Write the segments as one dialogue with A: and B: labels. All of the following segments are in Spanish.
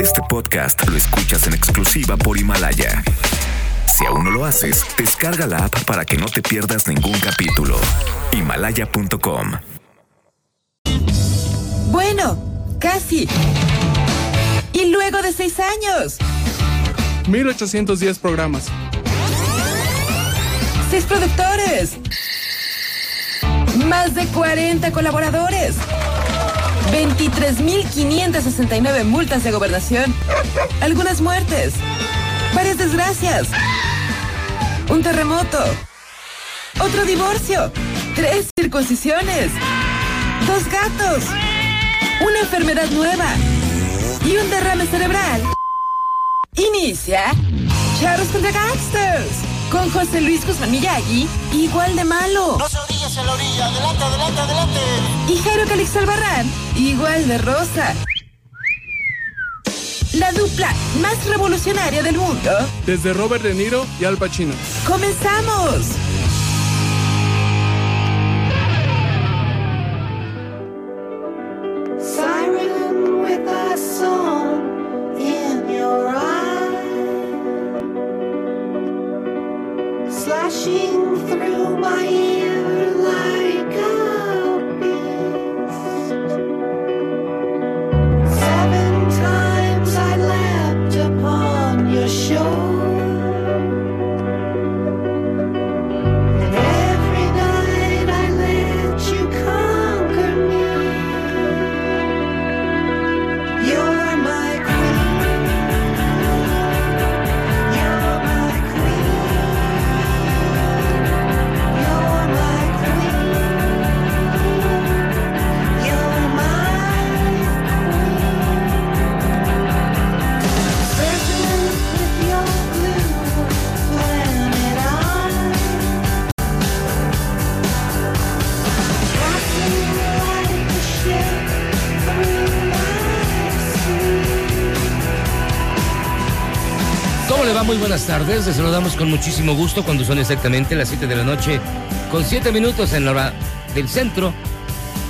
A: Este podcast lo escuchas en exclusiva por Himalaya. Si aún no lo haces, descarga la app para que no te pierdas ningún capítulo. Himalaya.com.
B: Bueno, casi. Y luego de seis años.
C: 1810 programas.
B: Seis productores. Más de 40 colaboradores. 23.569 multas de gobernación. Algunas muertes. Varias desgracias. Un terremoto. Otro divorcio. Tres circuncisiones. Dos gatos. Una enfermedad nueva. Y un derrame cerebral. Inicia Charros contra Gangsters. Con José Luis Guzmán Miyagi, igual de malo.
D: No se orillas en la orilla, adelante, adelante, adelante.
B: Y Jairo Calix Albarrán, igual de rosa. La dupla más revolucionaria del mundo.
C: Desde Robert De Niro y Al Pacino.
B: ¡Comenzamos!
E: Siren with a song in your eye, slashing through my ear like a beast. Seven times I leapt upon your shore, and every night I let you conquer me. You're my queen. You're my queen. You're my queen. You're my Searching with your blue planet eye. Crossing like a ship through my
F: ¿Cómo le va? Muy buenas tardes. Les saludamos con muchísimo gusto cuando son exactamente las 7 de la noche, con 7 minutos en la hora del centro.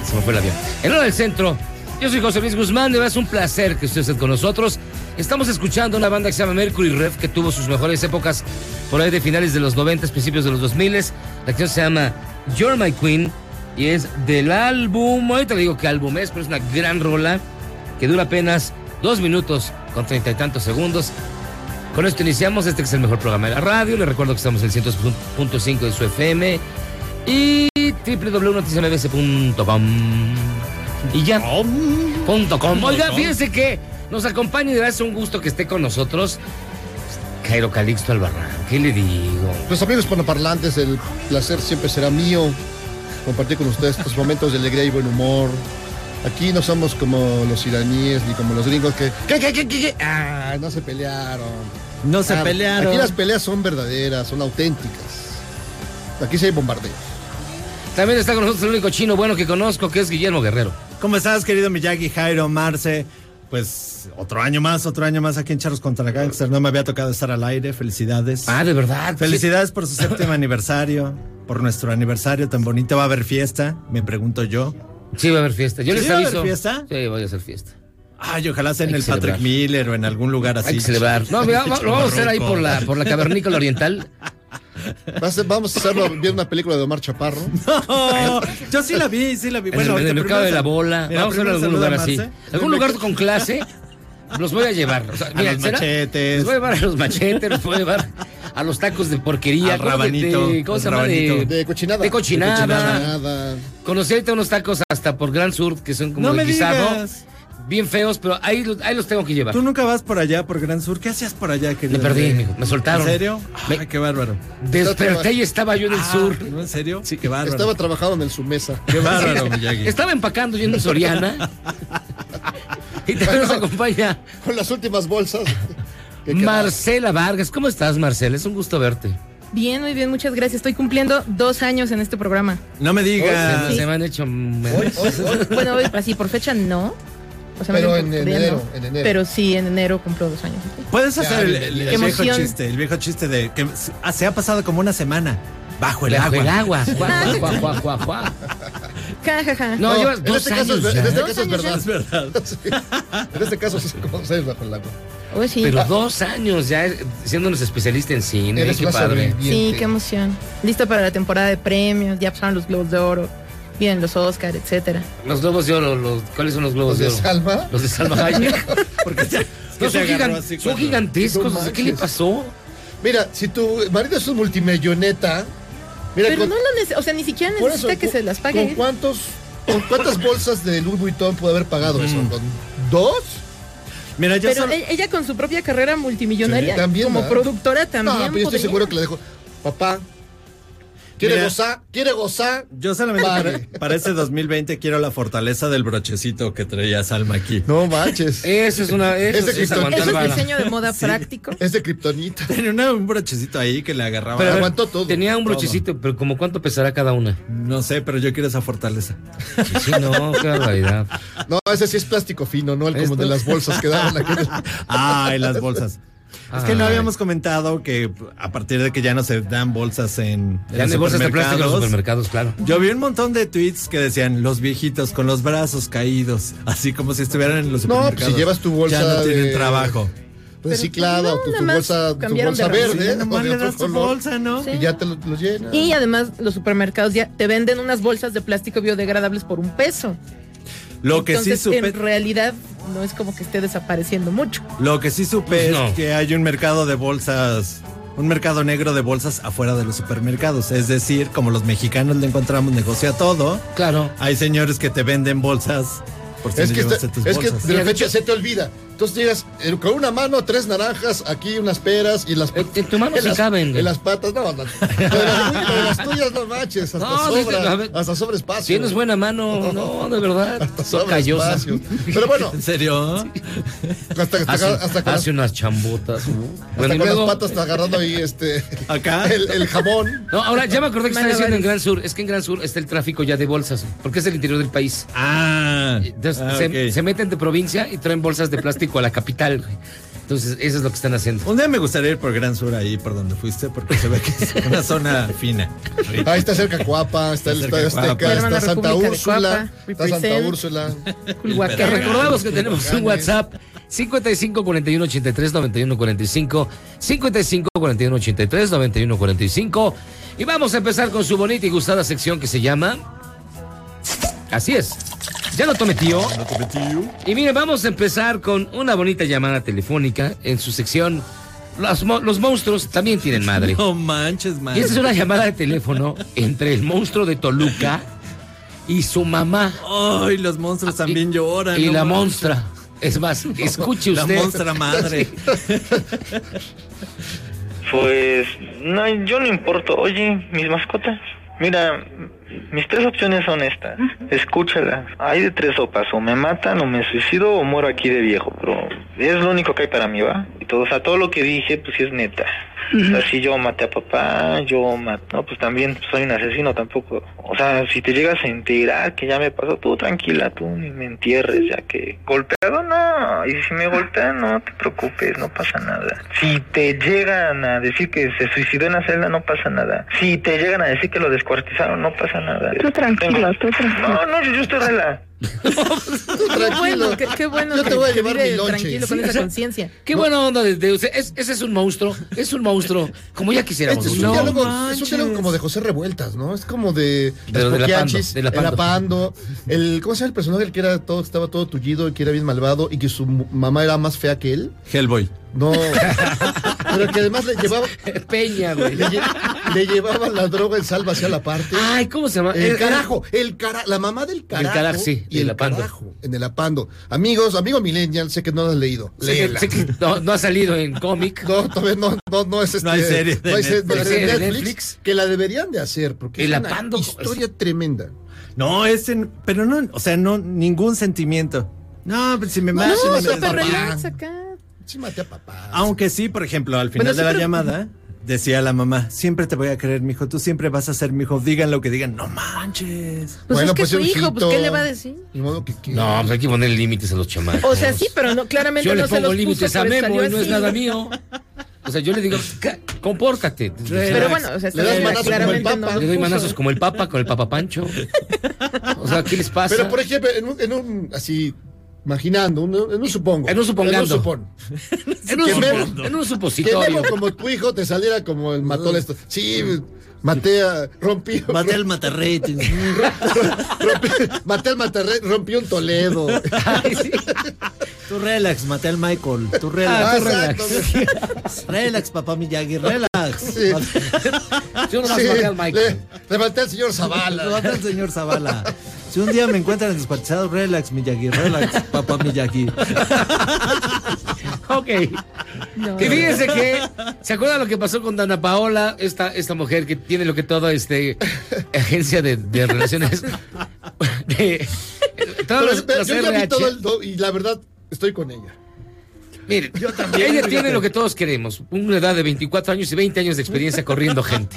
F: Se me fue el avión. En la hora del centro, yo soy José Luis Guzmán. De verdad es un placer que usted esté con nosotros. Estamos escuchando una banda que se llama Mercury Rev, que tuvo sus mejores épocas por ahí de finales de los 90, principios de los 2000. La canción se llama You're My Queen y es del álbum. Ahorita le digo qué álbum es, pero es una gran rola que dura apenas 2 minutos con treinta y tantos segundos. Con esto iniciamos este que es el mejor programa de la radio. Les recuerdo que estamos en el 100.5 de su FM y www.noticiambs.com. Y ya. Punto com. Oiga, fíjense que nos acompaña y de verdad es un gusto que esté con nosotros Jairo Calixto Albarrán. ¿Qué le digo?
G: Los amigos panaparlantes, el placer siempre será mío compartir con ustedes estos momentos de alegría y buen humor. Aquí no somos como los iraníes ni como los gringos que
F: ¿Qué, qué, qué, qué, qué? Ah,
G: "Ah, no se pelearon.
H: No se
G: Ah,
H: pelearon.
G: Aquí las peleas son verdaderas, son auténticas. Aquí sí hay bombardeo.
F: También está con nosotros el único chino bueno que conozco, que es Guillermo Guerrero.
H: ¿Cómo estás, querido Miyagi, Jairo, Marce? Pues otro año más, otro año más aquí en Charros contra Gangster. No me había tocado estar al aire. Felicidades.
F: Ah, de verdad.
H: Felicidades por su séptimo aniversario, por nuestro aniversario tan bonito. ¿Va a haber fiesta? Me pregunto yo.
F: Sí, va a haber fiesta. Yo
H: ¿Sí
F: les
H: va a haber
F: aviso.
H: fiesta?
F: Sí, voy a hacer fiesta.
H: Ay, ojalá sea en
F: Hay
H: el
F: que celebrar.
H: Patrick Miller o en algún lugar así.
F: Hay que celebrar. No, mira, va- lo vamos a hacer ahí por la,
H: Chamarruco.
F: por la cavernícola oriental.
G: Va a ser- Vamos a hacerlo viendo una película de Omar Chaparro.
H: No, yo sí la vi, sí la vi.
F: En el- en el,
H: ahorita
F: mercado
H: primero
F: de la
H: sal-
F: bola.
H: Mira,
F: Vamos a ver
H: primero
F: algún
H: saluda
F: lugar
H: a
F: así.
H: Marce.
F: Algún lugar con clase. Los voy a llevar. O sea,
H: A
F: mira,
H: los
F: será-
H: machetes.
F: Los voy a llevar a los machetes, los voy a llevar a los tacos de porquería.
H: Al
F: ¿cómo de-
H: rabanito,
F: de- ¿Cómo
H: al
F: se llama? De,
H: rabanito.
G: De cochinada.
F: De cochinada.
G: cochinada.
F: Conocí ahorita unos tacos hasta por Gran Sur, que son como
H: No
F: de
H: me
F: guisado.
H: digas.
F: Bien feos, pero ahí, los- ahí los tengo que llevar.
H: Tú nunca vas por allá, por Gran Sur. ¿Qué hacías por allá?
F: Me
H: querido?
F: perdí, amigo. Me soltaron.
H: ¿En serio?
F: Me-
H: Ay, qué bárbaro.
F: Desperté y estaba yo en el
H: Ah,
F: sur.
H: ¿No, en serio?
F: Sí.
H: qué bárbaro.
G: Estaba trabajando en su mesa.
H: Qué bárbaro, Miyagi.
F: Estaba empacando yo en Soriana. y también nos acompaña
G: Con las últimas bolsas. que quedaban.
F: Marcela Vargas. ¿Cómo estás, Marcela? Es un gusto verte.
I: Bien, muy bien, muchas gracias. Estoy cumpliendo dos años en este programa.
H: No me digas.
F: Se, me han hecho.
G: Hoy, hoy, hoy.
I: Bueno, hoy, así por fecha no. O sea,
G: Pero
I: más
G: en
I: bien por-
G: enero,
I: no.
G: en enero.
I: Pero sí, en enero cumplo dos años.
F: Pues,
H: Puedes
G: Ya,
H: hacer el, el- el
I: Qué
H: viejo
I: emoción.
H: chiste, el viejo chiste de que s- ah, se ha pasado como una semana bajo el agua.
F: El agua. Juá, juá, juá, juá, juá, juá.
I: Ja, ja, ja.
F: No, llevas
G: en
F: dos
G: este caso es
F: años
G: ver- en
F: ya.
G: este caso
I: Dos
G: es
I: años ya.
G: verdad.
H: Es verdad.
G: Sí. En este caso sí se conoce bajo el agua.
I: Uy, sí.
F: Pero dos años ya eh, siéndonos especialista en cine.
G: Eres
F: qué
G: una
F: padre.
G: sobreviviente.
I: Sí, qué emoción. Listo para la temporada de premios, ya pasaron los Globos de Oro, vienen los Oscar, etcétera.
F: Los globos de oro, los, ¿cuáles son los
G: Los
F: globos de
G: de
F: oro?
G: Salma.
F: Los de Salma Hayek.
H: Porque te- es que se
F: No, son,
H: agarró
F: gigan-
H: así
F: son
H: cuando-
F: gigantescos.
G: No
F: o sea, ¿Qué le
G: manches.
F: pasó?
G: Mira, si tu marido es un multimilloneta, mira
I: Pero
G: con-
I: no lo nece- o sea, ni siquiera
G: por
I: necesita
G: eso,
I: que
G: con-
I: se las
G: ¿Con
I: pague.
G: cuántos con cuántas bolsas de Louis Vuitton puede haber pagado eso? ¿Con
H: Mm.
G: dos?
H: Mira, yo
I: Pero
H: solo-
I: e- ella con su propia carrera multimillonaria,
G: Sí, también,
I: como
G: ¿verdad?
I: productora
G: no,
I: también.
G: pero yo estoy
I: podría.
G: seguro que le dejo. Papá, ¿quiere
H: Mira.
G: gozar? ¿Quiere gozar?
H: Yo solamente
G: Padre.
H: para, para este 2020 quiero la fortaleza del brochecito que traía Salma aquí.
G: No manches.
F: Eso es una. Eso
G: Ese
F: sí es
G: Krypton-
F: aguantar
I: Eso es
F: vara.
I: diseño de moda práctico.
G: Es de kriptonita.
H: Tenía una- un brochecito ahí que le agarraba.
F: Pero a ver,
G: aguantó todo.
F: Tenía un
H: Todo.
F: brochecito, pero como cuánto pesará cada una.
H: No sé, pero yo quiero esa fortaleza.
F: Sí, sí, no, qué barbaridad.
G: No, ese sí es plástico fino, no el como
F: ¿Esto?
G: de las bolsas que daban aquí.
H: Ay, Ah, las bolsas. Es que no
F: Ay.
H: habíamos comentado que a partir de que ya no se dan bolsas en, en
F: Ya
H: los
F: de bolsas de plástico en los
H: supermercados,
F: supermercados, claro.
H: Yo vi un montón de tweets que decían los viejitos con los brazos caídos, así como si estuvieran en los
G: No,
H: supermercados.
G: pues si llevas tu bolsa
H: ya no tienen
G: de-
H: trabajo.
G: Reciclada Pues o tu,
I: nada
G: tu
I: más
G: bolsa, tu
I: cambiaron de
G: bolsa
I: recibo.
G: verde.
H: Sí, nomás
G: o de
H: le
G: otro
H: das tu
G: color,
H: bolsa, ¿no?
I: Sí.
G: Y ya te lo, lo llenas.
I: Y además los supermercados ya te venden unas bolsas de plástico biodegradables por un peso.
H: Lo que
I: Entonces,
H: sí supe,
I: en realidad no es como que esté desapareciendo mucho.
H: lo que sí supe
F: Pues no.
H: es que hay un mercado de bolsas, un mercado negro de bolsas afuera de los supermercados. Es decir, como los mexicanos le encontramos negocio a todo,
F: Claro.
H: hay señores que te venden bolsas por si
G: Es
H: no
G: que,
H: llevaste
G: está-
H: tus
G: es que
H: bolsas.
G: de repente se te olvida. Entonces llegas eh, con una mano, tres naranjas, aquí unas peras y las
F: En- en tu mano
G: en
F: sí
G: las-
F: caben.
G: En las patas, no, no. Lo de las, tuyas- lo de las tuyas no manches, hasta
F: No, sí,
G: sobra,
F: a ver.
G: hasta sobra espacio.
F: Tienes buena mano, no, de verdad.
G: Hasta
F: Son
G: sobra
F: callosas.
G: espacio. Pero bueno,
H: ¿En serio?
G: hasta, hasta,
F: Hace,
G: hasta con,
F: hace
G: las,
F: Ah, unas chambotas. uh. Bueno,
G: hasta
F: y
G: con
F: luego-
G: las patas está agarrando ahí este
H: Acá.
G: el, el jamón.
F: No, ahora ya me acordé que estaba
I: Malabares.
F: diciendo en Gran Sur. Es que en Gran Sur está el tráfico ya de bolsas, porque es el interior del país.
H: Ah,
F: Entonces
H: ah,
F: se,
H: ok.
F: se meten de provincia y traen bolsas de plástico a la capital. güey. Entonces, eso es lo que están haciendo.
H: Un día me gustaría ir por Gran Sur ahí, por donde fuiste, porque se ve que es una zona fina.
G: Ahí está cerca Cuapa, está el
H: Está cerca
G: Estadio Azteca,
H: Cuapa.
G: está
I: Hermana
G: Santa
I: República de
G: Úrsula,
I: Cuapa,
G: está Santa
I: represent.
G: Úrsula.
I: Culhuacán.
F: Te recordamos que tenemos un
G: Huracanes.
F: WhatsApp 55 41 83 91 45 55 41 83 91 45 y vamos a empezar con su bonita y gustada sección que se llama Así es. Ya lo tomé tío. Y mire, vamos a empezar con una bonita llamada telefónica en su sección Los, mo- los monstruos también tienen madre.
H: No manches,
F: Y
H: madre.
F: esta es una llamada de teléfono entre el monstruo de Toluca y su mamá.
H: Ay, los monstruos también
F: Ah, Y-
H: lloran.
F: Y
H: no
F: la
H: manches.
F: monstra. Es más, escuche
H: La
F: usted.
H: monstra madre.
J: Pues no, yo no importo. Oye, mis mascotas. Mira, mis tres opciones son estas. Escúchala. Hay de tres sopas. O me matan, o me suicido, o muero aquí de viejo. Pero es lo único que hay para mí, ¿va? Y todo, o sea, todo lo que dije, pues sí es neta. O sea, si yo maté a papá, yo maté... No, pues también soy un asesino tampoco. O sea, si te llegas a enterar que ya me pasó, tú tranquila, tú ni me entierres, ya que... Golpeado, no. Y si me golpean, no te preocupes, no pasa nada. Si te llegan a decir que se suicidó en la celda, no pasa nada. Si te llegan a decir que lo descuartizaron, no pasa nada.
K: Tú tranquilo, tú tranquilo.
J: No, no, yo, yo estoy rela.
G: Tú
I: Qué bueno,
G: tranquilo.
I: qué, qué bueno
G: Yo te
I: que,
G: voy a
I: que
G: llevar
I: vive
G: mi lonche.
I: tranquilo con
F: Sí, o
I: esa
F: sea,
I: conciencia.
F: Qué buena onda desde usted. Es- ese es un monstruo. Es un monstruo. Como ya quisiéramos.
G: Este es un,
F: No,
G: diálogo, es un
H: manches.
G: diálogo como de José Revueltas, ¿no? Es como de,
F: De lo de la
G: poquianchis,
F: Pando, de la
G: el apando, el ¿cómo se llama el personaje el que era todo estaba todo tullido y que era bien malvado y que su mu- mamá era más fea que él?
H: Hellboy.
G: No. Pero que además le llevaba
F: Peña, güey.
G: le, lle- le llevaba la droga en salva hacia la parte.
F: Ay, ¿cómo se llama?
G: El
F: Era-
G: carajo, el cara, la mamá del carajo.
F: carajo, sí,
G: y
F: del
G: el
F: apando.
G: carajo en el apando. Amigos, amigo millennial, sé que no lo has leído.
F: Sé que-
G: Léela.
F: sé que no, no ha salido en cómic.
G: No, todavía no, no, no es este.
H: No hay serie de
G: no hay serie
H: Netflix.
G: no hay serie
F: ¿Serie
G: de
F: de
G: Netflix,
F: Netflix?
G: Que la deberían de hacer, porque
F: El
G: es una
F: apando.
G: historia tremenda.
H: No, ese. n- Pero no, o sea, no, ningún sentimiento. No, pero si me
G: No,
H: matan.
G: no,
H: me
G: está
H: matan.
I: Pero
G: papá.
I: relax acá.
G: Sí, mate a papá.
H: Aunque sí, por ejemplo, al final
I: Bueno, sí,
H: de la
I: pero-
H: llamada, decía la mamá: Siempre te voy a creer, mijo. Tú siempre vas a ser mi hijo. Digan lo que digan. No manches.
I: Pues es que es su
G: un
I: hijo, pues,
G: hijito.
I: ¿qué le va a decir?
G: Ni modo que quiera.
F: No, pues hay que poner límites a los chamacos.
I: O sea, sí, pero no, claramente
F: Yo le
I: no se
F: pongo
I: los
F: límites
I: puso,
F: a
I: pero
F: Memo
I: salió
F: y no es
I: así.
F: nada mío. O sea, yo le digo, "Ca- compórtate.
I: Pero bueno, o sea,
G: Le das
I: sí,
G: manazos como el
I: claramente
G: papa.
I: no los
F: Le doy
I: puso.
F: manazos como el Papa, con el Papa Pancho. O sea, ¿qué les pasa?
G: Pero, por ejemplo, en un, en un- así, imaginando, un- en un supongo.
F: En un supongando.
G: En un supón.
F: en, un
G: que
F: supo-
G: Memo-
F: en un
G: Que
F: supositorio. Ah.
G: luego como tu hijo te saliera como el matón esto. Sí, maté a, rompí,
H: Maté al matarrete.
G: rompí- maté al matarre, rompí un Toledo.
F: Ay, sí.
H: Tú relax, maté al Michael. Tú
F: Ah,
H: relax.
F: tú relax.
H: Relax, papá Miyagi, relax.
G: Sí.
F: Yo no más
G: Sí,
F: maté al Michael.
G: le- levanté al señor
H: Lo
G: Zavala.
H: mata el señor Zavala. Si un día me encuentran despachado, relax, Miyagi, relax, papá Miyagi.
F: Ok. Y fíjense que, ¿se acuerdan lo que pasó con Dana Paola? Esta, esta mujer que tiene lo que todo, este, agencia de, de relaciones. de- todas
G: Pero
F: las-
G: espera,
F: las
G: yo ya vi
F: RH.
G: todo el do- y la verdad estoy con ella.
F: Mire, ella tiene lo que todos queremos, una edad de 24 años y 20 años de experiencia corriendo gente.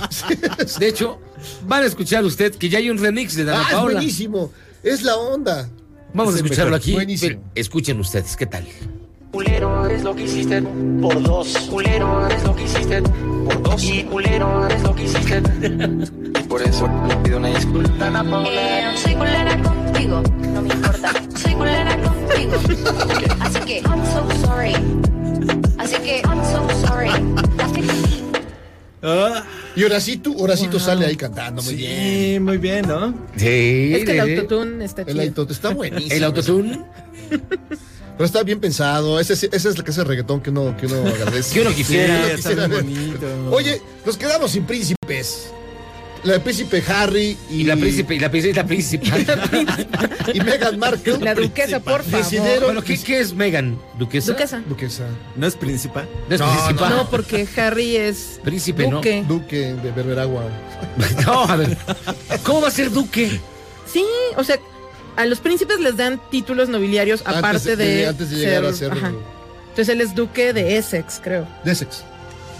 F: De hecho, van a escuchar usted que ya hay un remix de Dana
G: Ah, es
F: Paola.
G: buenísimo. Es la onda.
F: Vamos a
G: Es el
F: escucharlo
G: mejor.
F: aquí.
G: Buenísimo.
F: Pero escuchen ustedes, ¿qué tal?
L: Culero es lo que hiciste por dos. Culero es lo que hiciste por dos. Y culero es lo que hiciste. por eso le pido una disculpa. Ana Paula.
K: Eh, soy culera contigo, no me importa. Soy culera contigo. Así que, I'm so sorry. Así que, I'm so sorry. Así que,
I: Ah.
G: Y Horacito, Horacito sale ahí cantando muy bien.
H: Sí, muy bien, ¿no?
F: Sí,
I: Es que el
F: de-
I: autotune está
G: El
I: chido.
G: autotune está buenísimo.
F: el autotune.
G: Pero está bien pensado. Ese, ese es el que es el reggaetón que uno, que uno agradece.
F: Yo no quisiera.
G: Yo no
H: está
G: quisiera
H: bien
G: ver.
H: bonito.
G: Oye, nos quedamos sin príncipes. La del príncipe Harry y,
F: Y la príncipe, y la princesa príncipe.
G: y Meghan Markle.
I: La duquesa, por favor.
G: Decidieron-
F: Bueno, ¿qué, qué es Megan? ¿Duquesa?
I: Duquesa.
G: Duquesa.
H: ¿No es príncipe?
F: No es
G: No,
F: principal.
I: No, porque Harry es
F: Príncipe, ¿no?
I: duque.
G: Duque de Berberagua.
F: No, a ver. ¿Cómo va a ser duque?
I: Sí, o sea, a los príncipes les dan títulos nobiliarios
G: Antes
I: aparte de,
G: Antes de llegar a ser.
I: ajá. Entonces él es duque de Essex, creo.
G: De Essex.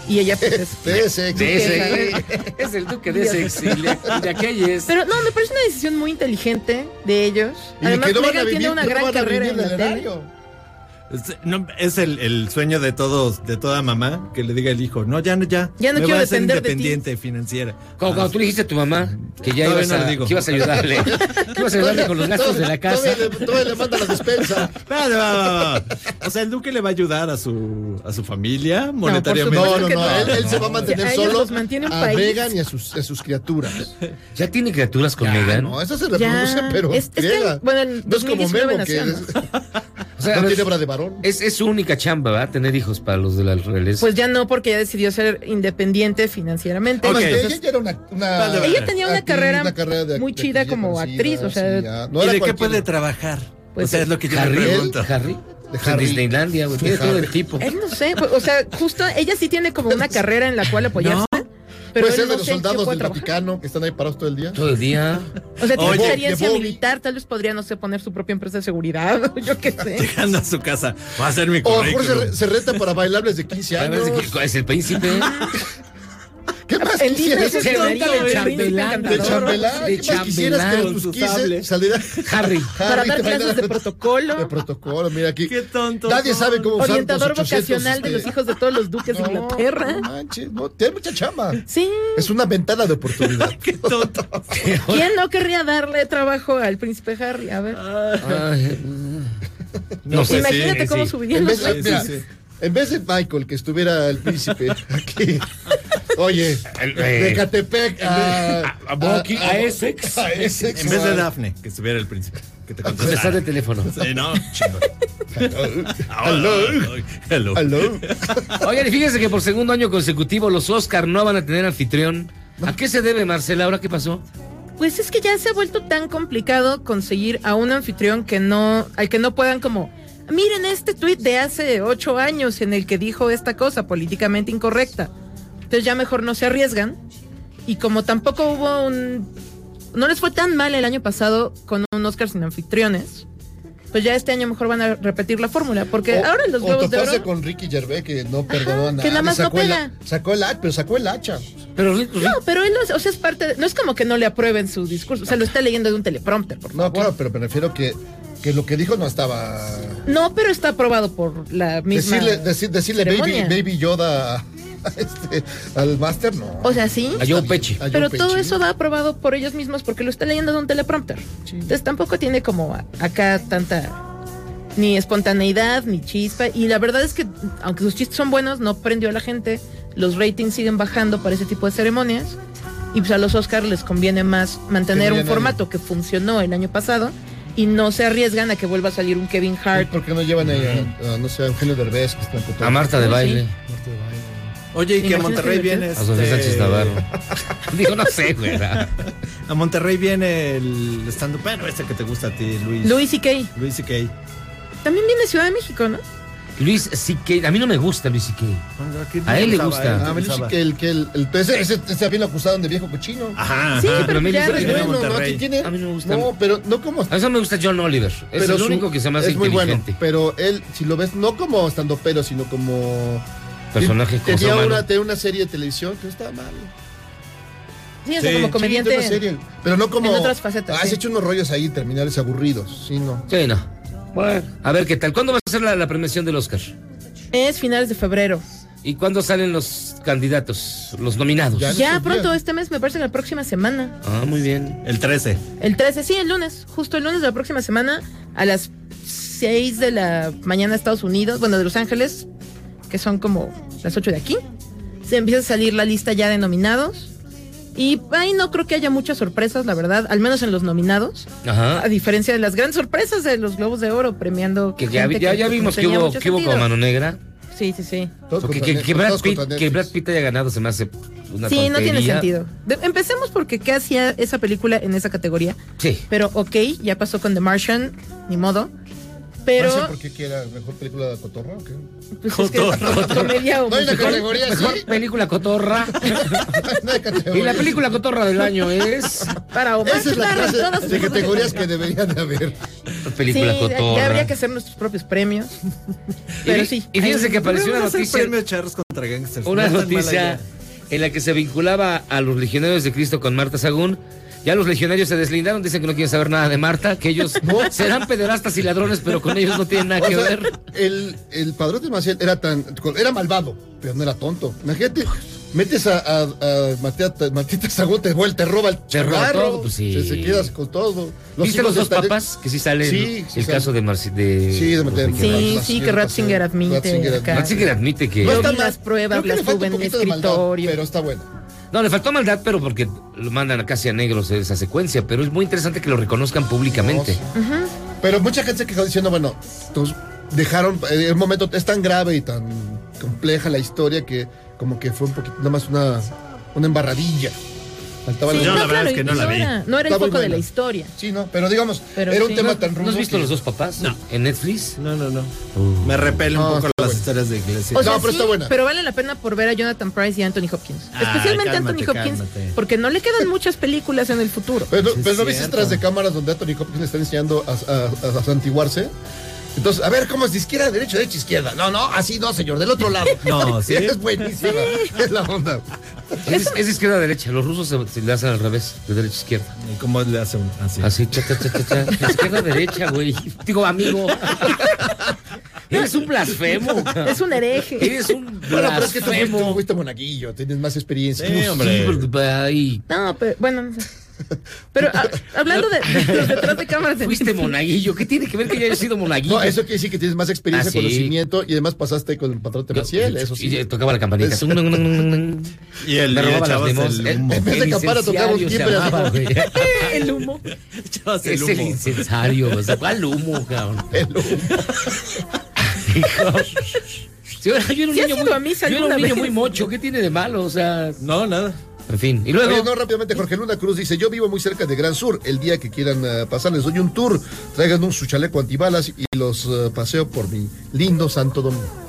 I: Y ella pues es...
G: De Essex.
F: De ese.
I: Duquesa.
F: Es el duque de ese. Y de, y de aquellos.
I: Pero no, me parece una decisión muy inteligente de ellos.
G: Y
I: Además,
G: que no van a
I: Meghan
G: vivir,
I: tiene una
G: no
I: gran
G: van a
I: carrera
G: vivir
I: en
G: del
I: la tele.
G: erario.
H: Es, no, es el, el sueño de todos, de toda mamá, que le diga el hijo, no, ya no, ya.
I: Ya no
H: me
I: quiero
H: voy a ser
I: depender de ti".
H: independiente financiera.
F: Como cuando tú le dijiste a tu mamá que ya
H: Todavía
F: ibas
H: no
F: a,
H: lo digo.
F: que ibas a ayudarle. Que ibas a ayudarle con los gastos de la casa.
G: Todavía le, todavía le manda la despensa.
H: Espérate, va, va, va. O sea, el duque le va a ayudar a su, a su familia monetariamente.
G: No, no,
I: que
G: no.
I: no.
G: Él, él se va a mantener
I: A ellos
G: solo.
I: los mantiene un
G: a
I: país.
G: Megan y a sus, a sus criaturas.
F: ¿Ya tiene criaturas con
G: Ah,
F: Megan?
G: no, esa se
I: Ya.
G: reproduce, pero.
I: Es- es que,
G: friega.
I: bueno, en
G: no es como
I: 2019
G: Memo, que
I: nació,
G: es- no,
F: O sea, a ver,
G: tiene obra de varón.
F: es, es su única chamba, ¿verdad? Tener hijos para los de la realeza.
I: Pues ya no, porque ella decidió ser independiente financieramente.
H: Ok.
G: Además,
I: Entonces,
G: ella ya era una. una-
H: Vale, vale.
I: Ella tenía una
G: actriz,
I: carrera
G: de-
I: muy
G: de
I: chida
G: actriz
I: como
G: reconocida,
I: actriz, o sea,
G: sí, ya.
H: ¿Y
G: era
H: de qué
G: cualquiera.
H: puede trabajar?
I: Pues
H: o sea,
I: sí.
H: es lo que yo
F: Harry,
H: me pregunto.
F: Harry. Pues en
G: Harry.
F: Disneylandia, güey. Tiene todo el tipo.
I: él no sé, pues, o sea, justo ella sí tiene como una carrera en la cual apoyarse. Pero
G: puede
I: él
G: ser
I: no
G: de los
I: sé en qué
G: soldados
I: puede
G: del
I: trabajar.
G: Vaticano que están ahí parados todo el día.
F: Todo el día.
I: O sea, tiene
H: Oye,
I: experiencia
G: de Bobby.
I: militar, tal vez podría, no sé, poner su propia empresa de seguridad, yo qué sé.
H: Llegando a su casa, va a ser mi
G: ¿Eh? O a lo mejor se,
H: currículum.
G: re- se reta para bailables de 15
F: A ver,
G: años.
F: es que- Es el príncipe.
G: ¿Qué más
I: En Disney
G: quisieras?
I: se
F: Se
I: quedaría
F: renta de
I: el príncipe
F: chambelán,
G: De
I: encantador.
G: chambelán.
F: De
G: ¿Qué más quisieras que
F: chambelán.
G: a tus
H: Con su
G: 15
H: sable.
G: saliera
F: Harry.
I: Para
G: Harry
I: dar
G: te bailara-
I: clases de
G: De
I: protocolo,
G: protocolo, mira aquí.
H: Qué tonto.
G: Nadie sabe cómo usar
I: orientador
G: los 800,
I: vocacional de
G: este,
I: los hijos de todos los duques de
G: no,
I: Inglaterra.
G: No manches, no, tiene mucha chama.
I: Sí.
G: Es una ventana de oportunidad.
H: Qué tonto.
I: ¿Quién no querría darle trabajo al príncipe Harry? A ver,
F: Ay, No sé.
I: imagínate
F: sí,
I: cómo
F: sí.
I: subirían
G: en,
I: los
G: vez,
H: Sí, sí,
G: mira,
H: sí.
G: en vez de Michael, que estuviera el príncipe aquí. Oye,
F: El-
G: de
F: eh,
G: Catepec a,
F: a- a Bucky, a Essex.
G: a Essex,
H: En vez de
G: a-
H: Daphne, que estuviera el príncipe. Que te
F: Profesor de
H: contestara.
F: teléfono.
H: Sí, no, chingón.
G: Hello.
H: Hello.
G: Aló.
F: Oigan, y fíjense que por segundo año consecutivo los Oscar no van a tener anfitrión. ¿A qué se debe, Marcela? ¿Ahora qué pasó?
I: Pues es que ya se ha vuelto tan complicado conseguir a un anfitrión que no, al que no puedan como, miren este tuit de hace ocho años en el que dijo esta cosa políticamente incorrecta. Entonces ya mejor no se arriesgan. Y como tampoco hubo un, no les fue tan mal el año pasado con un Oscar sin anfitriones, pues ya este año mejor van a repetir la fórmula, porque
G: O-
I: ahora en los
G: o
I: Globos de
G: toparse
I: Oro.
G: con Ricky Gervais que no perdonó a
I: Ajá,
G: nadie.
I: que nada más no
G: sacó el,
I: pega.
G: sacó el hacha, pero sacó el hacha.
F: Pero Rick- Rick-
I: No, pero él no, es- o sea, es parte, de- no es como que no le aprueben su discurso, o sea, lo está leyendo de un teleprompter, por
G: No, claro, pero me refiero que, que lo que dijo no estaba.
I: No, pero está aprobado por la misma.
G: Decirle, decir- decirle baby,
I: ceremonia.
G: baby Yoda a, este, al máster, no.
I: O sea, sí.
G: Está bien, a Joe
I: Pero todo
G: Pesci.
I: eso va aprobado por ellos mismos porque lo está leyendo de un teleprompter. Entonces tampoco tiene como a- acá tanta ni espontaneidad, ni chispa. Y la verdad es que, aunque sus chistes son buenos, no prendió a la gente. Los ratings siguen bajando para ese tipo de ceremonias. Y pues a los Oscars les conviene más
G: Que
I: mantener
G: no
I: un
G: haya nadie.
I: formato que funcionó el año pasado y no se arriesgan a que vuelva a salir un Kevin Hart.
G: ¿Por qué Pues, no llevan ahí a, a, no sé, a Eugenio Derbez? Que está amputado?
F: A Marta de baile.
H: Oye, y que a
I: Imagínate
H: Monterrey
I: divertido.
H: viene.
F: A Sofía
H: este,
F: Sánchez Navarro. Digo, no sé, güey. ¿verdad?
H: A Monterrey viene el stand-up, pero este que te gusta a ti, Luis.
I: Luis y Kay.
H: Luis y Kay.
I: También viene Ciudad de México, ¿no?
F: Luis C.K. A mí no me gusta Luis C.K. A él le gusta.
G: Ah, me dice que el, que el, el ese, ese, ese también lo acusaron de viejo cochino.
H: Ajá.
I: Sí,
H: ajá.
I: pero
F: pero me
I: ya
F: dice que
G: Es
I: después-
H: viene
G: bueno, ¿no?
H: Monterrey.
G: ¿Qué tiene?
F: A mí no me gusta.
G: No, pero no como...
F: A eso me gusta John Oliver. Es
G: pero
F: el
G: su-
F: único que se me hace
G: Es muy bueno,
F: inteligente.
G: pero él, si lo ves, no como estando pero, sino como...
F: Personaje como
G: tenía
F: humano.
G: una, tenía una serie de televisión que no estaba mal.
I: Sí, o sea,
H: Sí.
I: como comediante.
G: Sí, una serie, pero no como...
I: en otras facetas,
G: Has
I: sí.
G: hecho unos rollos ahí terminales aburridos. Sí, no.
F: Sí, no. Bueno. A ver, ¿qué tal? ¿Cuándo va a ser la, la premiación del Oscar?
I: Es finales de febrero.
F: ¿Y cuándo salen los candidatos, los nominados?
G: Ya.
I: Ya
G: estos
I: pronto,
G: días.
I: este mes, me parece la próxima semana.
F: Ah, muy bien.
H: El 13.
I: El 13, sí, el lunes. Justo el lunes de la próxima semana, a las 6 de la mañana, Estados Unidos, bueno, de Los Ángeles, que son como las 8 de aquí. Se empieza a salir la lista ya de nominados. Y ahí no creo que haya muchas sorpresas, la verdad, al menos en los nominados.
F: Ajá.
I: A diferencia de las grandes sorpresas de los Globos de Oro premiando.
F: Que ya,
I: gente
F: vi- ya, ya
I: que
F: vimos
I: no
F: que
I: tenía
F: hubo,
I: mucho
F: que hubo
I: sentido.
F: con Mano Negra.
I: Sí, sí, sí.
G: Todos
F: Porque
G: contra
F: que,
G: Net-
F: que Brad
G: todos
F: Pitt,
G: contra
F: que Brad
G: Netflix.
F: Pitt haya ganado se me hace una
I: Sí, no tiene
F: tontería.
I: sentido. De- empecemos porque qué hacía esa película en esa categoría.
F: Sí.
I: Pero ok, ya pasó con The Martian, ni modo. Pero
G: No sé por qué que era mejor película de Cotorra o qué.
I: pues, es que comedia o
G: No hay una
I: musical.
G: categoría así.
F: Película cotorra.
G: No hay
F: y
G: categoría.
F: la película cotorra del año es.
I: para Omar
G: Esa es la
I: Chaparro,
G: clase
I: todas
G: de
I: sus-
G: categorías que deberían de haber.
I: Sí,
F: película
I: ya-
F: cotorra.
I: ya habría que hacer nuestros propios premios. Pero
F: y,
I: sí.
F: Y fíjense que apareció una
H: Deberían hacer
F: noticia.
H: premio Charros contra Gangsters.
F: Una
H: No es tan mala
F: noticia
H: idea.
F: en la que se vinculaba a los legionarios de Cristo con Marta Sagún. Ya los legionarios se deslindaron, dicen que no quieren saber nada de Marta, que ellos serán pederastas y ladrones, pero con ellos no tienen nada
G: O
F: que
G: sea,
F: ver.
G: El, el padrote Maciel era tan. Era malvado, pero no era tonto. Imagínate, metes a, a, a Matita, Matita Sagún, te vuelve, te roba el
F: Te roba
G: charro,
F: todo, pues sí.
G: te, se quedas con todo.
F: ¿Viste
G: hijos
F: los dos
G: de Tadeo-
F: papas? Que sí sale
G: Sí,
F: el-
G: sí
F: el
G: sale.
F: caso de Marci de.
G: Sí, de meter-
I: Sí,
F: Ratzinger.
I: sí, que Ratzinger admite
G: Ratzinger
I: acá.
F: Ratzinger admite que.
G: No
I: Yo
G: está
I: vi
G: mal.
I: las pruebas,
G: Creo que le
I: las
G: falta un
I: tuve en mi
G: poquito de maldad,
I: escritorio.
G: pero está bueno.
F: No, le faltó maldad, pero porque lo mandan casi a negros esa secuencia, pero es muy interesante que lo reconozcan públicamente.
G: Pero mucha gente se quejó diciendo, bueno, entonces dejaron, eh, el momento es tan grave y tan compleja la historia que como que fue un poquito, nada más una, una embarradilla. Faltaba
I: Sí,
G: la-
H: Yo la verdad
I: claro,
H: es que
I: y
H: no la vi.
I: Era, no era el
G: Está muy
I: foco de
G: buena.
I: la historia.
G: Sí, no, pero digamos,
I: Pero
G: era un
I: sí.
G: tema tan rudo.
F: ¿No has visto
G: que-
F: los dos papás?
H: No.
F: ¿En Netflix? Uh.
H: No, no, no. Me repele un
G: No,
H: poco
G: está
H: las
G: bueno.
H: historias de iglesia.
I: O
G: No,
I: sea,
G: pero
I: sí,
G: está buena.
I: pero vale la pena por ver a Jonathan Price y Anthony Hopkins.
H: Ay,
I: Especialmente
H: cálmate,
I: Anthony Hopkins,
H: cálmate.
I: porque no le quedan muchas películas en el futuro.
G: Pero,
H: Sí, es
G: pero no viste
H: cierto.
G: detrás de cámaras donde Anthony Hopkins le está enseñando a, a- a- a santiguarse. Entonces, a ver, ¿cómo es de izquierda, derecha, derecha, izquierda? No, no, así no, señor, del otro lado.
H: No, sí.
G: Es buenísima. Es la onda.
F: Es, es izquierda a derecha. Los rusos se, se le hacen al revés, de derecha a izquierda.
H: ¿Y ¿Cómo le hace uno? Así.
F: Así, cha, cha, cha, cha, cha. De Izquierda a derecha, güey. Digo, amigo. Eres un blasfemo. cabrón.
I: Es un hereje.
F: Eres un
G: Bueno, pero es que tú fuiste, tú
F: blasfemo.
G: fuiste monaguillo, tienes más experiencia.
H: Sí, hombre.
F: Ay,
I: No, pero bueno, no sé. Pero ah, hablando de, de los detrás de cámaras de
F: Fuiste monaguillo. ¿qué tiene que ver que yo haya sido monaguillo?
G: No, eso quiere decir que tienes más experiencia,
F: Ah, sí.
G: conocimiento y además pasaste con el patrón de Maciel, eso sí.
F: Y, eh, tocaba la campanita.
G: Eso.
H: Y el,
F: Me
H: y
F: robaba
H: echabas
F: las Eh, demás.
H: el humo.
G: En vez de campana tocaba un timbre, así
F: "Eh,
I: el humo.
H: Echabas el
F: Es el
H: humo.
F: incensario. O sea, ¿cuál humo, cabrón?
G: El humo.
F: Hijo. Sí, bueno, yo era un
I: ¿Sí has
F: niño,
I: ido
F: muy,
I: a misa
F: yo era un
I: alguna
F: niño
I: vez?
F: muy mocho. ¿Qué tiene de malo? O sea,
H: No, nada.
F: en fin. Y luego.
G: Oye, no, rápidamente, Jorge Luna Cruz dice, yo vivo muy cerca de Gran Sur, el día que quieran eh, pasar les doy un tour, traigan un su chaleco antibalas y los eh, paseo por mi lindo Santo Domingo.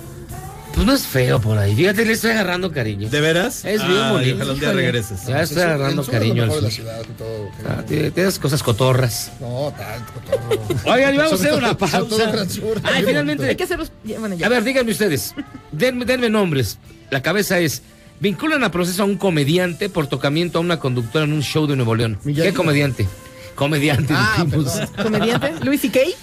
F: Pues no es feo por ahí. Fíjate, le estoy agarrando cariño.
H: ¿De veras? Ah,
F: Es bien bonito.
H: Ojalá un día
F: Híjole.
H: regreses.
F: Ya estoy agarrando
G: El sur es lo
F: cariño al
G: mejor de la
F: sur.
G: ciudad y todo.
F: Ah, te- Tienes cosas cotorras.
G: No, tanto, todo.
F: Oigan, y vamos a hacer
G: Sobre
F: una
G: todo- sobre todo
F: pausa.
G: Gran Sur, está
F: Ay,
G: bien
F: finalmente.
I: Hay que hacerlos. ya, Bueno, ya.
F: A ver, díganme ustedes. Denme, denme nombres. La cabeza es. Vinculan a proceso a un comediante por tocamiento a una conductora en un show de Nuevo León.
G: Miyagi.
F: ¿Qué comediante? Comediante,
G: Ah,
F: dijimos.
G: perdón.
I: Comediante. Luis y Kay.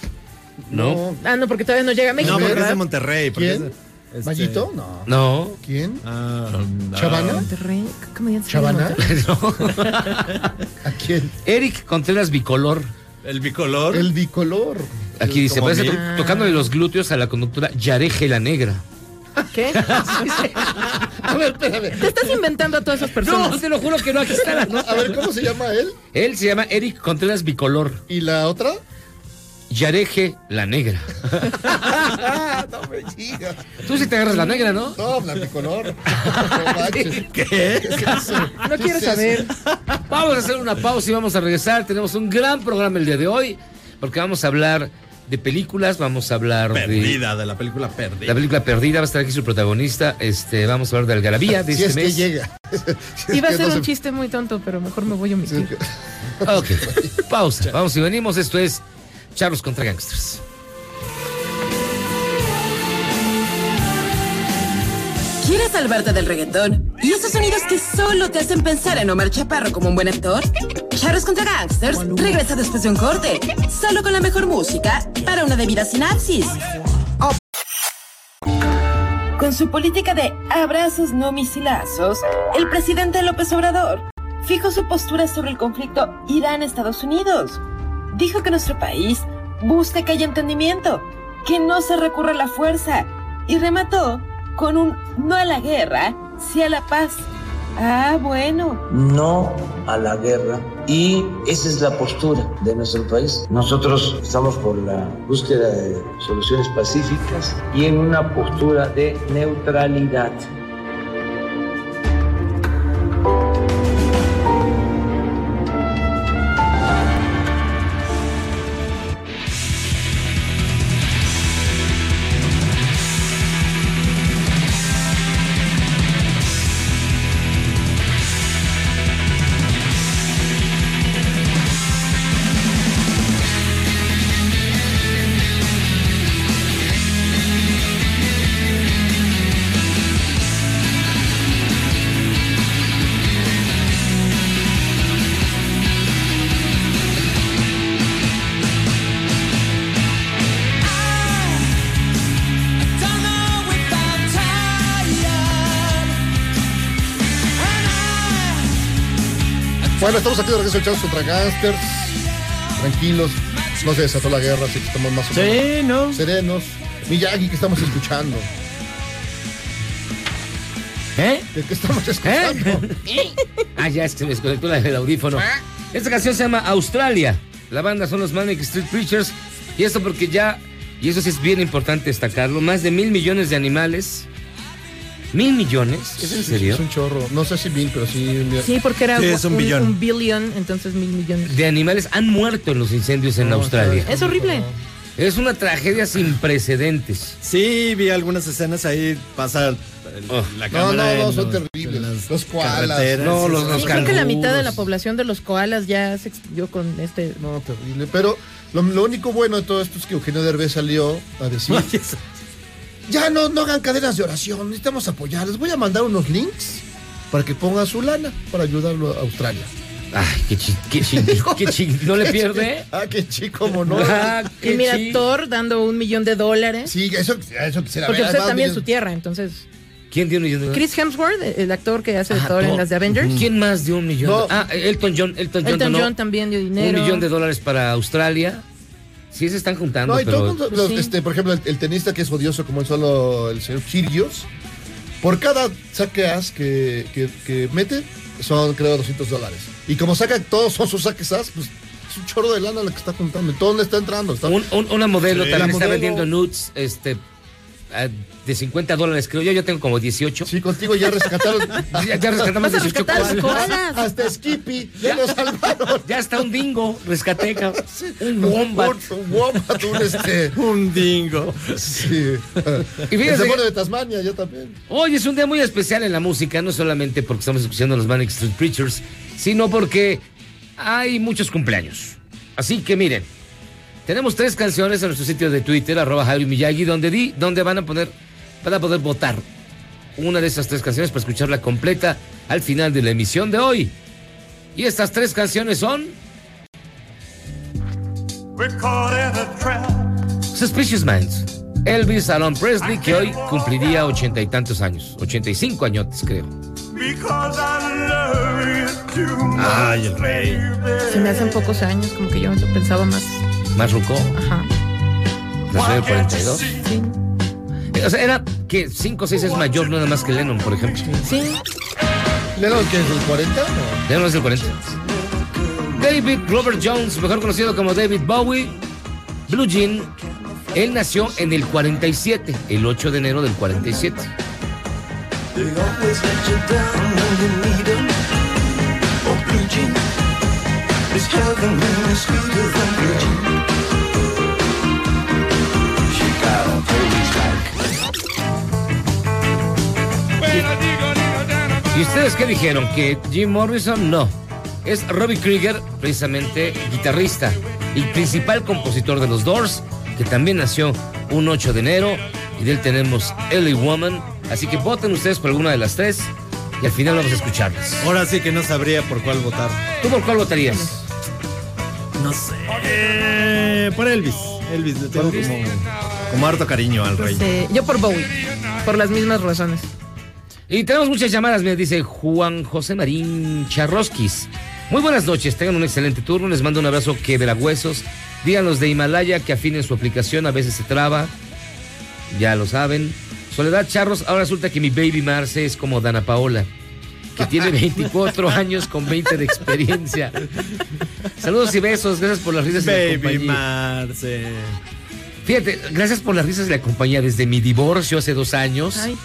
F: ¿No?
I: Ah, no, porque todavía no llega a México.
H: No, porque es
I: ¿verdad?
H: de Monterrey. porque
G: ¿Quién?
H: es de- Este-
G: ¿Mallito? No.
F: No.
G: ¿Quién?
H: Ah, no.
G: ¿Chavana?
I: Monterrey, comediante
G: ¿Chavana?
F: ¿A quién? Eric Contreras Bicolor.
H: ah, El bicolor.
G: El bicolor.
F: Aquí dice,
H: Como
F: parece
H: mil.
F: to- tocándole los glúteos a la conductora Yareje la Negra.
I: ¿Qué?
G: A ver, espérame.
I: Te estás inventando a todas esas personas.
F: No, te lo juro que no, aquí está la nota.
G: A ver, ¿cómo se llama él?
F: Él se llama Eric Contreras Bicolor.
G: ¿Y la otra?
F: Yareje la Negra.
G: No me digas.
F: Tú sí te agarras la negra, ¿no?
G: No, la bicolor. No manches.
F: ¿Qué?
G: ¿Qué es eso?
I: No
G: ¿Qué
I: quiero
G: es eso?
I: saber.
F: Vamos a hacer una pausa y vamos a regresar. Tenemos un gran programa el día de hoy porque vamos a hablar de películas, vamos a hablar de
H: Perdida, de la película
F: la
H: perdida.
F: película Perdida, va a estar aquí su protagonista, este, vamos a hablar de Algarabía de
G: Si
F: este
G: es que
F: mes.
G: llega. Si es
I: Iba a
G: que
I: ser
G: no
I: un
G: se-
I: chiste muy tonto, pero mejor me voy a
G: si es
I: omitir.
G: que-
F: Ok, pausa. Vamos y venimos. Esto es Charlos contra Gangsters.
B: ¿Quieres salvarte del reggaetón? ¿Y esos sonidos que solo te hacen pensar en Omar Chaparro como un buen actor? Charros contra Gangsters regresa después de un corte, solo con la mejor música para una debida sinapsis. Con su política de abrazos, no misilazos, el presidente López Obrador fijó su postura sobre el conflicto Irán-Estados Unidos. Dijo que nuestro país busca que haya entendimiento, que no se recurra a la fuerza, y remató con un no a la guerra, sí a la paz. Ah, bueno.
L: no a la guerra y esa es la postura de nuestro país. Nosotros estamos por la búsqueda de soluciones pacíficas y en una postura de neutralidad.
G: Bueno, estamos aquí de regreso echados contra gangsters. Tranquilos. No se desató la guerra, así que estamos más o menos
H: Sí, ¿no?
G: serenos. Miyagi, que estamos escuchando?
F: ¿Eh?
G: ¿De qué estamos escuchando? ¿Eh?
F: Ah, ya es que se me desconectó la- el audífono. Esta canción se llama Australia. La banda son los Manic Street Preachers. Y esto porque ya, y eso sí es bien importante destacarlo, más de mil millones de animales. ¿Mil millones? ¿Es en serio?
G: Es un chorro. No sé si mil, pero sí. mira.
I: Sí, porque era
H: Sí, es un
I: un,
H: billón.
I: un billion, entonces mil millones.
F: De animales han muerto en los incendios en
G: No,
F: Australia.
G: claro.
I: Es horrible.
F: Es una tragedia sin precedentes.
H: Sí, vi algunas escenas ahí pasar
F: Oh.
H: la
G: No,
H: cámara.
G: no, no,
H: en
G: son
H: los-
G: terribles.
H: en las
G: Los koalas.
H: carreteras.
F: No, los- los
I: Sí, creo que la mitad de la
F: canguros.
I: población de los koalas ya se extinguió con este.
G: No, terrible. Pero lo, lo único bueno de todo esto es que Eugenio Derbez salió a decir: Ya no, no hagan cadenas de oración, necesitamos apoyar. Les voy a mandar unos links para que pongan su lana para ayudarlo a Australia.
F: Ay, qué chi, qué chi, qué chi- no le pierde.
G: Ah, qué chico, ¿cómo no?
F: Ah,
I: Y
F: qué
I: mira,
F: chi-
I: Thor dando un millón de dólares.
G: Sí, eso, eso quisiera
I: Porque
G: ver.
I: pues, es
G: Además,
I: también
G: miren,
I: su tierra, entonces.
F: ¿Quién dio un millón de dólares?
I: Chris Hemsworth, el actor que hace de
F: Ah,
I: Thor en
F: Thor.
I: las de Avengers.
F: ¿Quién más dio un millón?
G: No.
F: Ah, Elton John. Elton John,
I: Elton
F: donó
I: John también dio
F: un
I: dinero.
F: millón de dólares para Australia. Sí, se están juntando,
G: No, y
F: pero...
G: todos los- los,
I: Sí.
G: este, por ejemplo, el, el tenista que es odioso como el solo el señor Sirius, por cada saque as que, que- que mete, son creo 200 dólares. Y como saca todos son sus saques as, pues es un chorro de lana lo que está juntando. Todo le está entrando. Está,
F: Un- un- una modelo
H: Sí.
F: también
G: La
F: está
G: modelo.
F: vendiendo nudes este, ah, de 50 dólares, creo yo. Yo tengo como 18.
G: Sí, contigo ya rescataron.
F: Ya, ya rescatamos
I: Vas a
F: 18
I: rescatar a los
F: koalas.
I: koalas.
G: Hasta Skippy, ya lo salvaron.
F: Ya está un dingo, rescaté, cabrón. un wombat.
G: Un, un wombat, un este.
H: Un dingo.
G: Sí. Este,
F: Y
G: El
F: fíjense,
G: demonio de Tasmania, yo también.
F: hoy es un día muy especial en la música, no solamente porque estamos escuchando a los Manic Street Preachers, sino porque hay muchos cumpleaños. Así que miren, tenemos tres canciones en nuestro sitio de Twitter, arroba Jairo Miyagi, donde di, donde van a poner, van a poder votar una de esas tres canciones para escucharla completa al final de la emisión de hoy. Y estas tres canciones son Suspicious Minds, Elvis Alon Presley, que hoy cumpliría ochenta y tantos años, ochenta y cinco añotes, creo.
I: Ay, el rey. Se me hacen pocos años, como que yo lo pensaba más.
F: Más rucó,
I: Ajá.
F: nació en el 42.
I: Sí.
F: Eh, O sea, era que cinco o seis es mayor nada más que Lennon, por ejemplo.
I: Sí.
G: ¿Lennon que es el 40?
F: Lennon es el 40. David Robert Jones, mejor conocido como David Bowie, Blue Jean, él nació en el 47, el 8 de enero del 47.
E: Oh,
F: ¿Y ustedes qué dijeron? Que Jim Morrison no. Es Robbie Krieger, precisamente guitarrista y principal compositor de los Doors, que también nació un 8 de enero. Y de él tenemos Ellie Woman. Así que voten ustedes por alguna de las tres y al final vamos a escucharlas.
H: Ahora sí que no sabría por cuál votar.
F: ¿Tú por cuál votarías?
H: No sé. Eh, por Elvis. Elvis, le tengo como, como harto cariño al rey.
I: Sí, Este, Yo por Bowie, por las mismas razones.
F: Y tenemos muchas llamadas, me dice Juan José Marín Charrosquis. Muy buenas noches, tengan un excelente turno, les mando un abrazo que huesos. Digan los de Himalaya que afinen su aplicación, a veces se traba, ya lo saben. Soledad Charros, ahora resulta que mi baby Marce es como Dana Paola, que tiene 24 años con 20 de experiencia. Saludos y besos, gracias por las risas y la
H: Baby
F: compañía.
H: Marce.
F: Fíjate, gracias por las risas y la compañía desde mi divorcio hace dos años.
I: Ay.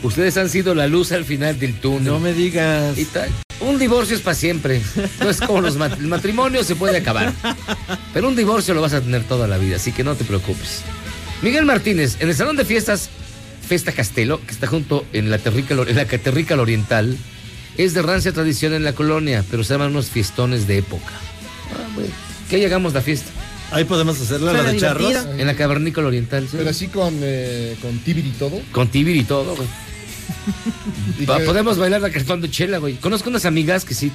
F: Ustedes han sido la luz al final del túnel.
H: No me digas.
F: Y tal. Un divorcio es para siempre. No es como los mat- el matrimonio se puede acabar. Pero un divorcio lo vas a tener toda la vida, así que no te preocupes. Miguel Martínez, en el salón de fiestas Festa Castelo, que está junto en la Terrícal, en la Terrícal Oriental, es de rancia tradición en la colonia, pero se llaman unos fiestones de época. Ah, bueno. ¿Qué llegamos la fiesta?
H: Ahí podemos hacerla, la
I: Suena
H: de charros.
I: divertido.
F: En la Cavernícola Oriental, sí.
G: Pero así con, eh, con Tibir y todo.
F: Con tibir y todo, güey.
G: Y
F: Pa-
G: que-
F: Podemos bailar la cartón de chela, güey. Conozco unas amigas que sí.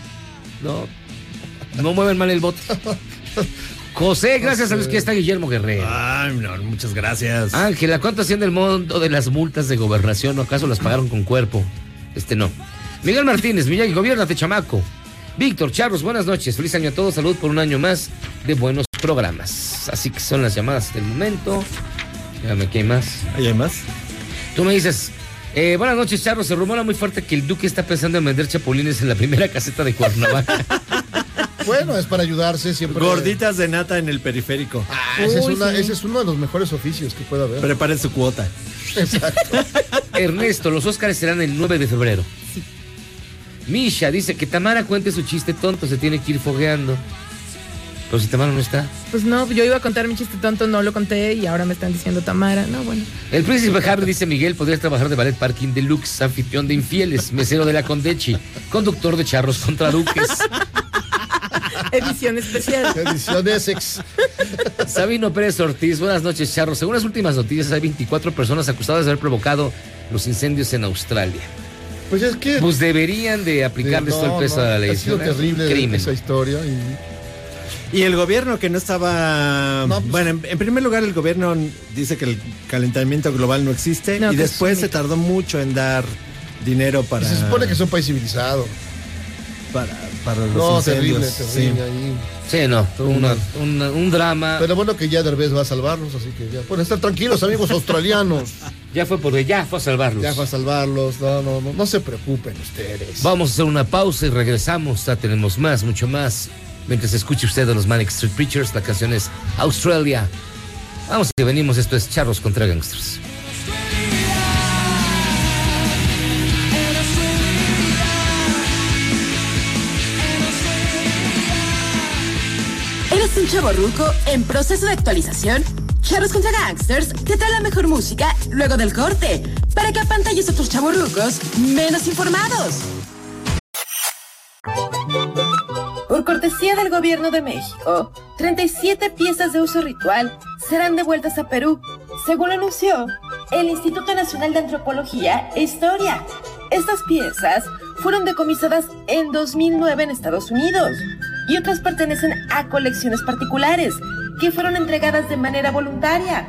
F: No. No mueven mal el bote. José, gracias a Dios que ya está Guillermo Guerrero.
H: Ay, no, muchas gracias.
F: Ángela, ¿cuánto haciendo el monto de las multas de gobernación? ¿O acaso las pagaron con cuerpo? Este no. Miguel Martínez, Miyagi, gobiernate, chamaco. Víctor, Charlos, buenas noches. Feliz año a todos. Salud por un año más de buenos programas. Así que son las llamadas del momento. Déjame que hay más.
H: ¿Ahí hay más?
F: Tú me dices, eh, buenas noches, Charro. Se rumora muy fuerte que el Duque está pensando en vender chapulines en la primera caseta de Cuernavaca.
G: Bueno, es para ayudarse siempre.
H: Gorditas de nata en el periférico.
G: Ah, ese, es
I: Uy,
G: una-
I: sí.
G: ese es uno de los mejores oficios que puede haber.
H: Preparen su cuota.
G: Exacto.
F: Ernesto, los Óscares serán el 9 de febrero. Misha dice que Tamara cuente su chiste tonto, se tiene que ir fogueando. Pero si Tamara no está.
I: Pues no, yo iba a contar mi chiste tonto, no lo conté y ahora me están diciendo Tamara. No, bueno.
F: El príncipe Harry dice Miguel podría trabajar de ballet parking deluxe, anfitrión de infieles, mesero de la Condechi, conductor de charros contra duques.
I: Edición especial.
G: Ediciones ex.
F: Sabino Pérez Ortiz, buenas noches, Charro. Según las últimas noticias, hay 24 personas acusadas de haber provocado los incendios en Australia.
G: Pues es que. Eh,
F: Pues deberían de aplicarles
G: no,
F: todo el peso
G: no,
F: a la ley.
G: Ha sido
F: ¿no? Es un
G: terrible
F: Crimen.
G: esa historia. y-
H: Y el gobierno que no estaba...
G: No, pues-
H: bueno, en, en primer lugar el gobierno dice que el calentamiento global no existe
I: No,
H: y
I: que es
H: después
I: un
H: se
I: mito.
H: tardó mucho en dar dinero
G: y
H: para...
G: se supone que es un país civilizado.
H: Para, para los
G: No, terrible,
H: incendios. sí.
G: terrible. ahí.
F: Sí, no. una- una- un drama.
G: Pero bueno que ya Derbez va a salvarnos, así que ya. Pueden estar tranquilos, amigos australianos.
F: ya fue porque ya fue a salvarlos.
G: Ya va a salvarlos. No, no, no, no se preocupen ustedes.
F: Vamos a hacer una pausa y regresamos. Ya tenemos más, mucho más. Mientras escuche usted a los Manic Street Preachers, la canción es Australia. Vamos que venimos, esto es Charros contra Gangsters.
B: ¿Eres un chavo en proceso de actualización? Charros contra Gangsters te trae la mejor música luego del corte para que apantalles a tus chavorrucos menos informados. Por cortesía del Gobierno de México, 37 piezas de uso ritual serán devueltas a Perú, según lo anunció el Instituto Nacional de Antropología e Historia. Estas piezas fueron decomisadas en 2009 en Estados Unidos y otras pertenecen a colecciones particulares que fueron entregadas de manera voluntaria.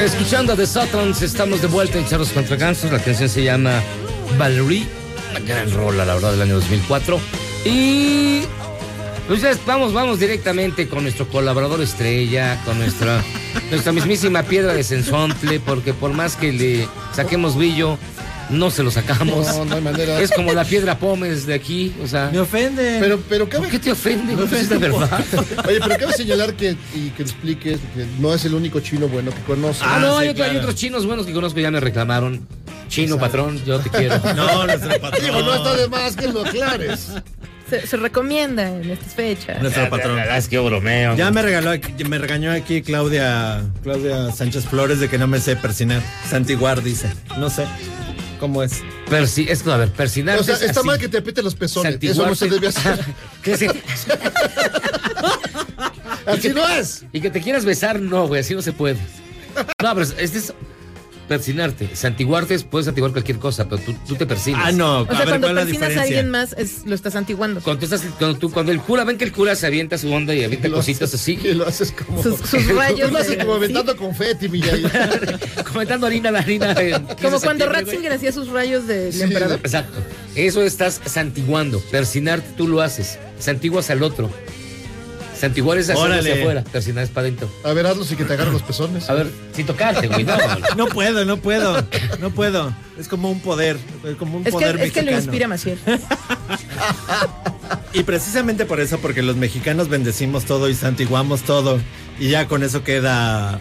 F: Escuchando a The Satans, estamos de vuelta en Charros contra Gansos. La canción se llama Valerie, una gran rola, la verdad, del año 2004. Y. Pues ya vamos, vamos directamente con nuestro colaborador estrella, con nuestra, nuestra mismísima piedra de sensontle, porque por más que le saquemos brillo, no se lo sacamos.
G: No, no hay manera.
F: Es como la piedra Pómez de aquí, o sea.
H: Me ofende.
G: Pero, pero cabe-
F: ¿Por qué te ofende? Pues es la verdad.
G: Oye, pero cabe señalar que, y que expliques que no es el único chino bueno que conoce.
F: Ah, no, hay,
H: sí,
F: otro- hay
H: claro.
F: otros chinos buenos que conozco, ya me reclamaron. Chino, patrón, yo te quiero.
H: No, nuestro patrón.
G: Digo, no está de más que lo aclares.
I: Se, se recomienda en estas fechas.
H: Nuestro patrón.
F: es que bromeo.
H: Ya me regaló, aquí- me regañó aquí Claudia, Claudia Sánchez Flores de que no me sé persinar. Santiguar dice, no sé cómo es.
F: Persi- es que, a ver, persinar.
G: O sea,
F: es
G: está
F: así.
G: mal que te aprieten los pezones. Eso no se
F: Santiguarte.
G: debe hacer.
F: ¿Qué se-
G: Así no es.
F: Y que te quieras besar, no, güey, así no se puede. No, pero este es persinarte. Santiguarte es, puedes santiguar cualquier cosa, pero tú, tú te persinas.
H: Ah, no,
I: O
H: a
I: sea,
H: ver
I: cuando
H: cuál es la
I: persinas a alguien
H: diferencia.
I: más, es- lo estás antiguando.
F: Cuando, tú estás- cuando, tú- cuando el cura, ven que el cura se avienta su onda y avienta
G: Lo
F: cositas
G: haces-
F: así,
G: Y lo haces como.
I: Sus, sus rayos.
G: Tú lo haces
I: de-
G: como
I: sí.
G: aventando confeti, mi Yair.
F: comentando harina, la harina. en 15
I: Como cuando
F: septiembre, güey.
I: Ratzinger hacía sus rayos del emperador.
F: Exacto. Eso estás santiguando. Persinarte tú lo haces. Santiguas al otro. Santiguar es hacerlo
H: Órale.
F: hacia afuera. Persinar es para adentro.
G: A ver, hazlo sin que te agarren los pezones.
F: A ver, sin tocarte, güey. No, güey.
H: No puedo, no puedo, no puedo. Es como un poder, es como un
I: Es que,
H: poder
I: es que lo
H: mexicano.
I: inspira Maciel.
H: Y precisamente por eso, porque los mexicanos bendecimos todo y santiguamos todo. Y ya con eso queda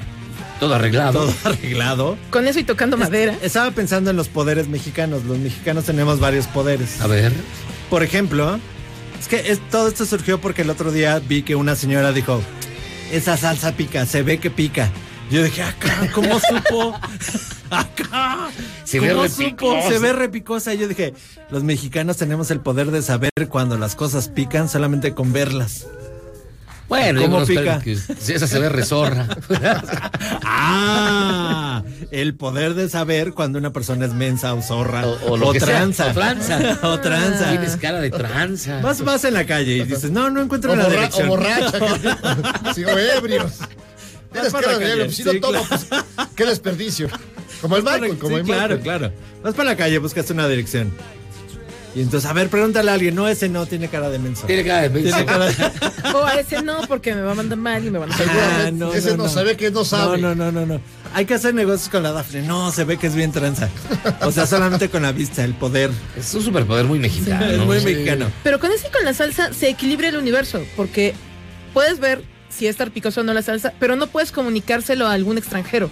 F: todo arreglado.
H: todo arreglado.
I: Con eso y tocando madera.
H: Estaba pensando en los poderes mexicanos. Los mexicanos tenemos varios poderes.
F: A ver.
H: Por ejemplo, es que es- todo esto surgió porque el otro día vi que una señora dijo, esa salsa pica, se ve que pica. Yo dije, "Ah, acá, ¿cómo supo? Acá.
F: Se ve
H: ¿Cómo
F: repicosa".
H: Se ve repicosa. Y yo dije, los mexicanos tenemos el poder de saber cuando las cosas pican solamente con verlas.
F: Bueno,
H: ¿Cómo
F: yo conozco
H: pica?
F: a alguien que- esa se ve rezorra.
H: Ah, el poder de saber cuando una persona es mensa o zorra
F: O- o lo que sea,
H: tranza.
F: o tranza.
H: o tranza.
F: Tienes cara de tranza.
H: Vas, vas en la calle y dices, no, no encuentro
G: O,
H: la
G: borra- o
H: dirección.
G: borracha. que- sí, o ebrios. Tienes
H: para
G: cara
H: la
G: de
H: calle,
G: ebrio. Si no
H: sí,
G: toma, pues, qué desperdicio. Como el Michael,
H: Sí,
G: como el
H: claro,
G: Michael.
H: claro. Vas para la calle, buscas una dirección. Y entonces, a ver, pregúntale a alguien. No, ese no, tiene cara de menso.
F: Tiene cara de
H: Tiene cara de...
I: O a ese no, porque me va a mandar mal y me van a
H: Ah,
G: Seguramente ese no sabe que no sabe.
H: No, no, no, no, no. Hay que hacer negocios con la Dafne. No, se ve que es bien tranza. O sea, solamente con la vista, el poder.
F: Es un superpoder muy mexicano.
H: es muy mexicano.
I: Pero con eso y con la salsa se equilibra el universo, porque puedes ver si es picoso o no la salsa, pero no puedes comunicárselo a algún extranjero.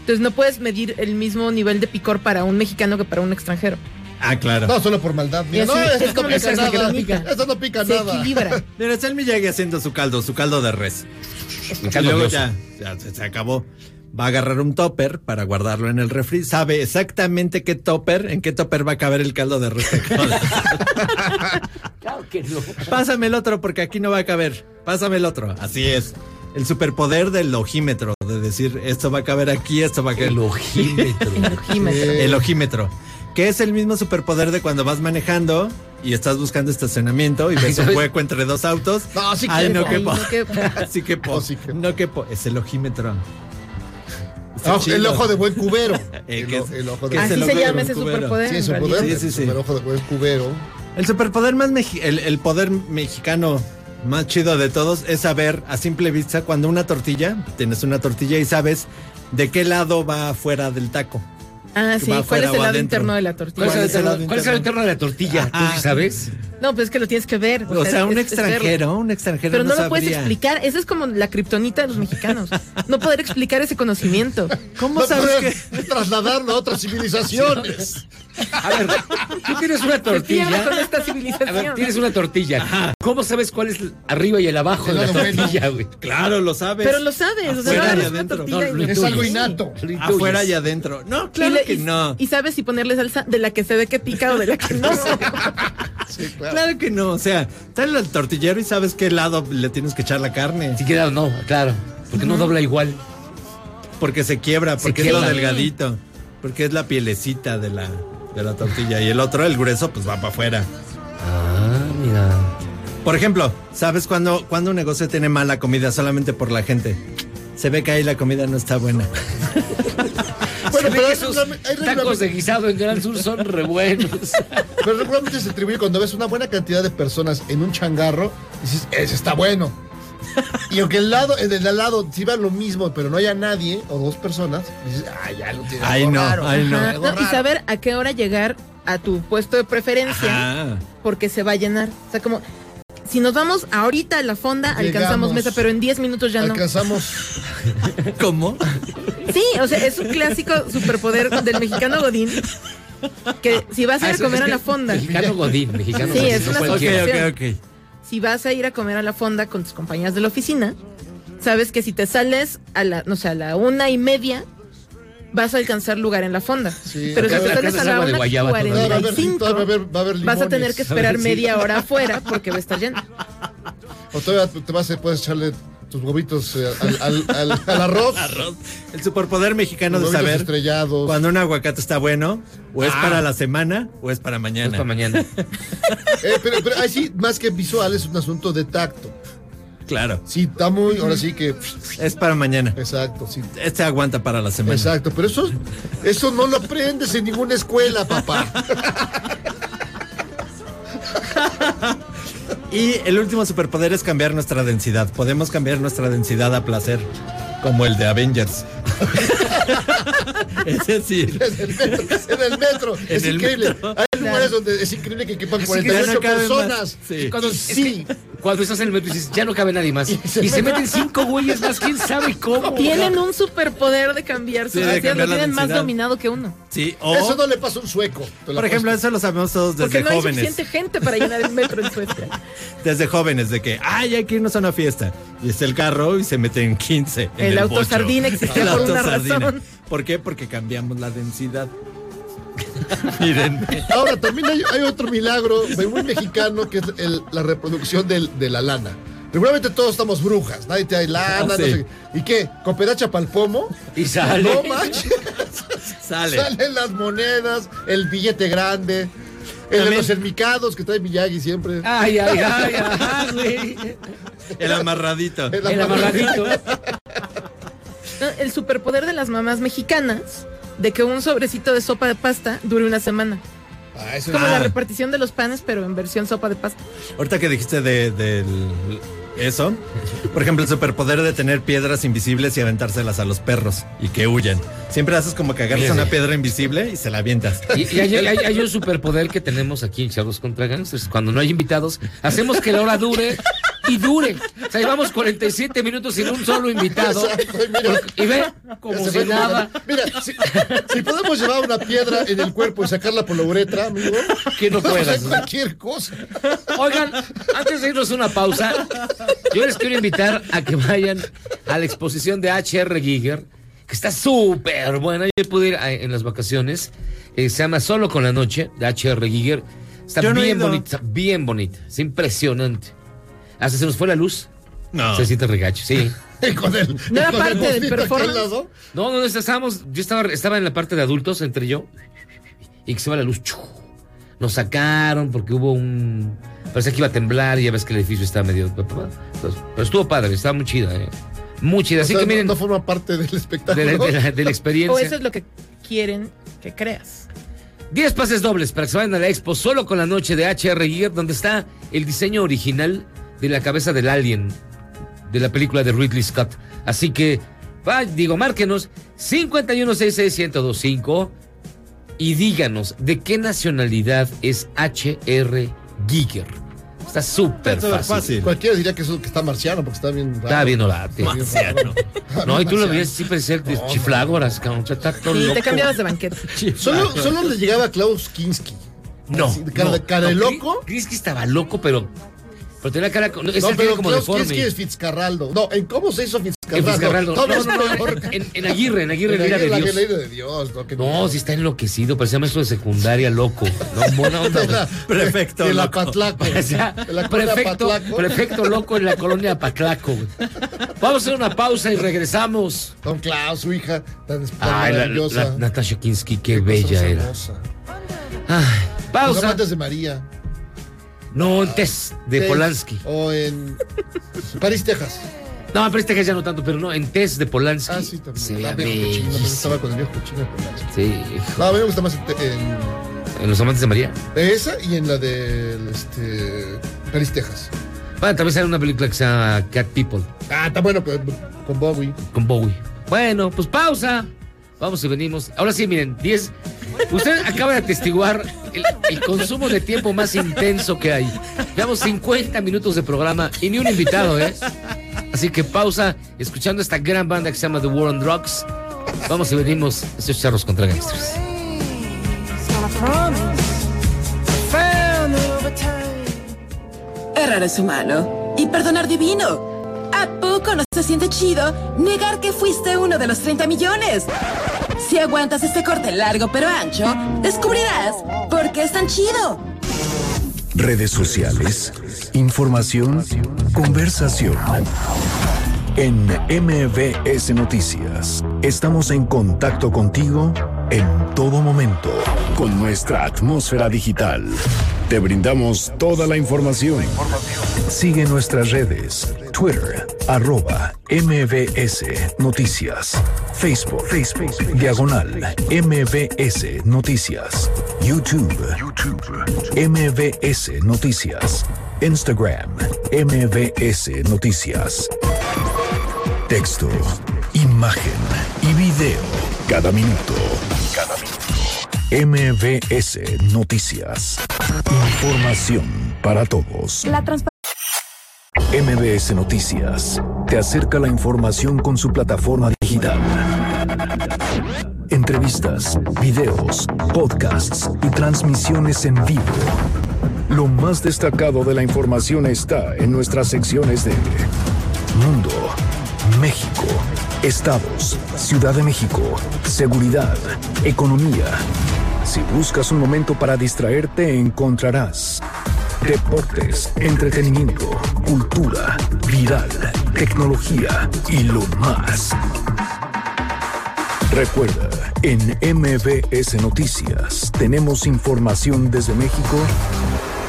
I: Entonces no puedes medir el mismo nivel de picor para un mexicano que para un extranjero.
H: Ah, claro.
G: No, solo por maldad. Mira,
I: Y así,
G: no,
I: es
G: esto no
I: como
G: pica
I: que
G: nada.
I: que no pica.
G: Esto no pica
I: Se
G: nada.
I: equilibra.
H: Mira, está el Miyagi haciendo su caldo, su caldo de res. Y luego ya, ya se, se acabó. Va a agarrar un topper para guardarlo en el refri. Sabe exactamente qué topper, en qué topper va a caber el caldo de res. que acaba de hacer.
F: Claro que no.
H: Pásame el otro porque aquí no va a caber. Pásame el otro. Así es. El superpoder del ojímetro, de decir esto va a caber aquí, esto va a caber.
F: El ojímetro.
I: Ojímetro.
H: El ojímetro. Que es el mismo superpoder de cuando vas manejando y estás buscando estacionamiento y ves un
F: ¿sabes?
H: hueco entre dos autos.
G: No, sí
H: Ay, no
I: quepo.
H: quepo.
I: Ay, no quepo.
H: Sí quepo.
G: No, sí quepo.
H: No quepo. Es el ojímetro. Está
G: Ah, el
H: chido.
G: ojo de buen cubero.
H: Eh,
G: El,
H: que
G: o-
H: es-
G: el ojo de
H: que
G: buen
H: es
I: Así
H: el
I: se
H: ojo de
I: llama
H: un
I: ese
H: cubero.
I: superpoder.
G: Sí,
I: en
G: su
I: realidad.
G: poder,
H: Sí, sí,
G: el
H: sí.
G: super ojo de buen cubero.
H: El superpoder más mexi- el, el poder mexicano más chido de todos es saber a simple vista cuando una tortilla, tienes una tortilla y sabes de qué lado va afuera del taco.
I: Ah, sí.
H: va afuera
I: ¿Cuál es
H: o
I: el lado
H: adentro. Pues
I: interno de la
F: ¿Cuál
I: tortilla?
F: es el interno-
H: lado
F: cuál es
H: interno?
F: el interno de la tortilla? ¿Tú
H: Ajá.
F: sí sabes?
I: No, pues es que lo tienes que ver.
H: O sea, un
I: es- es verlo.
H: extranjero, un extranjero.
I: Pero no, lo
H: sabría.
I: puedes explicar. Esa es como la kriptonita de los mexicanos. No poder explicar ese conocimiento.
H: ¿Cómo
G: no
H: sabes que
G: puedes trasladarlo a otras civilizaciones.
F: A ver, tú tienes una
I: Se pierde Ah, con esta
F: tortilla. A ver,
I: civilización.
F: tienes una tortilla. ¿Cómo sabes cuál es el arriba y el abajo
G: El
F: de la
G: lado bueno.
F: tortilla, güey?
H: Claro, lo sabes.
I: Pero lo sabes, o
H: Afuera
I: sea, no
H: y
I: agarras una
H: adentro.
I: tortilla
F: No,
I: y-
F: lo
G: Es algo
F: intuyes.
G: innato.
F: Lo intuyes.
H: Afuera y adentro. No,
I: y
H: claro
I: le-
H: que
I: y-
H: no.
I: Y sabes si ponerle salsa de la que se ve que pica o de la que no. Ah,
G: Sí, claro.
H: Claro que no. O sea, está el tortillero y sabes qué lado le tienes que echar la carne.
F: Si queda, no, claro. Porque no dobla igual.
H: Porque se quiebra,
F: Se
H: porque es lo
F: quiebra.
H: delgadito. Porque es la pielecita de la, de la tortilla. Y el otro, el grueso, pues va para afuera.
F: Ah, mira.
H: Por ejemplo, ¿sabes cuándo, cuándo un negocio tiene mala comida solamente por la gente? Se ve que ahí la comida no está buena.
F: Bueno, pero esos tacos de guisado en Gran Sur son re buenos.
G: Pero regularmente se atribuye cuando ves una buena cantidad de personas en un changarro, dices, ese está bueno. Y aunque el lado, el del al lado si va lo mismo, pero no haya nadie o dos personas, dices, ah, ya lo tiene.
H: Ay,
G: algo
H: no,
G: raro,
H: ay, no.
G: algo
I: y
G: raro".
I: saber a qué hora llegar a tu puesto de preferencia
H: Ajá.
I: porque se va a llenar. O sea, como si nos vamos ahorita a la fonda, alcanzamos
G: Llegamos.
I: mesa, pero en 10 minutos ya no.
G: Alcanzamos.
H: ¿Cómo?
I: Sí, o sea, es un clásico superpoder del mexicano Godín. Que si vas a ir a
F: Ah, Eso
I: comer
F: es
I: a la
F: que-
I: fonda,
F: Mexicano Godín, mexicano
I: Sí,
F: Godín.
I: es
F: no
I: una
H: Ok, ok,
F: cualquiera.
I: Cualquiera.
H: ok.
I: si vas a ir a comer a la fonda con tus compañeras de la oficina, sabes que si te sales a la, no sé, a la una y media, vas a alcanzar lugar en la fonda.
G: Sí,
I: Pero si
G: acá-
I: te
G: acá
I: sales
F: es
I: a la
F: agua de
I: una
F: guayaba
G: No, va a haber,
I: 45,
G: todavía va a haber- va a haber
I: vas a
G: limones.
I: tener que esperar
F: Sí.
I: media hora afuera porque va a estar lleno.
G: O todavía te vas a puedes echarle tus huevitos eh, al, al- al- al arroz.
H: El superpoder mexicano
G: Los
H: de
G: huevitos
H: saber
G: estrellados.
H: cuando un aguacate está bueno, o es
F: Ah.
H: para la semana o es para
F: Es
H: mañana.
F: para mañana.
G: Eh, pero, pero ahí sí, más que visual, es un asunto de tacto.
H: Claro,
G: Sí, está muy, ahora sí que.
H: es para mañana.
G: Exacto, sí.
H: Este aguanta para la semana.
G: Exacto, pero eso, eso no lo aprendes en ninguna escuela, papá.
H: Y el último superpoder es cambiar nuestra densidad. Podemos cambiar nuestra densidad a placer, como el de Avengers. es decir,
G: En el metro, en el metro, es
H: el
G: increíble.
H: metro.
G: Hay lugares donde es increíble que quepan
F: Es
H: increíble, no
G: 48
H: caben más.
G: personas.
H: Sí.
G: Y
F: Cuando-
G: Cuando
F: es
G: sí,
F: Cuando estás en el metro y dices, ya no cabe nadie más. Y se, meten cinco güeyes más, quién sabe cómo.
I: Tienen un superpoder de cambiar su
H: Sí, de
I: densidad,
H: cambiar
I: lo
H: la
I: tienen más
H: densidad.
I: dominado que uno.
H: sí, o
G: eso no le pasa a un sueco. te lo
H: por ejemplo,
G: apuesto.
H: eso lo sabemos todos desde
I: Porque no hay
H: jóvenes.
I: suficiente gente para llenar el metro en Suecia.
H: Desde jóvenes, de que, ay, hay que irnos a una fiesta. Y está el carro y se meten 15. en
I: El auto
H: bocho.
I: sardina existía
H: El
I: por
H: auto
I: una
H: sardina.
I: razón.
H: ¿Por qué? Porque cambiamos la densidad. Miren.
G: Ahora, también hay, hay otro milagro muy mexicano que es el- la reproducción del- de la lana. Regularmente todos estamos brujas, nadie te da lana, no
H: sí.
G: sé qué. ¿Y qué? ¿Copedacha pa'l pomo?
F: Ah, Y sale.
G: No manches.
H: Sale.
G: Salen las monedas, el billete grande, el de
H: También-
G: los hermicados que trae Miyagi siempre.
F: Ay, ay, ay, ay, güey.
H: El amarradito.
G: El
F: El amarradito.
I: No, El superpoder de las mamás mexicanas de que un sobrecito de sopa de pasta dure una semana.
G: Ah,
I: Es
G: eso
I: como
H: Ah.
I: la repartición de los panes, pero en versión sopa de pasta.
H: Ahorita que dijiste de, del- eso, por ejemplo, el superpoder de tener piedras invisibles y aventárselas a los perros y que huyan. Siempre haces como que agarras
F: Fíjate.
H: una piedra invisible y se la avientas.
F: Y, y hay, hay- hay un superpoder que tenemos aquí en Charlos contra Gangsters. Cuando no hay invitados, hacemos que la hora dure y dure. O sea, llevamos 47 minutos sin un solo invitado.
G: Exacto, y mira.
F: Y ve,
G: Ya
F: como
G: se
F: si
G: fue
F: nada,
G: la- Mira, si, si podemos llevar una piedra en el cuerpo y sacarla por la uretra, amigo,
F: que no
G: podemos
F: puedas.
G: hacer cualquier cosa.
F: Oigan, antes de irnos a una pausa, yo les quiero invitar a que vayan a la exposición de H.R. Giger, que está súper buena. Yo pude ir a- en las vacaciones. Eh, se llama Solo con la Noche, de H.R. Giger. Está
H: Yo no he
F: bien
H: ido.
F: bonita, está bien bonita. Es impresionante. Hasta se nos fue la luz.
H: No.
F: Se siente regacho, sí.
G: Y con el,
I: No era
G: con el
I: parte del
G: bocito aquí al
I: performance.
G: lado.
F: No, no, estábamos, yo estaba, estaba en la parte de adultos, entre yo, y que se va la luz. ¡chu! Nos sacaron porque hubo un... Parecía que iba a temblar, y ya ves que el edificio estaba medio... Entonces, pero estuvo padre, estaba muy chida, ¿eh? Muy chida,
G: O
F: así
G: sea,
F: que
G: no-
F: miren,
G: no, forma parte del
F: de,
G: espectáculo.
F: la, de la- de la
I: O eso
F: experiencia.
I: es lo que quieren que creas.
F: 10 pases dobles para que se vayan a la expo solo con la noche de HR Giger, donde está el diseño original de la cabeza del alien de la película de Ridley Scott. Así que, va, digo, márquenos 5166125 y díganos de qué nacionalidad es HR Giger. Está súper
H: Está
F: fácil.
H: fácil.
G: Cualquiera diría que, eso, que está marciano, porque está bien raro.
F: Está bien orate.
G: Está bien raro.
F: No, y tú lo ves siempre ser de chiflágoras, cabrón. Está todo
I: Y te
F: loco.
I: cambiabas de banqueta.
G: Solo, solo le llegaba Klaus Kinski.
F: No.
G: Así, de cara- de cara de loco.
F: Chris que estaba loco, pero. Pero tenía cara. con- Esa
G: No,
F: tiene
G: pero
F: como
G: Klaus
F: deforme.
G: Kinski es Fitzcarraldo. No, ¿en cómo se hizo
F: El
G: Fitzcarraldo?
F: Fitzcarraldo. No,
G: Todavía
F: no, no,
G: es peor.
F: en, en Aguirre, en Aguirre,
G: En
F: en Aguirre
G: la
F: de
G: guerra
F: Dios.
G: de Dios. No, que
F: No, sí está enloquecido, parecía maestro de secundaria, loco. No, buena onda.
G: De
F: güey.
G: la-
H: Perfecto,
G: De la
H: loco.
G: Patlaco.
F: O sea,
G: De la colonia
F: prefecto,
G: Patlaco.
F: prefecto loco en la colonia Patlaco. güey. Vamos a hacer una pausa y regresamos.
G: Don Klaus, su hija, tan, tan
F: Ay, la,
G: maravillosa.
F: la- Natasha Kinsky,
G: Qué
F: qué,
G: cosa más
F: bella era.
G: hermosa.
F: Ay,
G: Los
F: pausa.
G: amantes de María.
F: No, antes de
G: Tes-
F: Polanski.
G: O en París, Texas.
F: No, pero este que ya no tanto, pero no, en test de Polanski.
G: Ah, sí, también.
F: se
G: Ah,
F: veía
G: viejo cochino, me gustaba
F: bellísimo.
G: con el viejo cochino de Polanski.
F: Sí,
G: No, a mí me gusta más en, en-
F: en Los Amantes de María.
G: esa y en la de este, Paris, Texas.
F: Bueno, también sale una película que se llama Cat People
G: Ah, está bueno, pero con Bowie.
F: con Bowie. Bueno, pues pausa. Vamos y venimos. Ahora sí, miren, 10. Usted acaba de atestiguar el, el consumo de tiempo más intenso que hay. Llevamos 50 minutos de programa y ni un invitado, ¿eh? Así que pausa, escuchando esta gran banda que se llama The War on Drugs. Vamos y venimos. Estos charros contra gangsters.
B: Errar es humano y perdonar divino. ¿A poco no se siente chido negar que fuiste uno de los 30 millones? Si aguantas este corte largo pero ancho, descubrirás por qué es tan chido.
A: Redes sociales, información, conversación. En MBS Noticias, estamos en contacto contigo en todo momento con nuestra atmósfera digital. Te brindamos toda la información. Sigue nuestras redes, Twitter, arroba MBS Noticias, Facebook, Facebook, diagonal MBS Noticias, YouTube, MBS Noticias, Instagram, MBS Noticias. Texto, imagen y video. Cada minuto. Cada minuto. MBS Noticias. Información para todos. MBS Noticias te acerca la información con su plataforma digital. Entrevistas, videos, podcasts y transmisiones en vivo. Lo más destacado de la información está en nuestras secciones de Mundo, México, Estados, Ciudad de México, Seguridad, Economía. Si buscas un momento para distraerte, encontrarás deportes, entretenimiento, cultura, viral, tecnología y lo más. Recuerda, en MBS Noticias tenemos información desde México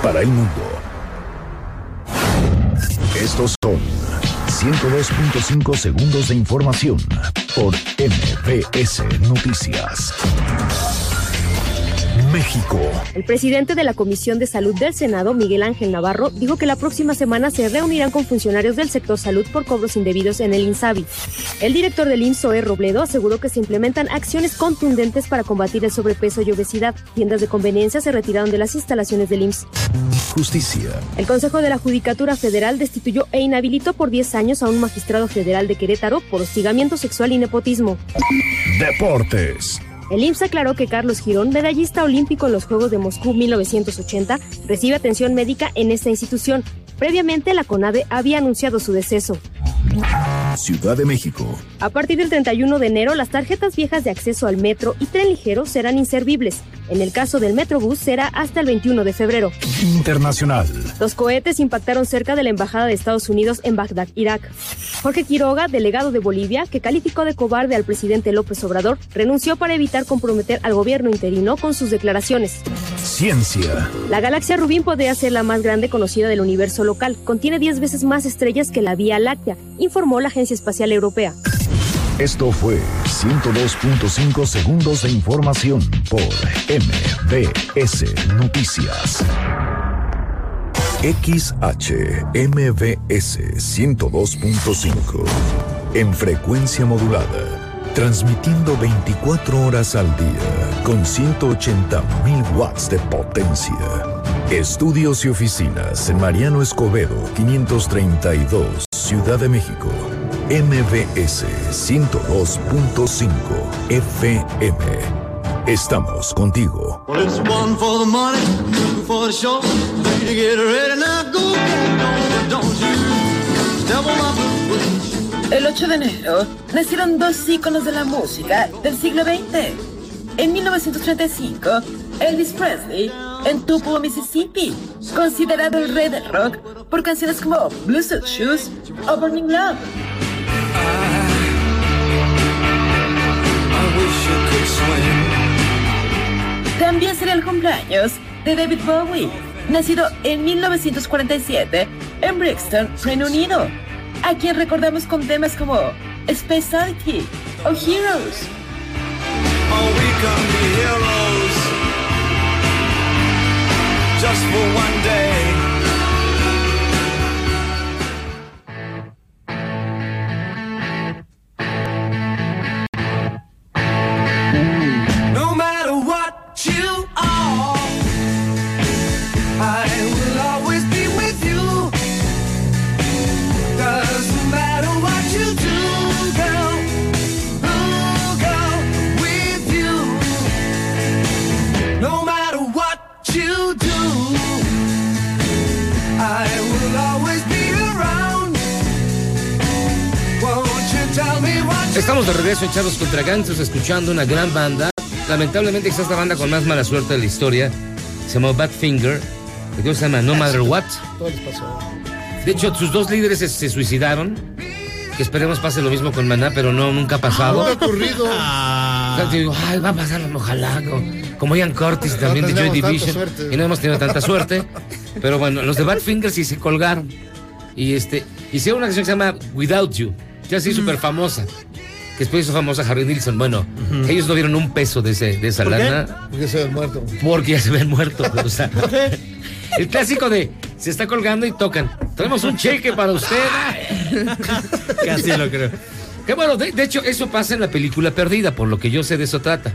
A: para el mundo. Estos son 102.5 segundos de información por MBS Noticias. México.
M: El presidente de la Comisión de Salud del Senado, Miguel Ángel Navarro, dijo que la próxima semana se reunirán con funcionarios del sector salud por cobros indebidos en el INSABI. El director del IMSS, Zoé E. Robledo, aseguró que se implementan acciones contundentes para combatir el sobrepeso y obesidad. Tiendas de conveniencia se retiraron de las instalaciones del IMSS.
A: Justicia.
M: El Consejo de la Judicatura Federal destituyó e inhabilitó por 10 años a un magistrado federal de Querétaro por hostigamiento sexual y nepotismo.
A: Deportes.
M: El IMSS aclaró que Carlos Girón, medallista olímpico en los Juegos de Moscú 1980, recibe atención médica en esta institución. Previamente, la CONADE había anunciado su deceso.
A: Ciudad de México.
M: A partir del 31 de enero, las tarjetas viejas de acceso al metro y tren ligero serán inservibles. En el caso del Metrobús, será hasta el 21 de febrero.
A: Internacional.
M: Los cohetes impactaron cerca de la Embajada de Estados Unidos en Bagdad, Irak. Jorge Quiroga, delegado de Bolivia, que calificó de cobarde al presidente López Obrador, renunció para evitar comprometer al gobierno interino con sus declaraciones.
A: Ciencia.
M: La galaxia Rubín podría ser la más grande conocida del universo local. Contiene 10 veces más estrellas que la Vía Láctea, informó la Agencia Espacial Europea.
A: Esto fue 102.5 segundos de información por MBS Noticias. XHMBS 102.5. En frecuencia modulada. Transmitiendo 24 horas al día con 180 mil watts de potencia. Estudios y oficinas en Mariano Escobedo 532, Ciudad de México. MBS 102.5 FM. Estamos contigo.
D: Well, it's one for the money, two for the show. Three to get ready now, go get on, don't you? Double up
B: El 8 de enero nacieron dos íconos de la música del siglo XX. En 1935, Elvis Presley en Tupelo, Mississippi, considerado el rey del rock por canciones como Blue Suit Shoes o Burning Love.
D: I wish I could swim.
B: También será el cumpleaños de David Bowie, nacido en 1947 en Brixton, Reino Unido. a quien recordamos con temas como Specialty o Heroes.
E: Oh, we can be heroes just for one day. No matter what you are, I will always be with you. Doesn't matter what you do, girl. Ooh, girl, with you. No matter what you do, I will always be around. Won't you tell me what you
F: Estamos de regreso en Charlos contra Gansos, escuchando una gran banda. Lamentablemente está esta banda con más mala suerte de la historia. Se llamó Badfinger. El grupo se llama No Matter What.
G: Todo les pasó.
F: De hecho, sus dos líderes se, se suicidaron. Que esperemos pase lo mismo con Maná, pero no, nunca ha pasado.
G: Ah, ha ocurrido.
F: O sea, digo, Ay, va a pasar, ojalá. Como, como Ian Curtis también de Joy
G: tendríamos tanta
F: Division.
G: suerte.
F: Y no hemos tenido tanta suerte. Pero bueno, los de Badfinger sí se colgaron. Y este, hicieron una canción que se llama Without You. Ya sí, súper famosa. Que después hizo famosa Harry Nilsson. Bueno, ellos no vieron un peso de, ese, de esa
G: ¿Por qué?
F: lana.
G: Porque se habían muerto.
F: Porque ya se ven muertos. o sea, el clásico de se está colgando y tocan. Tenemos un cheque para usted.
H: Casi lo creo.
F: Que bueno, de, de hecho, eso pasa en la película Perdida, por lo que yo sé de eso trata.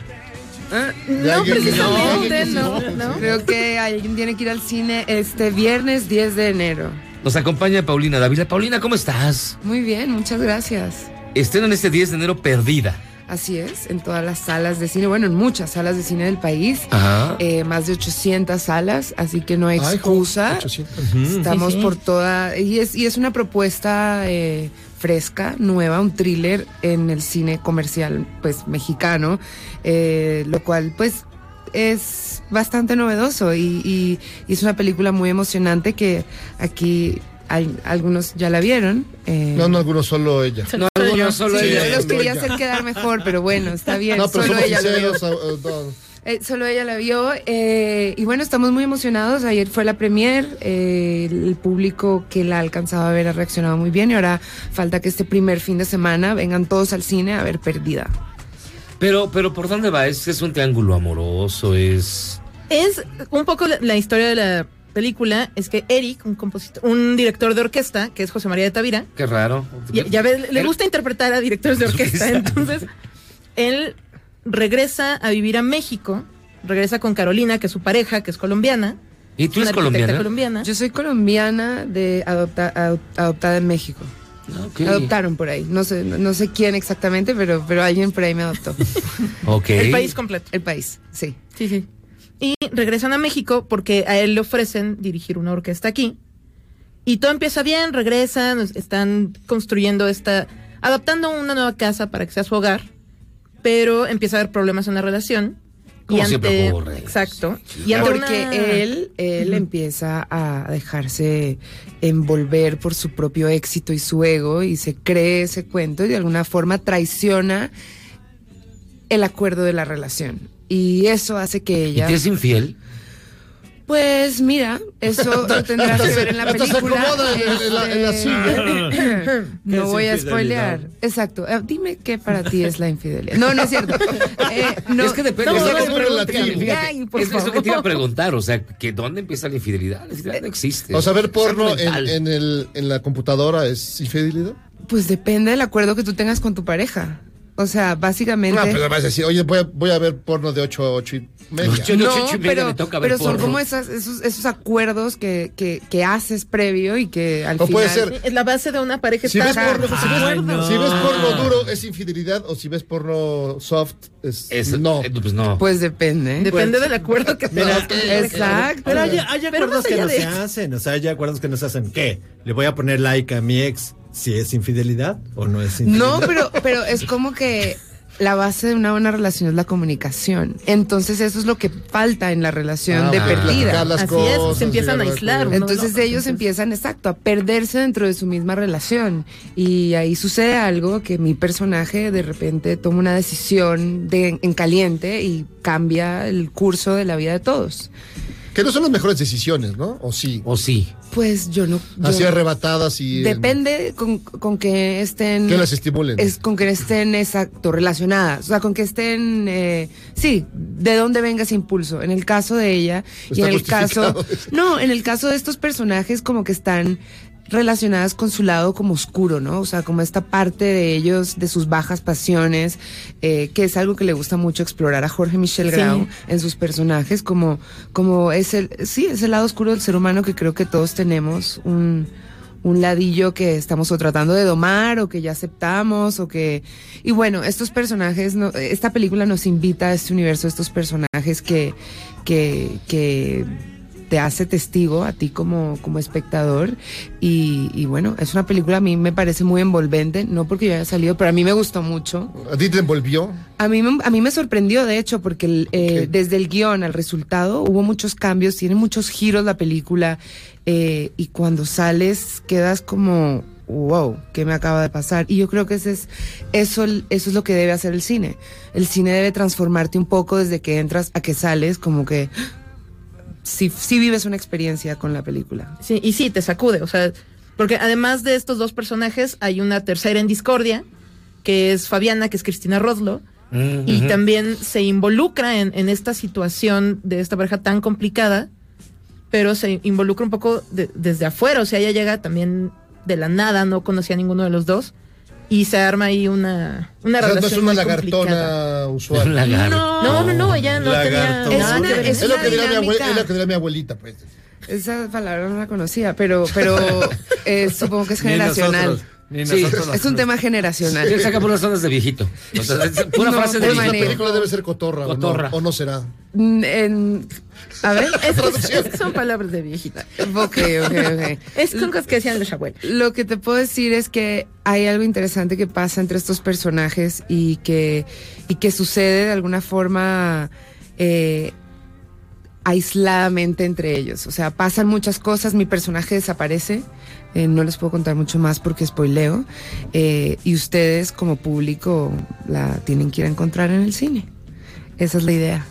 N: Ah, No,
F: alguien que
N: precisamente,
F: no,
N: no,
F: alguien que
N: no.
F: no.
N: Creo que alguien tiene que ir al cine este viernes 10 de enero.
F: Nos acompaña Paulina Dávila. Paulina, ¿cómo estás?
N: Muy bien, muchas gracias.
F: Estrenan este 10 de enero Perdida.
N: Así es, en todas las salas de cine, bueno, en muchas salas de cine del país,
F: Ajá.
N: eh, más de 800 salas, así que no hay
G: Ay,
N: excusa.
G: 800.
N: Estamos
G: Sí, sí.
N: por toda. Y es, y es una propuesta eh, fresca, nueva, un thriller en el cine comercial, pues mexicano, eh, lo cual, pues. Es bastante novedoso y, y- y es una película muy emocionante que aquí al- algunos ya la vieron. eh,
G: No, no, algunos, solo ella.
N: No, algunos, solo
G: Sí,
N: ella. Yo los
G: solo
N: quería
G: ella.
N: hacer quedar mejor, pero bueno, está bien.
G: No, pero
N: solo
G: somos
N: ella lo vio.
G: sinceros. ah, ah, no.
N: Eh, solo ella la vio eh, y bueno, estamos muy emocionados. Ayer fue la premier, eh, el público que la ha alcanzado a ver ha reaccionado muy bien y ahora falta que este primer fin de semana vengan todos al cine a ver Perdida.
F: Pero, pero ¿por dónde va? ¿Es, es un triángulo amoroso, es.
I: Es un poco la, la historia de la película, es que Eric, un compositor, un director de orquesta, que es José María de Tavira,
F: Qué raro.
I: ya, ya ves, le gusta interpretar a directores de orquesta, entonces él regresa a vivir a México, regresa con Carolina, que es su pareja, que es colombiana.
F: ¿Y tú
I: una
F: eres
I: arquitecta
F: colombiana?
I: colombiana.
N: Yo soy colombiana de adopta- adop- adoptada en México.
F: Ok.
N: Me Adoptaron por ahí, no sé, no, no sé quién exactamente, pero, pero alguien por ahí me adoptó.
F: Ok.
I: El país completo.
N: El país, sí.
I: Sí, sí. Y regresan a México porque a él le ofrecen dirigir una orquesta aquí. Y todo empieza bien, regresan, están construyendo esta, adaptando una nueva casa para que sea su hogar, pero empieza a haber problemas en la relación.
F: Como siempre ocurre.
I: Exacto.
N: Y
I: ante
N: porque
I: una-
N: él, él
I: Ujú.
N: empieza a dejarse envolver por su propio éxito y su ego y se cree ese cuento y de alguna forma traiciona el acuerdo de la relación. Y eso hace que
F: ¿Y
N: ella...
F: te es infiel?
N: Pues mira, eso lo tendrás que ver en la
G: Hasta se
N: película.
G: acomoda en- en la- en la
N: Este,
G: silla.
N: no
G: Es
N: voy a
G: infidelidad.
N: spoilear. Exacto. Eh, Dime qué para ti es la infidelidad. No, no es cierto. Eh, no,
F: es que depende.
N: no,
F: es, lo
N: no,
F: que te-
N: pregúntame.
F: fíjate,
N: Ay, por
F: es- es lo que te iba a
N: favor.
F: preguntar. O sea, que ¿dónde empieza la infidelidad? La infidelidad no existe.
G: O sea, ver porno eh.
F: Es
G: en,
F: mental.
G: en el, en la computadora es infidelidad.
N: Pues depende del acuerdo que tú tengas con tu pareja. O sea, básicamente.
G: No, Ah, pero vas a decir, oye, voy a, voy a ver porno de 8 a 8 y media.
F: Ocho,
N: No,
F: ocho y media
N: pero,
F: me toca ver
N: pero son
F: porno.
N: como esas- esos, esos acuerdos que, que, que haces previo y que al
G: O
N: final.
G: puede ser.
I: Es la base de una pareja
G: Si ves,
I: está... pues,
G: porno, si, ves,
N: Ah,
F: Ay, no.
G: si ves porno duro es infidelidad o si ves porno soft es,
F: Es-
G: no.
F: eh, pues no.
N: Pues depende. Pues,
I: Depende del acuerdo que
H: Mira,
I: tengas.
H: eh,
N: Exacto.
H: Pero hay, hay
I: Pero
H: acuerdos
I: más
H: que
I: allá
H: no
I: de
H: se
I: eso.
H: hacen. O sea, hay acuerdos que no se hacen. ¿Qué? ¿Le voy a poner like a mi ex si es infidelidad o no es infidelidad?
N: No, pero, pero es como que la base de una buena relación es la comunicación. Entonces, eso es lo que falta en la relación
G: Ah,
N: de
G: ok.
N: perdida.
G: Platicar las
I: Así es,
G: cosas,
I: se empiezan
G: llegar
I: a aislar, ¿no?
N: Entonces
I: No, no,
N: ellos
I: entonces-
N: empiezan, exacto, a perderse dentro de su misma relación. Y ahí sucede algo que mi personaje de repente toma una decisión de, en caliente y cambia el curso de la vida de todos.
G: Que no son las mejores decisiones, ¿no? O sí.
F: O sí.
N: Pues yo no. yo
G: Así
N: no-
G: arrebatadas y.
N: Depende con, con que estén.
G: Que las estimulen.
N: Es con que estén, exacto, relacionadas. O sea, con que estén. eh, sí, de dónde venga ese impulso. En el caso de ella. y
E: Está
N: en el caso.
E: justificado.
N: No, en el caso de estos personajes, como que están relacionadas con su lado como oscuro, ¿no? O sea, como esta parte de ellos, de sus bajas pasiones, eh, que es algo que le gusta mucho explorar a Jorge Michel
I: Sí.
N: Grau en sus personajes, como, como es el, sí, es el lado oscuro del ser humano que creo que todos tenemos un, un ladillo que estamos o tratando de domar o que ya aceptamos o que y bueno estos personajes no- esta película nos invita a este universo estos personajes que que, que te hace testigo a ti como, como espectador y, y bueno es una película a mí me parece muy envolvente no porque yo haya salido pero a mí me gustó mucho
G: ¿A ti te envolvió?
N: a mí, me- a mí me sorprendió, de hecho, porque el, eh, desde el guión al resultado hubo muchos cambios, tiene muchos giros la película eh, y cuando sales quedas como, wow, ¿qué me acaba de pasar? Y yo creo que ese es, eso, el- eso es lo que debe hacer el cine. El cine debe transformarte un poco desde que entras a que sales, como que si, si vives una experiencia con la película.
I: Sí, y sí, te sacude, o sea, porque además de estos dos personajes hay una tercera en discordia, que es Fabiana, que es Cristina Rodlo, y
E: Ujú.
I: también se involucra en, en esta situación de esta pareja tan complicada, pero se involucra un poco de- desde afuera, o sea, ella llega también de la nada, no conocía a ninguno de los dos, y se arma ahí una, una
G: O sea, no
I: relación
G: es una
I: muy
G: lagartona usual.
I: No, no, no, no, ella no tenía
G: Lagartona.
I: nada que ver.
G: Es, lo que diría mi abue-
N: dinámica.
G: es lo que diría mi abuelita, pues.
N: Esa palabra no la conocía, pero, pero eh, supongo que es
F: Ni
N: generacional.
F: nosotros, ni nosotros la
N: es un tema generacional.
F: Él saca puras zonas de viejito. O sea, es pura
N: No,
F: frase de
N: de
F: viejito.
G: La
N: manera.
G: película debe ser cotorra, ¿o no?
F: Cotorra.
G: O, no, será.
N: Mm, en- a ver,
I: Es que son- son palabras de viejita.
N: Ok, ok, ok.
I: Es son cosas que decían los abuelos.
N: Lo que te puedo decir es que hay algo interesante que pasa entre estos personajes y que, y que sucede de alguna forma eh, aisladamente entre ellos. O sea, pasan muchas cosas, mi personaje desaparece, eh, no les puedo contar mucho más porque spoileo, eh, y ustedes como público la tienen que ir a encontrar en el cine. Esa es la idea.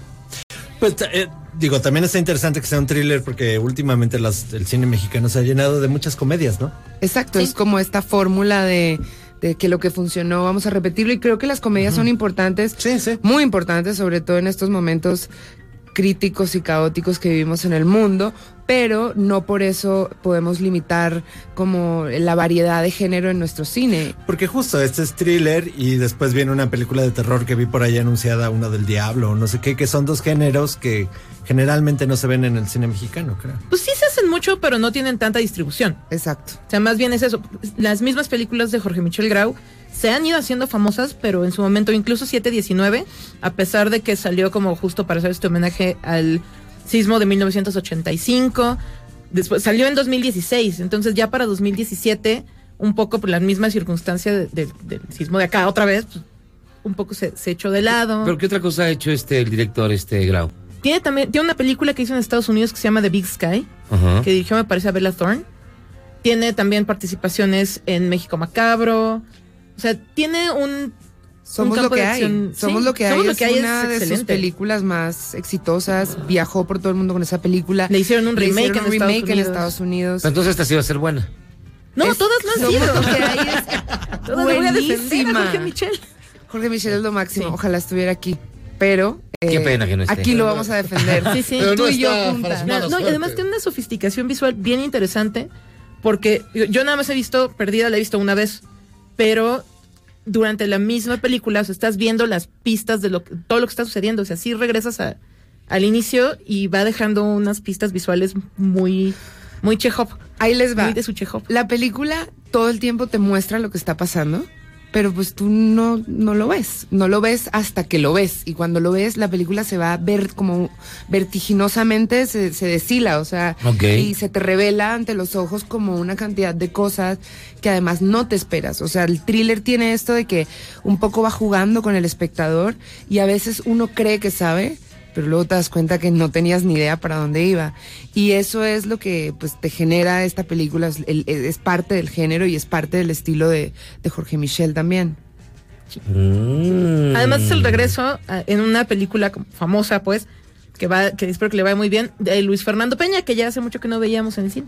H: Pues ta- eh, digo, también está interesante que sea un thriller porque últimamente las- el cine mexicano se ha llenado de muchas comedias, ¿no?
N: Exacto, es como esta fórmula de, de que lo que funcionó vamos a repetirlo y creo que las comedias son importantes, muy importantes, sobre todo en estos momentos críticos y caóticos que vivimos en el mundo, pero no por eso podemos limitar como la variedad de género en nuestro cine.
H: Porque justo este es thriller y después viene una película de terror que vi por ahí anunciada, una del diablo, no sé qué, que son dos géneros que generalmente no se ven en el cine mexicano, creo.
I: Pues sí se hacen mucho, pero no tienen tanta distribución.
N: Exacto.
I: O sea, más bien es eso. Las mismas películas de Jorge Michel Grau se han ido haciendo famosas, pero en su momento, incluso 719, a pesar de que salió como justo para hacer este homenaje al sismo de 1985, después salió en 2016, entonces ya para 2017, un poco por las mismas circunstancias de- de- del sismo de acá, otra vez, pues, un poco se, se echó de lado.
F: ¿Pero qué otra cosa ha hecho este el director, este Grau?
I: Tiene también tiene una película que hizo en Estados Unidos que se llama The Big Sky,
F: Ajá.
I: que dirigió, me parece, a Bella Thorne. Tiene también participaciones en México Macabro. O sea, tiene un.
N: Somos
I: un
N: lo
I: campo
N: que
I: de
N: hay.
I: acción-
N: Somos
I: sí,
N: lo que hay.
I: Somos
N: es una de sus
I: excelente.
N: películas más exitosas. Viajó por todo el mundo con esa película.
I: Le hicieron un
N: Le
I: remake
N: hicieron
I: en
N: un
I: Estados
N: remake en
I: Unidos.
N: Estados Unidos.
F: Pero entonces esta sí va a ser buena.
I: No, todas lo han sido.
N: Somos lo que hay.
I: Todas le voy a defender a
N: Buenísima.
I: Jorge Michel.
N: Jorge Michel es lo máximo. Ojalá estuviera aquí. Pero.
F: Qué pena que no esté.
N: Eh, Aquí lo vamos a defender.
I: Sí, sí.
N: Tú y yo juntas.
I: No, no, y además tiene una sofisticación visual bien interesante, porque yo, yo nada más he visto, perdida la he visto una vez, pero durante la misma película, o sea, estás viendo las pistas de lo, que- todo lo que está sucediendo, o sea, sí regresas a- al inicio y va dejando unas pistas visuales muy, muy Chekhov.
N: Ahí les va.
I: Muy de su Chekhov.
N: La película todo el tiempo te muestra lo que está pasando, pero pues tú no, no lo ves. No lo ves hasta que lo ves. Y cuando lo ves, la película se va a ver como vertiginosamente, se, se destila, o sea,
E: Ok.
N: y se te revela ante los ojos como una cantidad de cosas que además no te esperas. O sea, el thriller tiene esto de que un poco va jugando con el espectador y a veces uno cree que sabe. Pero luego te das cuenta que no tenías ni idea para dónde iba. Y eso es lo que pues, te genera esta película. Es, el- es parte del género y es parte del estilo de, de Jorge Michel también.
I: Mm. Además es el regreso a- en una película como famosa, pues, que va, que espero que le vaya muy bien, de Luis Fernando Peña, que ya hace mucho que no veíamos en el cine.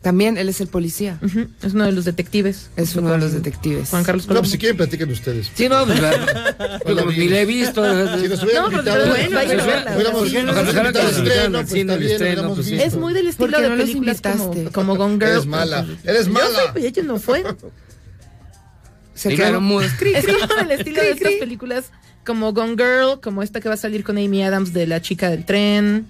N: También él es el policía.
I: Es uno de los detectives.
N: Es uno de los detectives.
I: Juan Carlos
G: No,
I: Colombo.
G: pues si quieren platiquen ustedes.
F: Sí, no, pues, claro.
G: Hola,
F: Ni
G: amigos.
F: la he visto.
G: Si nos hubieran
I: No, pero-
G: invitado,
I: pero bueno,
G: si nos hubieran-
I: pero-
G: hubiéramos-
I: sí,
G: nos
I: ojalá
G: hubieran invitado al
I: que nos
G: estreno,
I: invitaran
G: pues está bien, hubiéramos visto.
I: Es muy del
N: ¿Por
I: estilo
N: qué
I: de
N: no los
I: películas como,
N: invitaste?
I: como Gone Girl.
G: Eres mala, eres
I: Yo
G: mala.
I: fui, ella no fue.
N: Se quedaron mudos. Cri,
I: es
N: cri.
I: como el estilo de
N: Cri,
I: estas
N: cri.
I: películas como Gone Girl, como esta que va a salir con Amy Adams de La Chica del Tren.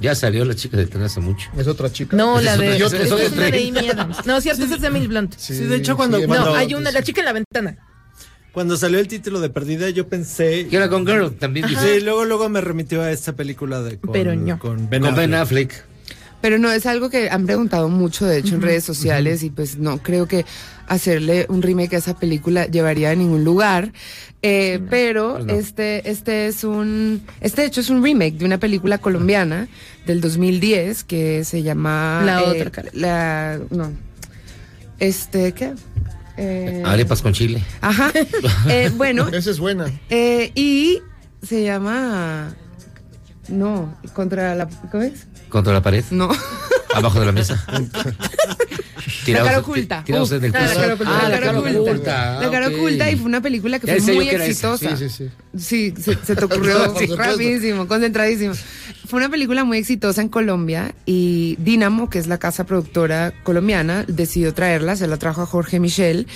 F: Ya salió la chica del tren hace mucho.
G: Es otra chica.
I: No,
F: Esa
I: la
F: es otra-
I: de.
F: esa
I: esta
F: es
I: Es
F: otra
I: una de
F: tren.
I: Amy Adams. No, cierto, esa es de Emily Blunt.
H: Sí, de hecho, cuando-
I: No,
H: cuando-
I: hay una, La Chica en la Ventana.
H: Cuando salió el título de Perdida, yo pensé.
F: Que era con Girl también.
H: Sí,
F: dice.
H: luego, luego me remitió a esta película de con,
I: Pero no.
H: con Ben
F: Con Ben
H: Affleck.
F: Affleck.
N: Pero no, es algo que han preguntado mucho, de hecho, en redes sociales y pues no creo que hacerle un remake a esa película llevaría a ningún lugar. Eh, pero
F: pues no.
N: este, este es un, este de hecho es un remake de una película colombiana del 2010 que se llama
I: La
N: eh,
I: otra cara.
N: la, no, este, ¿qué? Eh,
F: Arepas con chile.
N: Ajá. Eh, bueno,
G: Esa es buena.
N: eh, y se llama, no, contra la, ¿cómo es?
F: Contra la pared.
N: No.
F: Abajo de la mesa. Tirados-
N: cara oculta.
F: ti- Tirados
N: Uh,
F: en el
N: ah,
F: piso.
N: la cara oculta.
F: Ah,
N: La cara oculta.
F: oculta.
N: La cara
F: Ah, ok.
N: oculta y fue una película que
F: Ya
N: fue
F: decía yo
N: muy
F: que era esa.
N: exitosa.
G: Sí, sí, sí.
N: Sí, se, se te ocurrió
G: Por supuesto.
N: rapidísimo, concentradísimo. Fue una película muy exitosa en Colombia y Dynamo, que es la casa productora colombiana, decidió traerla, se la trajo a Jorge Michel.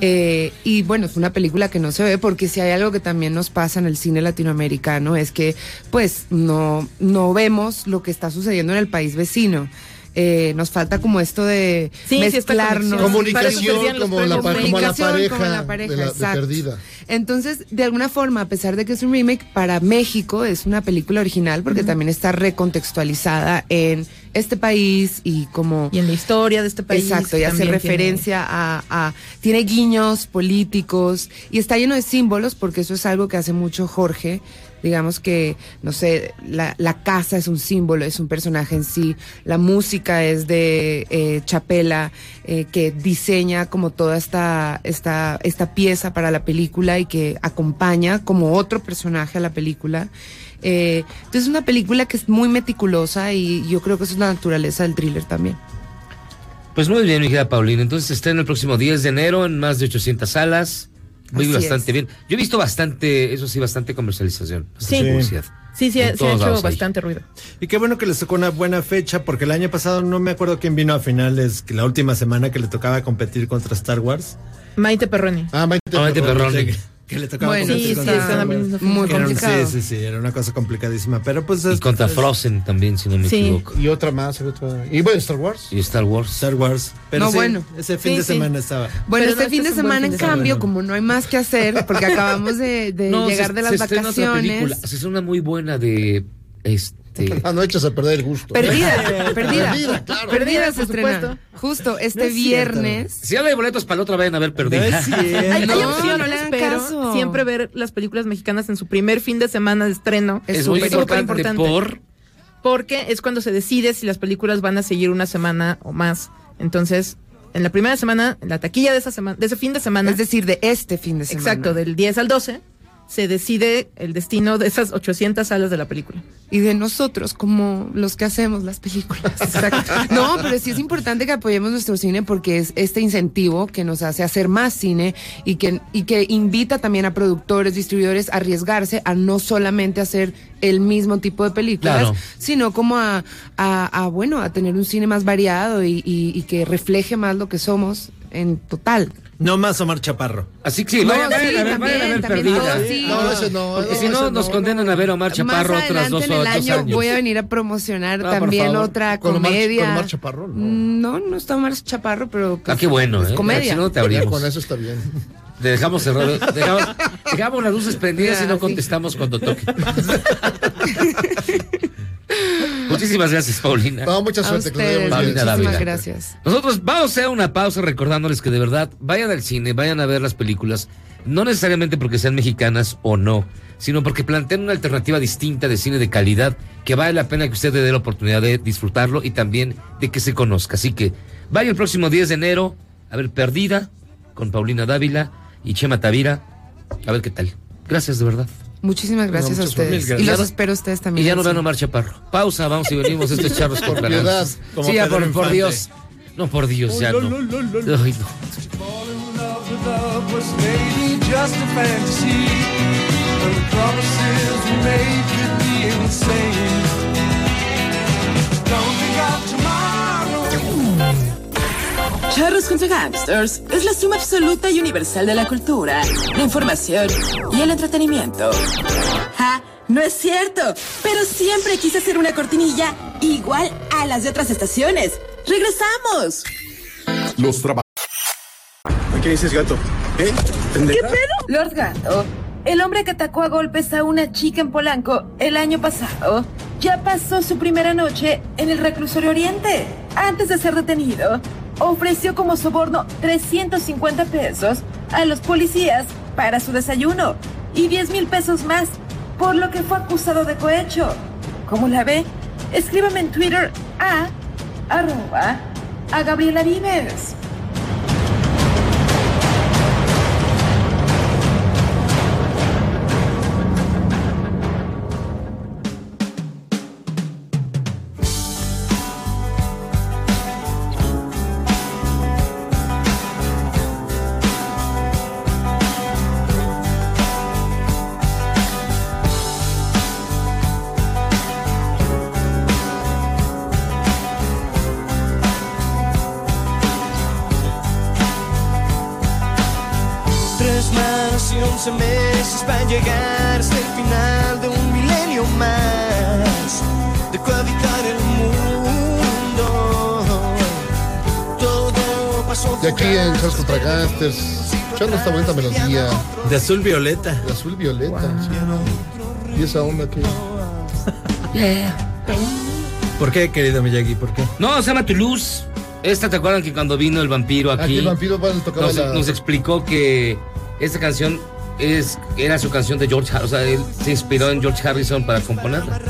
N: Eh, y bueno, es una película que no se ve porque si hay algo que también nos pasa en el cine latinoamericano es que pues no, no vemos lo que está sucediendo en el país vecino. Eh, nos falta como esto de
I: Sí, sí, esta
N: mezclarnos.
I: conexión. Para eso
G: Comunicación
I: perdían los
G: como la, pa-
I: premios.
G: como la
N: Comunicación
G: pareja,
N: como la pareja,
G: de, la- de
N: exacto.
G: perdida.
N: Entonces, de alguna forma, a pesar de que es un remake, para México es una película original porque también está recontextualizada en este país y como...
I: Y en la historia de este país.
N: Exacto, y hace
I: también tiene-
N: referencia a, a- Tiene guiños políticos y está lleno de símbolos porque eso es algo que hace mucho Jorge. Digamos que, no sé, la, la casa es un símbolo, es un personaje en sí. La música es de eh, Chapela, eh, que diseña como toda esta, esta, esta pieza para la película y que acompaña como otro personaje a la película. Eh, entonces es una película que es muy meticulosa y yo creo que eso es la naturaleza del thriller también.
F: Pues muy bien, mi querida Paulina. Entonces está en el próximo 10 de enero en más de 800 salas. Muy
N: Así
F: bastante
N: es.
F: bien. Yo he visto bastante, eso sí, bastante comercialización. bastante
I: Sí.
F: publicidad.
I: Sí, sí,
F: En
I: se ha
F: todos lados
I: hecho
F: ahí.
I: bastante ruido.
H: Y qué bueno que les tocó una buena fecha, porque el año pasado no me acuerdo quién vino a finales, que la última semana que le tocaba competir contra Star Wars.
I: Maite Perroni.
G: Ah, Maite
F: Ah, Maite
G: Perroni.
F: Perroni.
H: Que, que le tocaba
N: Bueno,
H: competir
I: sí, sí,
H: contra
I: están
H: Star Wars.
I: abriendo
N: Muy
H: Que era un-
N: complicado.
H: Sí, sí, sí, era una cosa complicadísima. Pero pues
F: Y
H: es-
F: contra
H: es
F: Frozen también, si no me
I: Sí.
F: equivoco.
G: Y otra más, y otra. Y bueno, Star Wars.
F: Y Star Wars.
H: Star Wars. Pero
N: No,
H: sí,
N: bueno.
H: Ese fin
I: Sí,
H: de
I: sí.
H: semana estaba.
N: Bueno,
I: Pero no,
N: este fin
I: este
N: de
I: es un buen
N: semana,
I: fin
N: en
I: de semana.
N: cambio, como no hay más que hacer, porque acabamos de, de
F: No, se-
N: llegar de las
F: se estrena otra película.
N: vacaciones.
F: Se es una muy buena de este
G: Ah, no echas a perder el gusto.
N: Perdida, perdida.
G: Perdida, claro.
N: Perdida
I: Perdida,
N: se
I: por
N: estrena.
I: supuesto.
N: Justo este
H: No es cierto.
N: viernes.
F: Si habla de boletos para la otra, vayan a ver
H: No
F: perdida.
H: es cierto.
I: Hay, hay
N: no,
I: opciones,
N: Ah, no le hagan
I: pero
N: caso.
I: siempre ver las películas mexicanas en su primer fin de semana de estreno
F: Es,
N: Es
F: muy
N: súper
F: importante,
I: importante.
F: por
I: porque es cuando se decide si las películas van a seguir una semana o más. Entonces, en la primera semana, en la taquilla de esa semana, de ese fin de semana,
N: Es decir, de este fin de semana.
I: exacto, del 10 al 12, se decide el destino de esas 800 salas de la película.
N: y de nosotros como los que hacemos las películas. No, pero sí es importante que apoyemos nuestro cine porque es este incentivo que nos hace hacer más cine y que, y que invita también a productores, distribuidores a arriesgarse a no solamente hacer el mismo tipo de películas,
F: Claro.
N: sino como a, a- a, bueno, a tener un cine más variado y, y- y que refleje más lo que somos en total.
H: No más Omar Chaparro.
F: Así que sí,
N: No,
F: vayan, a ver,
N: sí,
F: a ver, vayan a
N: también,
F: ver
N: también,
F: perdida.
N: no, sí.
G: No, ese no,
F: Porque
G: no,
F: si no,
G: ese
F: nos
G: no,
F: condenan a ver a Omar Chaparro
N: más
F: otras
N: adelante
F: dos
N: en el
F: dos
N: año
F: años.
N: voy a venir a promocionar
F: No, por
N: también
F: favor.
N: otra
G: Con Omar-
N: comedia.
G: con Omar Chaparro,
N: no.
G: no.
N: no está Omar Chaparro, pero
F: Ah, qué bueno,
N: es
F: ¿eh?
N: comedia.
F: Si no, te
G: Ya con
F: abrimos.
G: eso está bien.
F: Te dejamos cerrar. Dejamos, dejamos las luces prendidas
N: Ya,
F: y no
N: sí.
F: contestamos cuando toque. Muchísimas gracias, Paulina.
G: No, mucha
N: A
G: suerte. que les vaya muy bien.
N: ustedes,
F: Paulina
N: muchísimas
F: Dávila.
N: gracias.
F: Nosotros vamos a hacer una pausa recordándoles que de verdad vayan al cine, vayan a ver las películas, no necesariamente porque sean mexicanas o no, sino porque plantean una alternativa distinta de cine de calidad que vale la pena que usted le dé la oportunidad de disfrutarlo y también de que se conozca. Así que vaya el próximo 10 de enero a ver Perdida con Paulina Dávila y Chema Tavira, a ver qué tal. Gracias de verdad.
N: Muchísimas gracias
F: No,
N: a
F: muchas gracias.
N: ustedes.
F: Mil
N: Y
F: gracias.
N: los espero a ustedes también.
F: Y ya no
N: en
F: vean a Omar Chaparro. Pausa, vamos y venimos estos charros
N: Por
F: con
N: piedad,
F: claras.
N: como
F: Sí, ya
N: Pedro
F: por, por
N: Infante.
F: Dios. No, por Dios, ya
E: Oh,
F: no.
E: lo, lo, lo, lo.
F: Ay, no.
E: love with love was maybe just a fantasy. And the promises we made could be insane. Don't think of tomorrow.
B: Charros contra Gangsters es la suma absoluta y universal de la cultura, la información y el entretenimiento. ¡Ja! No es cierto, pero siempre quise hacer una cortinilla igual a las de otras estaciones. ¡Regresamos!
O: Los trabajadores. ¿Qué dices, gato? ¿Eh? ¿Pendeja?
B: Lord Gato, el hombre que atacó a golpes a una chica en Polanco el año pasado, ya pasó su primera noche en el reclusorio Oriente. Antes de ser detenido, ofreció como soborno 350 pesos a los policías para su desayuno y 10 mil pesos más, por lo que fue acusado de cohecho. ¿Cómo la ve? Escríbame en Twitter a arroba a Gabriela Vives.
E: Tres manos y once meses para llegar hasta el final de un milenio más de cohabitar el mundo. Todo pasó
G: Y aquí en Charles contra Gangsters, echando esta bonita melodía.
H: De azul violeta.
G: De azul violeta. sí. Y esa onda que.
H: ¿Por qué, querido Miyagi? ¿Por qué?
F: No, se llama Toulouse. Esta, ¿te acuerdan que cuando vino el vampiro aquí?
G: Aquí Ah, el vampiro va, le tocaba
F: nos,
G: la.
F: nos explicó que esta canción es, era su canción de George Harrison. O sea, él se inspiró en George Harrison para componerla.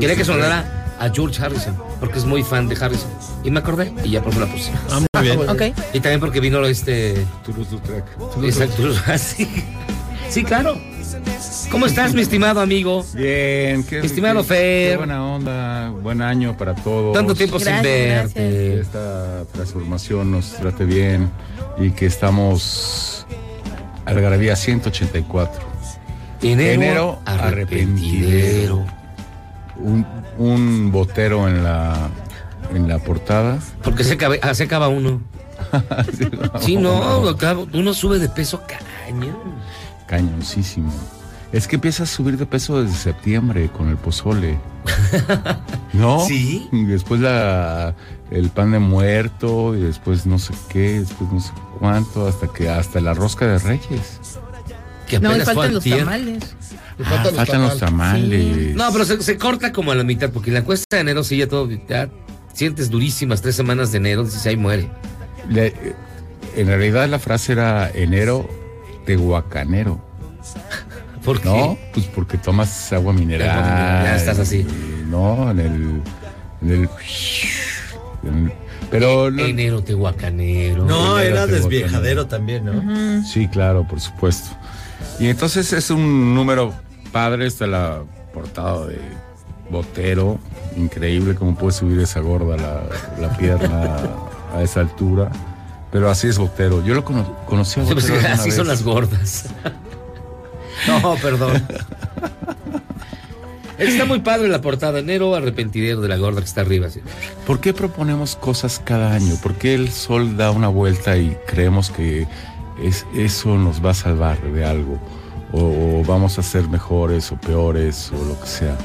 F: Quería que sonara a George Harrison, porque es muy fan de Harrison. Y me acordé y ya por eso la puse.
H: Ah, muy bien. Ok.
F: Y también porque vino este. Toulouse Lautrec. Exacto, así. Sí, claro. ¿Cómo estás, mi estimado amigo?
P: Bien, qué
F: Estimado
P: qué-
F: Fer.
P: qué buena onda, buen año para todos.
F: Tanto tiempo sin Gracias, verte.
P: Que Esta transformación nos trate bien y que estamos Algarabía 184.
F: Enero
P: arrepentidero. Un, un botero en la en la portada.
F: Porque se acaba, ah, se acaba uno. Sí, no, acá uno sube de peso cañón.
P: Cañoncísimo. Es que empieza a subir de peso desde septiembre con el pozole. ¿No?
F: Sí.
P: Y después la, el pan de muerto, y después no sé qué, después no sé cuánto, hasta que hasta la rosca de reyes.
F: Que
I: No, y
F: apenas fue
I: faltan los
F: antier.
I: tamales.
P: Ah, faltan, los tamales.
F: No, pero se, se corta como a la mitad, porque en la cuesta de enero sí ya todo, ya sientes durísimas tres semanas de enero, dices ahí muere.
P: Le- eh, en realidad la frase era enero de guacanero.
F: ¿Por
P: qué? No, pues porque tomas agua mineral.
F: Agua mineral, ya estás así.
P: y- No, en el. en el- en el- pero. no-
F: Enero tehuacanero.
H: No,
P: Enero
H: era
P: tehuacanero.
H: desviejadero también, ¿no?
P: Sí, claro, por supuesto. Y entonces es un número padre, está la portada de Botero, increíble cómo puede subir esa gorda la, la pierna a esa altura. Pero así es Botero. Yo lo cono- conocí a
F: Sí,
P: Botero.
F: pues,
P: alguna
F: así son
P: vez.
F: las gordas. No, perdón. Está muy padre la portada, enero arrepentidero de la gorda que está arriba. sí.
P: ¿Por qué proponemos cosas cada año? ¿Por qué el sol da una vuelta y creemos que es, eso nos va a salvar de algo? O, o vamos a ser mejores o peores o lo que sea.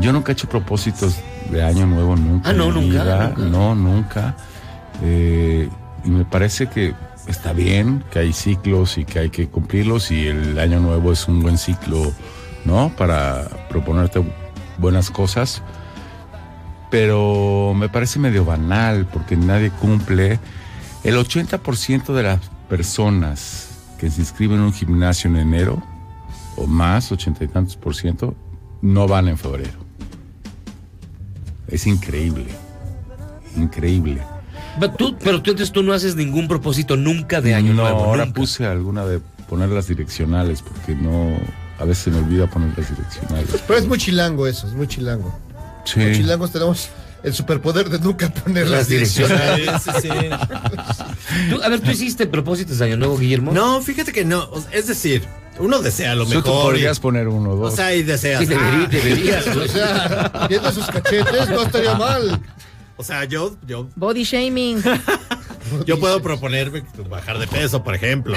P: Yo nunca he hecho propósitos de año nuevo, nunca.
F: Ah, no,
P: en mi
F: nunca,
P: vida.
F: nunca.
P: No, nunca. Eh, y me parece que está bien, que hay ciclos y que hay que cumplirlos y el año nuevo es un buen ciclo, ¿no? Para proponerte buenas cosas pero me parece medio banal porque nadie cumple. El 80% de las personas que se inscriben en un gimnasio en enero, o más, ochenta y tantos por ciento, no van en febrero. Es increíble, increíble.
F: Pero tú, pero tú entonces tú no haces ningún propósito nunca de año
P: no,
F: nuevo.
P: ahora
F: nunca.
P: puse alguna de poner las direccionales porque no, A veces se me olvida poner las direccionales.
G: Pero es muy chilango eso, es muy chilango.
P: Sí.
G: Los chilangos tenemos el superpoder de nunca poner las,
F: Las
G: direccionales.
H: Ah,
F: direccionales, Tú- a ver, ¿tú hiciste propósitos de Año Nuevo, Guillermo?
H: No, fíjate que no. O sea, Es decir, uno desea lo
P: Tú te
H: mejor.
P: podrías poner uno o
H: O
P: dos.
H: sea, y deseas.
P: Sí, deberí-
H: ah.
P: deberías,
G: O sea, viendo sus cachetes no estaría mal.
H: O sea, yo, yo,
I: Body shaming.
H: yo puedo proponerme bajar de peso, por ejemplo.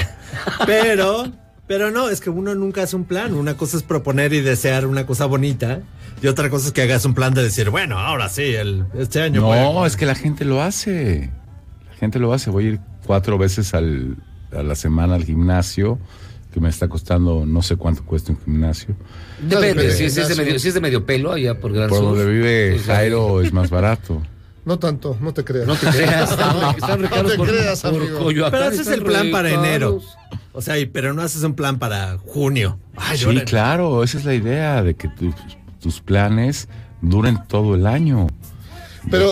H: Pero, pero no, es que uno nunca hace un plan. Una cosa es proponer y desear una cosa bonita. Y otra cosa es que hagas un plan de decir, bueno, ahora sí, el, este año.
P: No,
H: voy a-
P: es que la gente lo hace. La gente lo hace. Voy a ir cuatro veces al- a la semana al gimnasio, que me está costando no sé cuánto cuesta un gimnasio.
F: Depende,
P: Depende.
F: si, es, si es de medio, si es de medio pelo allá por Gran
P: Por
F: Sur.
P: donde vive
F: pues,
P: Jairo es más barato.
G: No tanto, no te creas.
F: No te creas, están- están
G: Ah, no
F: recaros
G: te
F: por-
G: creas,
F: por
G: amigo.
F: Coyoacán,
H: Pero ese es
F: están
H: el plan para
F: recaros.
H: enero. O sea, y- pero no haces un plan para junio. Ay,
P: sí,
H: ahora-
P: claro, esa es la idea, de que tus, tus planes duren todo el año.
G: Pero,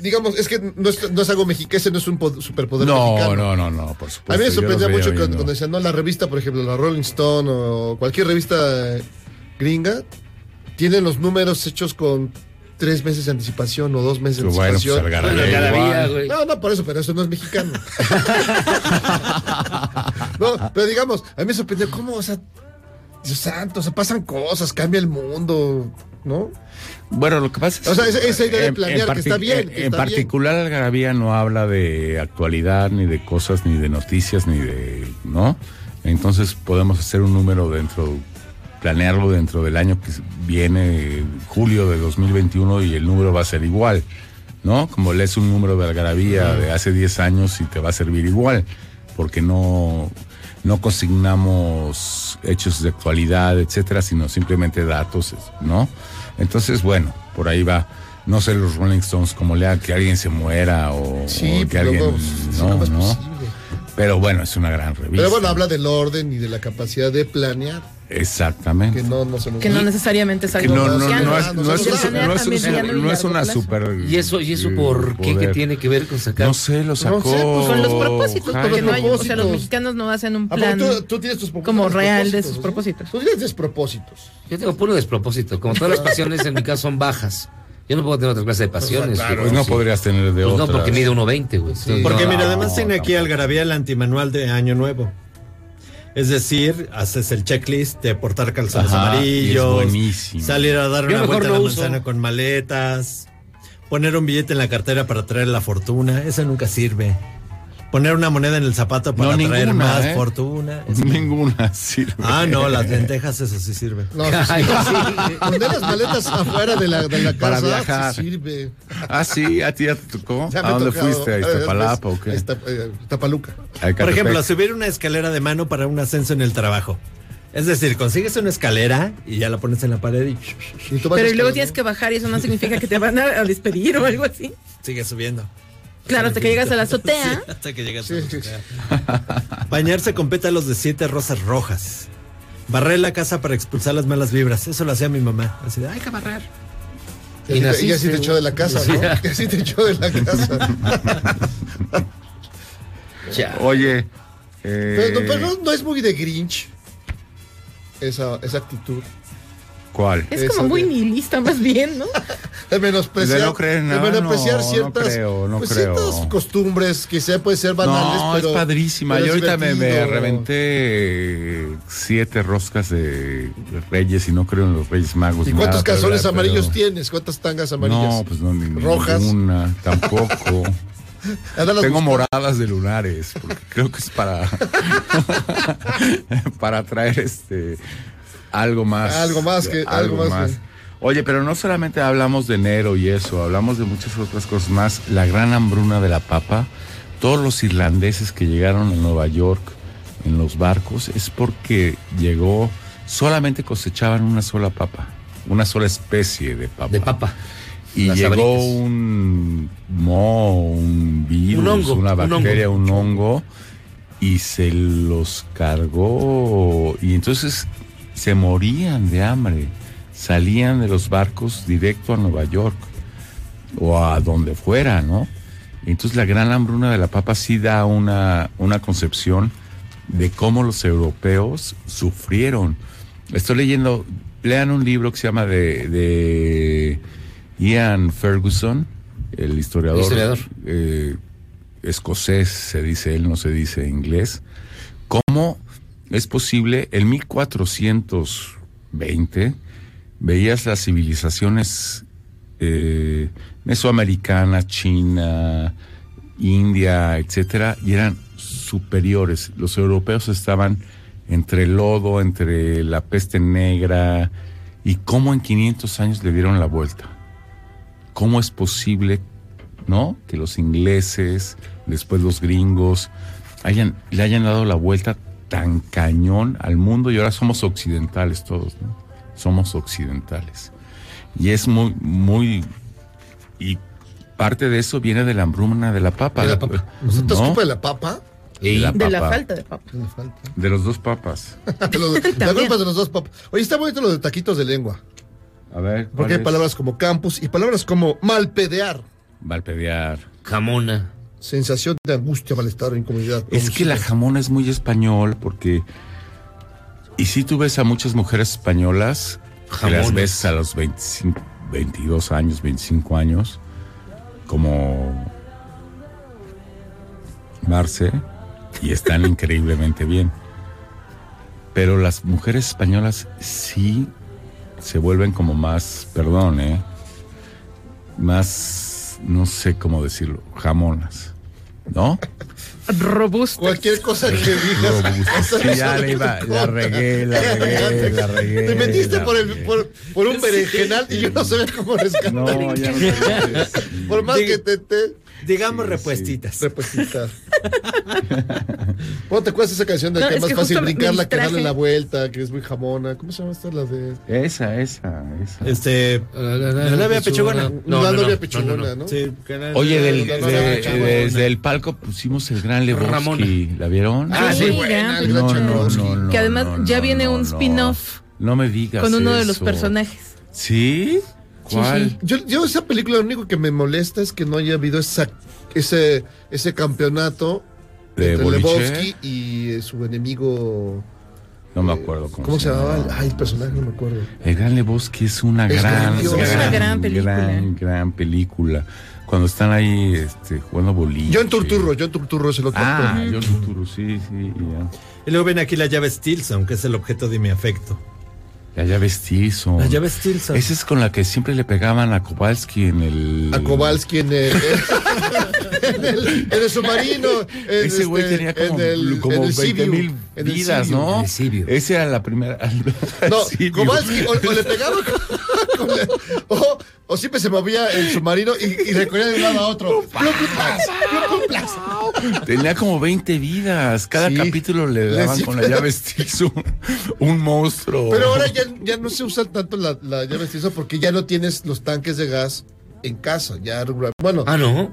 G: digamos, es que no es, no es algo mexicano, ese no es un po- superpoder
P: No,
G: mexicano.
P: no, no, no, por supuesto.
G: A mí me
P: Pues, yo los
G: sorprendía
P: veía
G: mucho que
P: viendo.
G: cuando decían, no, la revista, por ejemplo, la Rolling Stone o cualquier revista eh, gringa, tienen los números hechos con tres meses de anticipación o dos meses de
P: Pero bueno, pues,
G: anticipación.
P: al Bueno, Garabía Garabía, igual. güey.
G: no, no, por eso, pero eso no es mexicano. no, pero digamos, a mí me sorprendió cómo, o sea, Dios santo, se pasan cosas, cambia el mundo, ¿no?
P: Bueno, lo que pasa es
G: O sea, esa- esa idea de
P: en-
G: planear,
P: en
G: que
P: parti-
G: está bien,
P: En,
G: que
P: en
G: está bien.
P: particular, Algarabía no habla de actualidad, ni de cosas, ni de noticias, ni de. ¿No? Entonces podemos hacer un número dentro, planearlo dentro del año que viene, julio de 2021, y el número va a ser igual, ¿no? Como lees un número de Algarabía de hace 10 años y te va a servir igual, porque no. No consignamos hechos de actualidad, etcétera, sino simplemente datos, ¿no? Entonces, bueno, por ahí va. No sé los Rolling Stones como lea que alguien se muera o,
G: Sí,
P: o que
G: pero
P: alguien
G: luego, pues,
P: no,
G: ¿cómo es
P: ¿no? Pero bueno, es una gran revista.
G: Pero bueno, habla del orden y de la capacidad de planear, que
P: Exactamente.
G: no, no se nos
I: Que no necesariamente es
P: Que
I: algo
P: no, no, no,
I: mexicano.
P: no es, no es un-
I: Planea
P: no es un-
I: también ya en el
P: no es una
I: largo plazo.
P: super.
F: ¿Y eso, y eso
P: eh,
F: por qué? ¿Qué
P: poder.
F: tiene que ver con sacar?
P: No sé, lo sacó.
F: No sé, pues,
I: Con los propósitos,
P: Jairo.
I: porque no hay, o sea, los
G: propósitos.
I: mexicanos no hacen un
G: ¿A poco
I: plan
G: tú- tú tienes tus
I: como
G: propósitos,
I: real de sus
G: ¿no?
I: propósitos.
G: Tú tienes despropósitos.
F: Yo tengo puro despropósito. Como todas las pasiones en mi caso son bajas. Yo no puedo tener otra clase de pasiones.
P: Claro,
F: güey,
P: pues no
F: sí.
P: podrías tener de
F: Pues no,
P: otras.
F: porque mide 1.20, güey. Entonces,
H: Porque
F: no,
H: mira,
F: no,
H: además tiene aquí
F: tampoco.
H: Algarabía el antimanual de Año Nuevo. Es decir, haces el checklist de portar calzones
P: Ajá,
H: amarillos,
P: y es buenísimo.
H: salir a dar
F: Yo
H: una
F: mejor
H: vuelta a
F: lo
H: la
F: uso.
H: manzana con maletas, poner un billete en la cartera para traer la fortuna, eso nunca sirve. Poner una moneda en el zapato para
P: No,
H: traer
P: ninguna,
H: más
P: ¿eh?
H: fortuna. eso-
P: Ninguna sirve.
H: Ah, no, las lentejas, eso sí sirve.
G: No, sí, sí. eh,
F: Ay,
G: Poner las maletas afuera de la, de la
P: Para
G: casa
P: viajar.
G: sí sirve.
P: Ah, sí, a ti ya te tocó.
G: Ya me
P: ¿A
G: ha
P: dónde
G: tocado.
P: fuiste? ¿A
G: Eh,
P: Iztapalapa
G: pues,
P: o qué?
G: a Izta- eh, Iztapaluca.
P: A Ecatepec.
H: Por ejemplo, subir una escalera de mano para un ascenso en el trabajo. Es decir, consigues una escalera y ya la pones en la pared y
G: Y tú vas
I: Pero
G: a
I: y luego
G: escalar,
I: tienes que bajar y eso no significa que te van a, a despedir o algo así.
H: sigue subiendo.
I: Claro, hasta que llegas a la azotea.
H: Sí, hasta que llegas a
G: Sí,
H: la
G: sí,
H: azotea. Bañarse con pétalos de siete rosas rojas. Barrer la casa para expulsar las malas vibras. Eso lo hacía mi mamá. Así de, hay que barrer.
G: ¿no?
F: Y
G: Y así- y así te
F: naciste,
G: echó de la casa,
F: Sí.
G: ¿no? Y así te echó de la casa.
F: Ya.
P: Oye. eh,
G: Pero, no, pero no- no es muy de Grinch esa, esa actitud.
P: ¿Cuál?
I: Es
G: Eso eh, pues,
I: como muy
G: de-
I: nihilista más bien, ¿no?
G: De menospreciar,
P: De no creer en
G: de
P: nada,
G: menospreciar
P: no, no
G: ciertas,
P: creo, no
G: pues,
P: creo.
G: ciertas costumbres que sea pueden ser banales,
P: no,
G: pero
P: es padrísima.
G: pero
P: Yo
G: es
P: ahorita me, me
G: divertido.
P: reventé siete roscas de reyes y no creo en los reyes magos.
G: ¿Y
P: ni
G: cuántos
P: nada, pero-
G: calzones amarillos
P: pero-
G: tienes? ¿Cuántas tangas amarillas?
P: No, pues no, ni-
G: Rojas.
P: ninguna, tampoco.
G: Anda las
P: Tengo
G: buscando.
P: moradas de lunares, porque creo que es para para traer este algo más.
G: Algo más que- algo más, güey.
P: Oye, pero no solamente hablamos de enero y eso, hablamos de muchas otras cosas más. La gran hambruna de la papa, todos los irlandeses que llegaron a Nueva York en los barcos, es porque llegó, solamente cosechaban una sola papa, una sola especie de papa.
F: De papa.
P: Y
F: Las
P: llegó
F: abritas.
P: un moho, un virus,
F: Un hongo,
P: una
F: un hongo.
P: bacteria, un hongo, y se los cargó. Y entonces se morían de hambre. Salían de los barcos directo a Nueva York o a donde fuera, ¿no? Y Entonces la gran hambruna de la papa sí da una, una concepción de cómo los europeos sufrieron Estoy leyendo, lean un libro que se llama de, de Ian Ferguson, el historiador,
F: Historiador.
P: eh, escocés, se dice él, no se dice inglés. ¿Cómo es posible en 1420 veías las civilizaciones eh, mesoamericana, China, India, etcétera, y eran superiores. Los europeos estaban entre el lodo, entre la peste negra, y cómo en 500 años le dieron la vuelta. ¿Cómo es posible, no? Que los ingleses, después los gringos, hayan, le hayan dado la vuelta tan cañón al mundo y ahora somos occidentales todos, ¿no? Somos occidentales. Y es muy, muy. Y parte de eso viene de la hambruna de la papa.
G: De la papa. ¿Nosotros
P: ¿No?
G: culpa de la papa?
P: De la
I: de la
P: papa.
I: falta de papa.
G: De la falta.
P: De los dos papas.
G: De los- la culpa es de los dos papas. Oye, está bonito lo de taquitos de lengua.
P: A ver. ¿cuál
G: Porque hay
P: es?
G: palabras como campus y palabras como malpedear.
P: Valpedear.
F: Jamona.
G: Sensación de angustia, malestar, incomodidad.
P: Es que la jamona es muy español porque. Y si tú ves a muchas mujeres españolas, que las
F: Jamones.
P: ves a los 25, 22 años, 25 años, como Marce, y están increíblemente bien. Pero las mujeres españolas sí se vuelven como más, perdón, ¿eh? más, no sé cómo decirlo, jamonas, ¿no?
I: Robusto.
G: Cualquier cosa que digas.
P: Robustas.
G: esa
P: Sí, ya
G: es
P: le iba,
G: otra
P: la
G: cosa.
P: regué, la regué, la regué.
G: Te metiste
P: la
G: por, el,
P: regué.
G: por, por un berenjenal y yo no sabía cómo rescatar.
P: No, ya no.
G: Por más que te, te-
H: Digamos repuestitas.
G: Repuestitas. ¿Cómo te acuerdas de esa canción de
I: No,
G: que es
I: es
G: más
I: que
G: fácil
I: justo me
G: brincarla que darle
I: distraje.
G: la vuelta, que es muy jamona? ¿Cómo se llama esta? La de.
P: Esa, esa, esa.
H: Este. La novia pechugona.
G: No, la novia
H: no,
G: pechugona, ¿no?
H: Sí, que era-
P: Oye,
G: La
P: del, de- eh,
G: novia pechugona.
P: desde el palco pusimos el gran Lebowski.
F: Ramona.
P: ¿La vieron?
I: Ah, sí, buena,
G: el gran
P: No, no,
G: Lebowski.
P: no, no,
I: que además
P: no,
I: ya
P: no,
I: viene
P: no,
I: un
P: no.
I: spin-off
P: No me digas.
I: con uno de los
P: eso.
I: personajes.
P: ¿Sí? ¿Cuál?
I: sí.
G: Yo, yo esa película lo único que me molesta es que no haya habido esa, ese, ese campeonato
P: ¿De
G: entre
P: boliche?
G: Lebowski y eh, su enemigo.
P: No me acuerdo cómo,
G: ¿Cómo se llamaba? el- Ay, el personaje, no me acuerdo.
P: El Gran Lebowski es una
G: Es
P: gran,
G: grandioso.
P: gran,
G: Es una
I: gran película.
P: gran, gran película. Cuando están ahí este, jugando boliche.
G: John Turturro, John Turturro es el otro
P: Ah,
G: actor.
P: John Turturro, sí, sí. y ya.
H: Y luego ven aquí la llave Stilson, que es el objeto de mi afecto.
P: La llave Stilson.
H: La llave Stilson.
P: Esa es con la que siempre le pegaban a Kowalski en el.
G: A Kowalski en el, en el, en el submarino. en
P: Ese güey
G: este,
P: tenía como,
G: en el-
P: como
G: en el
P: 20
G: Sibiu,
P: mil
G: en el
P: vidas,
G: Sibiu.
P: ¿no?
F: El Sibiu.
P: Ese era la primera.
G: No,
P: Sibiu.
G: Kowalski o, o le pegaba con, con la- o, o siempre se movía el submarino y, y recorría de un lado a otro. Plum, plum, plas, plum, plum, plas.
P: Tenía como 20 vidas. Cada
G: Sí.
P: capítulo le
G: Le
P: daban
G: sí-
P: con la llave Stilson un monstruo.
G: Pero ahora ya, ya no se usa tanto la, la llave Stinson porque ya no tienes los tanques de gas en casa. Ya regular. Bueno,
F: Ah, no.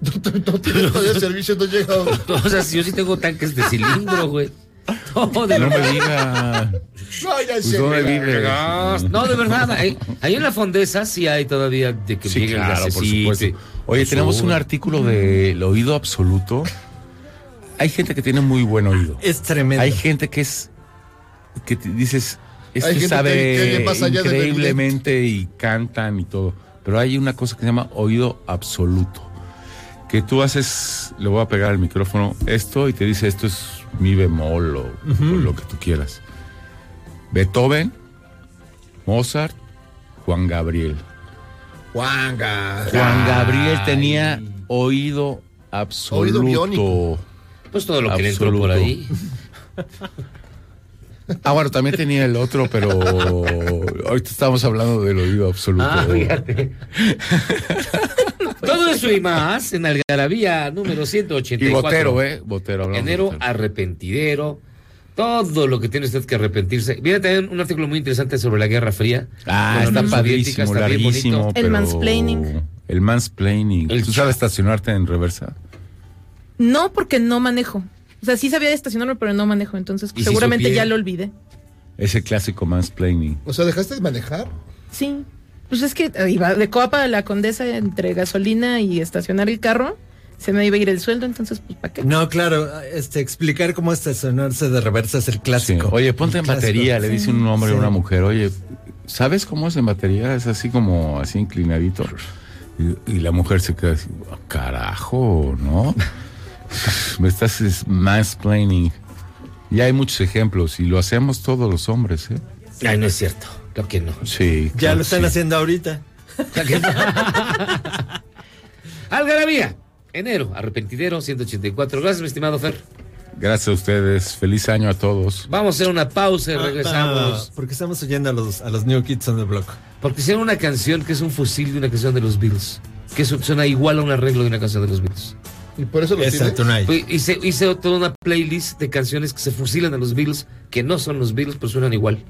G: no, no tienes todavía el servicio, no llega.
F: O sea, si yo sí tengo tanques de cilindro, güey. No, de
P: No me
F: verdad.
P: diga.
G: No, ya
P: Pues, ¿dónde vives?
F: No, de verdad. Hay, hay en la fondesa sí hay todavía de que
P: Sí,
F: llegue el
P: claro, por
F: gasecito.
P: supuesto. Oye,
F: Por
P: tenemos
F: favor.
P: un artículo del oído absoluto. Hay gente que tiene muy buen oído.
H: Es tremendo.
P: Hay gente que es que te dices
G: Hay
P: este
G: gente
P: sabe
G: que- que oye más allá de lo
P: increíblemente y cantan y todo, pero hay una cosa que se llama oído absoluto. Que tú haces, le voy a pegar al micrófono esto y te dice esto es mi bemol o, o lo que tú quieras. Beethoven, Mozart, Juan Gabriel.
G: Juanga.
P: Juan Gabriel tenía oído absoluto.
G: biónico.
F: Pues todo lo que le entró
P: Absoluto.
F: por ahí.
P: Ah, bueno, también tenía el otro, pero ahorita estamos hablando del oído absoluto.
F: Ah, fíjate.
P: Pues,
F: Todo eso y más en Algarabía número 184.
P: y Botero, ¿eh? Botero. hablamos de
F: Enero
P: Botero.
F: arrepentidero. Todo lo que tiene usted que arrepentirse. Viene también un artículo muy interesante sobre la Guerra Fría.
P: Ah,
F: Con la
P: está
F: Unión Soviética,
P: padrísimo,
F: está bien
P: larguísimo.
F: bonito.
I: El
P: pero-
I: mansplaining.
P: El mansplaining.
F: El
P: ¿Tú sabes estacionarte en reversa?
I: No, porque no manejo. O sea, sí sabía de estacionarme, pero no manejo. Entonces,
F: ¿Y si
I: seguramente
F: supiera?
I: ya lo olvidé.
P: Ese clásico mansplaining.
G: O sea, ¿dejaste de manejar?
I: Sí. Pues es que eh, iba de Coapa a la Condesa entre gasolina y estacionar el carro. se me iba a ir el sueldo, entonces, pues, ¿para qué?
H: No, claro, este, explicar cómo estacionarse de reversa es el clásico.
P: Sí. Oye, ponte
H: El
P: en
H: clásico.
P: batería, le
H: Sí.
P: dice un hombre
H: Sí.
P: a una mujer, oye, ¿sabes cómo es en batería? Es así como, así inclinadito. Y, y la mujer se queda así, "Ah, carajo, ¿no? Me estás es, mansplaining. Ya hay muchos ejemplos y lo hacemos todos los hombres, ¿eh?
F: Ay, no es cierto. Claro que no.
P: Sí.
H: Ya
P: claro
H: lo
P: que
H: están
P: sí.
H: haciendo ahorita.
F: Algarabía, enero, arrepentidero, 184. Gracias, mi estimado Fer.
P: Gracias a ustedes. Feliz año a todos.
F: Vamos a hacer una pausa y
H: Ah,
F: regresamos.
H: ah, porque estamos oyendo a los, a los New Kids on the Block.
F: Porque hicieron una canción que es un fusil de una canción de los Beatles. Que su- suena igual a un arreglo de una canción de los Beatles.
G: Y por eso lo
H: Esa, Tonight.
F: Fui- Hice, hice toda una playlist de canciones que se fusilan a los Beatles, que no son los Beatles, pero suenan igual.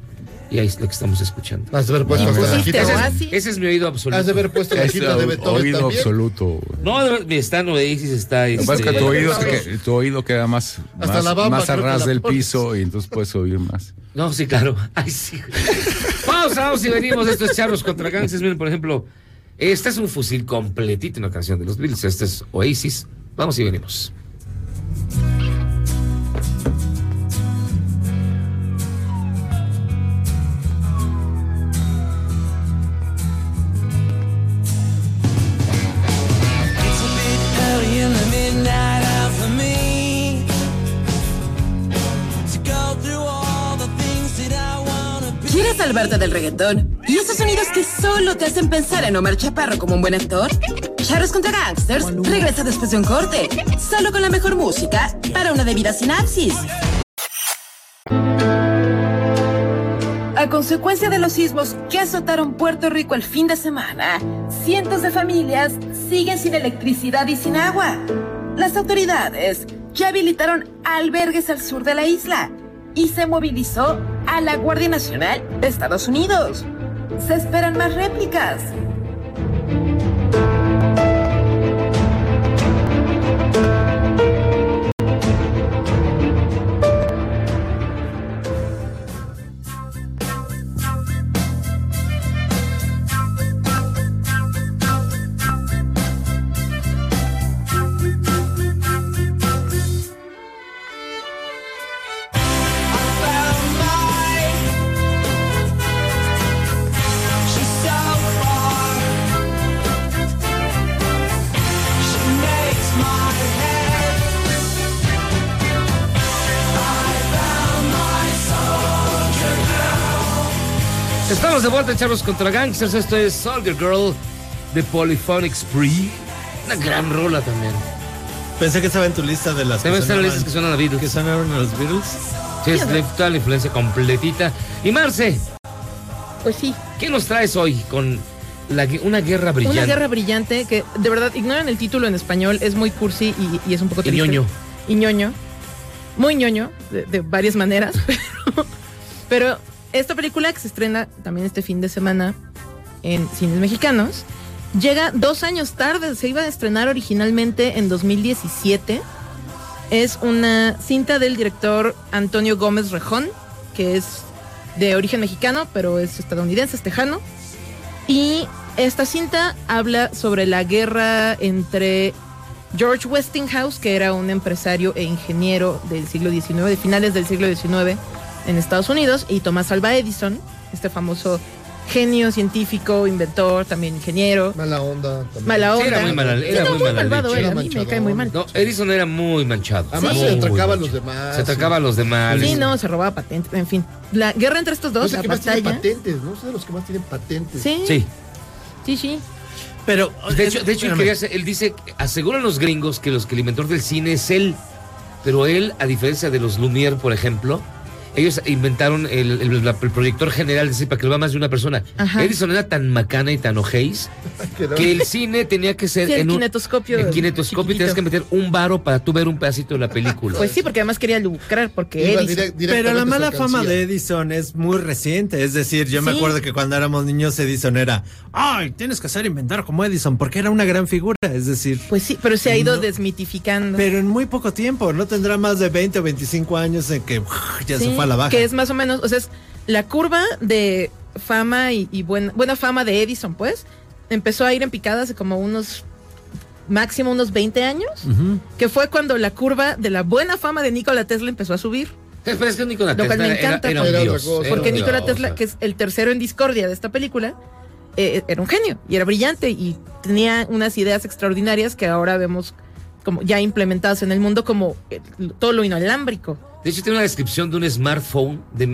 F: Y ahí es lo que estamos escuchando.
G: Has de haber puesto
P: Ah,
G: la
P: mira.
G: cajita.
F: Ese es, ese es mi oído absoluto.
G: Has de haber puesto la
P: Es
G: cajita de Beethoven
P: oído
G: también.
P: absoluto.
F: No, de verdad, está Noesis, está...
P: Lo que pasa es que
F: este,
P: tu oído, se que- tu oído queda más,
F: Hasta
P: más,
F: la bamba
P: más a
F: creo que
P: ras
F: la
P: del
F: pones.
P: piso y entonces puedes oír más.
F: No, sí, claro. Ay, sí. Pausa, vamos y venimos. Esto es Charlos contra Ganses. Miren, por ejemplo, este es un fusil completito, una canción de los Beatles. Este es Oasis. Vamos y venimos.
E: It's a bit early in the midnight hour for me to go through all the things that I wanna be.
B: ¿Quieres salvarte del reggaetón? ¿Y esos sonidos que solo te hacen pensar en Omar Chaparro como un buen actor? Charros contra Gangsters regresa después de un corte, solo con la mejor música para una debida sinapsis. A consecuencia de los sismos que azotaron Puerto Rico el fin de semana, cientos de familias siguen sin electricidad y sin agua. Las autoridades ya habilitaron albergues al sur de la isla y se movilizó a la Guardia Nacional de Estados Unidos. Se esperan más réplicas.
E: She's so far. She makes my head. I found my soldier girl.
F: Estamos de vuelta en Charlos contra Gangsters. Esto es Soldier Girl de Polyphonic Spree. Una gran rola también.
H: Pensé que estaba en tu lista de las
F: Deben ser las listas
H: sonaban-
F: que suenan a Beatles.
H: que sonaron a los Beatles.
F: Sí, es de toda la influencia completita. Y Marce.
I: Pues sí.
F: ¿Qué nos traes hoy con la, gue- una guerra brillante?
I: Una guerra brillante que de verdad ignoran el título en español, es muy cursi y, y es un poco
F: Y
I: triste.
F: ñoño.
I: Y ñoño. Muy ñoño, de, de varias maneras, pero, pero esta película que se estrena también este fin de semana en cines mexicanos, llega dos años tarde, se iba a estrenar originalmente en 2017. Es una cinta del director Antonio Gómez Rejón, que es de origen mexicano, pero es estadounidense, es tejano. Y esta cinta habla sobre la guerra entre George Westinghouse, que era un empresario e ingeniero del siglo XIX, de finales del siglo XIX en Estados Unidos, y Tomás Alva Edison, este famoso genio científico, inventor, también ingeniero.
G: Mala onda. también.
I: Mala
F: Sí,
I: onda.
F: era muy mala-
I: Sí,
F: era
I: no,
F: muy mala
I: malvado
F: leche.
I: él, a
G: Era
I: mí me cae muy mal.
F: No, Edison era muy manchado.
G: Además
F: Muy
G: se atracaba a los
F: manchado.
G: demás.
F: Se atacaba a los demás.
I: Sí, no, se robaba patentes, en fin. La guerra entre estos
G: No
I: dos,
G: sé
I: la
G: qué más tiene
I: batalla.
G: patentes, ¿no? Es de los que más tienen patentes.
I: Sí, sí,
F: Sí.
I: sí.
H: Pero, eh,
F: De hecho, de hecho él,
H: espérame.
F: quería hacer- él dice, que aseguran los gringos que, los, que el inventor del cine es él, pero él, a diferencia de los Lumière, por ejemplo, ellos inventaron el, el- la- el proyector general, es decir, para que lo vea más de una persona.
I: Ajá.
F: Edison era tan macana y tan ojeis que el cine tenía que ser
I: Sí, el
F: en un
I: kinetoscopio
F: en kinetoscopio y tenías que meter un varo para tú ver un pedacito de la película.
I: Pues sí, porque además quería lucrar, porque
G: Iba
I: Edison-
G: direct-
H: Pero
G: directamente
H: la
G: a su
H: mala fama
G: alcancía.
H: de Edison es muy reciente. Es decir, yo me
I: Sí.
H: acuerdo que cuando éramos niños Edison era, ay, tienes que ser inventor como Edison, porque era una gran figura. Es decir,
I: Pues sí, pero se ha ido
H: No.
I: desmitificando.
H: pero en muy poco tiempo, no tendrá más de 20 o 25 años en que uf, ya
I: Sí,
H: se fue a la baja.
I: Que es más o menos, o sea, es la curva de fama y, y buen- buena fama de Edison, pues, empezó a ir en picada hace como unos máximo unos 20 años,
F: Ujú.
I: que fue cuando la curva de la buena fama de Nikola Tesla empezó a subir.
F: Pero es que Nikola
I: Lo cual
F: Tesla
I: me
F: era-
I: encanta
F: era un
I: porque,
F: dios, era
I: porque
F: un
I: Nikola
F: dios,
I: Tesla,
F: o sea.
I: que es el tercero en discordia de esta película, eh, era un genio y era brillante y tenía unas ideas extraordinarias que ahora vemos como ya implementadas en el mundo como eh, todo lo inalámbrico.
F: De hecho, tiene una descripción de un smartphone de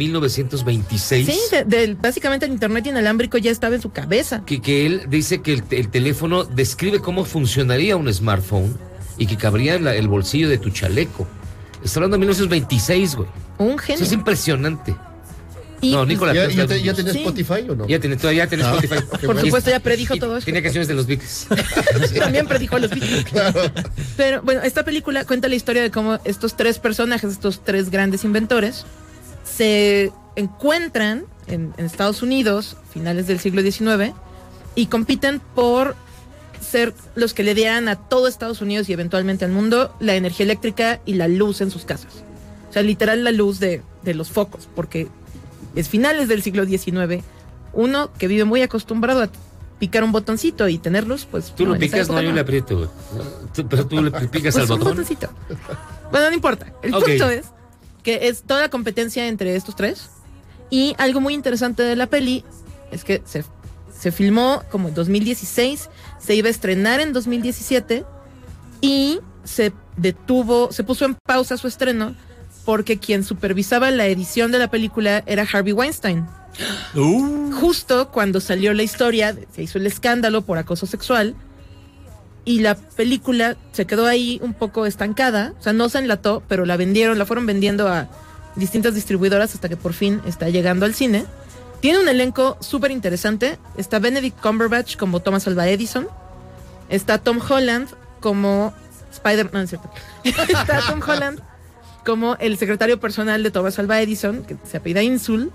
F: 1926.
I: Sí, de- del- básicamente el internet inalámbrico ya estaba en su cabeza.
F: que, que él dice que el, te- el teléfono describe cómo funcionaría un smartphone y que cabría en la- el bolsillo de tu chaleco. Está hablando de 1926, güey.
I: Un
F: Eso
I: genio.
F: es impresionante.
I: Y-
F: no, Nicolás.
G: ¿Ya,
F: Tesla
G: ya,
F: es
G: te-
F: un
G: ya
F: dios.
G: tenía Spotify o no?
F: Ya tiene, todavía tiene
G: Ah,
F: Spotify.
G: qué
I: Por
G: bueno.
I: supuesto, ya predijo todo esto.
F: Tenía canciones de los Beatles.
I: También predijo a los Beatles. Pero bueno, esta película cuenta la historia de cómo estos tres personajes, estos tres grandes inventores, se encuentran en, en Estados Unidos, finales del siglo XIX, y compiten por ser los que le dieran a todo Estados Unidos y eventualmente al mundo la energía eléctrica y la luz en sus casas. O sea, literal la luz de, de los focos, porque es finales del siglo XIX. Uno que vive muy acostumbrado a picar un botoncito y tener luz, pues...
F: Tú lo
I: en esa
F: picas, no,
I: época
F: yo le aprieto, güey. Tú- Pero tú le picas
I: Pues
F: al
I: un
F: botón.
I: botoncito. Bueno, no importa. El
F: Ok.
I: punto es que es toda competencia entre estos tres. Y algo muy interesante de la peli es que se, se filmó como en 2016, se iba a estrenar en 2017 y se detuvo, se puso en pausa su estreno porque quien supervisaba la edición de la película era Harvey Weinstein. Uh. Justo cuando salió la historia, se hizo el escándalo por acoso sexual y la película se quedó ahí un poco estancada, o sea, no se enlató, pero la vendieron, la fueron vendiendo a distintas distribuidoras hasta que por fin está llegando al cine. Tiene un elenco súper interesante, está Benedict Cumberbatch como Thomas Alva Edison, está Tom Holland como Spider, no, no es cierto. está Tom Holland como el secretario personal de Thomas Alva Edison, que se apellida Insul,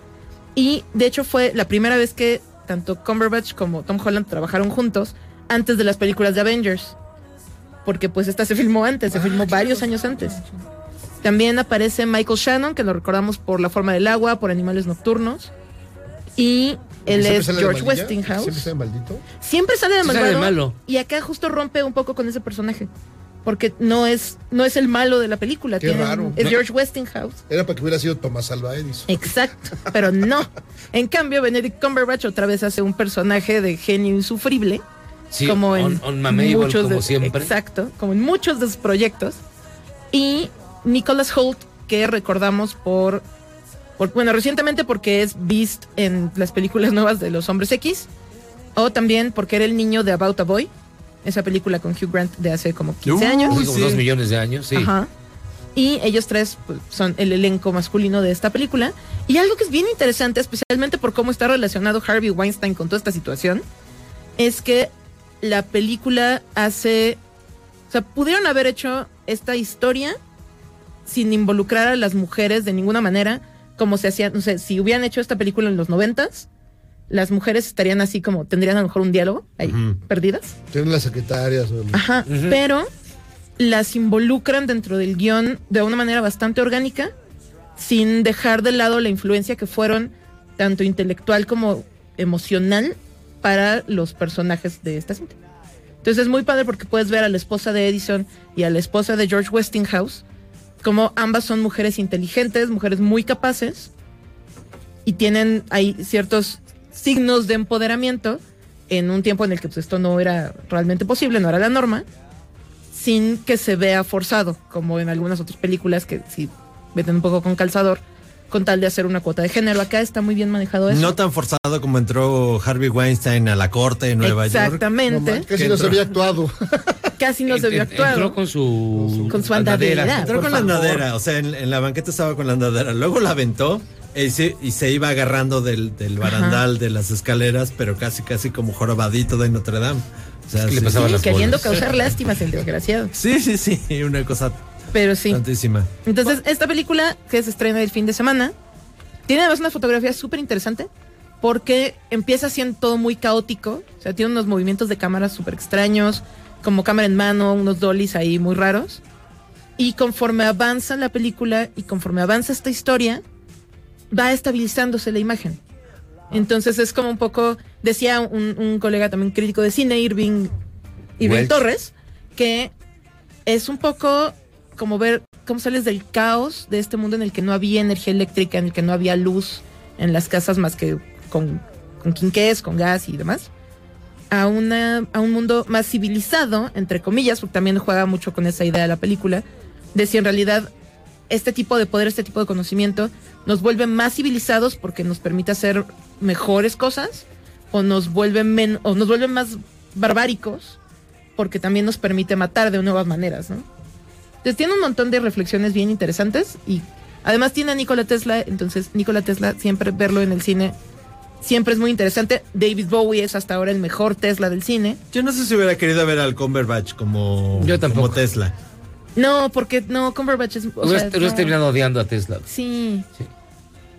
I: y de hecho fue la primera vez que tanto Cumberbatch como Tom Holland trabajaron juntos antes de las películas de Avengers. Porque pues esta se filmó antes, se
G: Ah,
I: filmó varios años antes. También aparece Michael Shannon, que lo recordamos por La forma del agua, por Animales Nocturnos. Y él
G: ¿Siempre
I: es
G: sale de
I: George
G: maldilla?
I: Westinghouse.
G: ¿Siempre sale de maldito?
I: Siempre sale de
G: Sí sale
I: malvado.
G: de malo.
I: Y acá justo rompe un poco con ese personaje. Porque no es, no es el malo de la película.
G: Qué
I: tiene-
G: raro.
I: Es
G: No.
I: George Westinghouse.
G: Era para que hubiera sido Tomás Alba Edison.
I: Exacto. Pero no. En cambio, Benedict Cumberbatch otra vez hace un personaje de genio insufrible.
F: Sí,
I: como en
F: un- un mamable, como
I: de,
F: siempre.
I: Exacto. Como en muchos de sus proyectos. Y Nicholas Holt, que recordamos por, por- Bueno, recientemente porque es Beast en las películas nuevas de los Hombres X. O también porque era el niño de About a Boy, esa película con Hugh Grant de hace como 15 años.
F: Hace como dos millones de años, sí.
I: Ajá. Y ellos tres pues, son el elenco masculino de esta película. Y algo que es bien interesante, especialmente por cómo está relacionado Harvey Weinstein con toda esta situación, es que la película hace... O sea, pudieron haber hecho esta historia sin involucrar a las mujeres de ninguna manera, como se hacía, no sé, si hubieran hecho esta película en los noventas, las mujeres estarían así como, tendrían a lo mejor un diálogo ahí,
G: Ujú.
I: perdidas.
G: Tienen las secretarias. o el-
I: Ajá,
G: Ujú.
I: pero las involucran dentro del guión de una manera bastante orgánica, sin dejar de lado la influencia que fueron tanto intelectual como emocional para los personajes de esta cinta. Entonces es muy padre porque puedes ver a la esposa de Edison y a la esposa de George Westinghouse, como ambas son mujeres inteligentes, mujeres muy capaces, y tienen ahí ciertos signos de empoderamiento en un tiempo en el que pues, esto no era realmente posible, no era la norma, sin que se vea forzado, como en algunas otras películas que sí meten un poco con calzador, con tal de hacer una cuota de género. Acá está muy bien manejado eso.
H: No tan forzado como entró Harvey Weinstein a la corte de Nueva York.
I: Exactamente.
H: Casi no se había
G: actuado.
I: Casi no se vio actuado.
F: Entró con su.
I: Con su andadera.
H: Entró
I: por
H: con la
I: favor.
H: andadera, o sea, en, en la banqueta estaba con la andadera. Luego la aventó y se, y se iba agarrando del, del barandal, de las escaleras, pero casi, casi como jorobadito de Notre Dame. O sea,
F: que le
H: sí.
F: pasaban
I: Sí, queriendo causar lástimas el desgraciado.
H: Sí, sí, sí, una cosa
I: Pero sí.
H: tantísima.
I: Entonces, esta película que se estrena el fin de semana tiene además una fotografía súper interesante porque empieza siendo todo muy caótico. O sea, tiene unos movimientos de cámara súper extraños, como cámara en mano, unos dollies ahí muy raros. Y conforme avanza la película y conforme avanza esta historia, va estabilizándose la imagen. Entonces es como un poco, decía un, un colega también crítico de cine, Irving, Irving
F: Welch.
I: Torres, que es un poco como ver cómo sales del caos de este mundo en el que no había energía eléctrica, en el que no había luz en las casas más que con, con quinqués, con gas y demás, a, una, a un mundo más civilizado, entre comillas, porque también juega mucho con esa idea de la película, de si en realidad este tipo de poder, este tipo de conocimiento nos vuelve más civilizados porque nos permite hacer mejores cosas o nos vuelve, men o nos vuelve más barbáricos porque también nos permite matar de nuevas maneras, ¿no? Entonces tiene un montón de reflexiones bien interesantes y además tiene a Nikola Tesla, entonces Nikola Tesla siempre verlo en el cine siempre es muy interesante. David Bowie es hasta ahora el mejor Tesla del cine.
H: Yo no sé si hubiera querido ver al Cumberbatch como,
F: Yo tampoco.
H: como Tesla.
I: No, porque no, Cumberbatch es... o
F: hubieras
I: sea,
F: hubieras
I: no.
F: terminado odiando a Tesla.
I: Sí.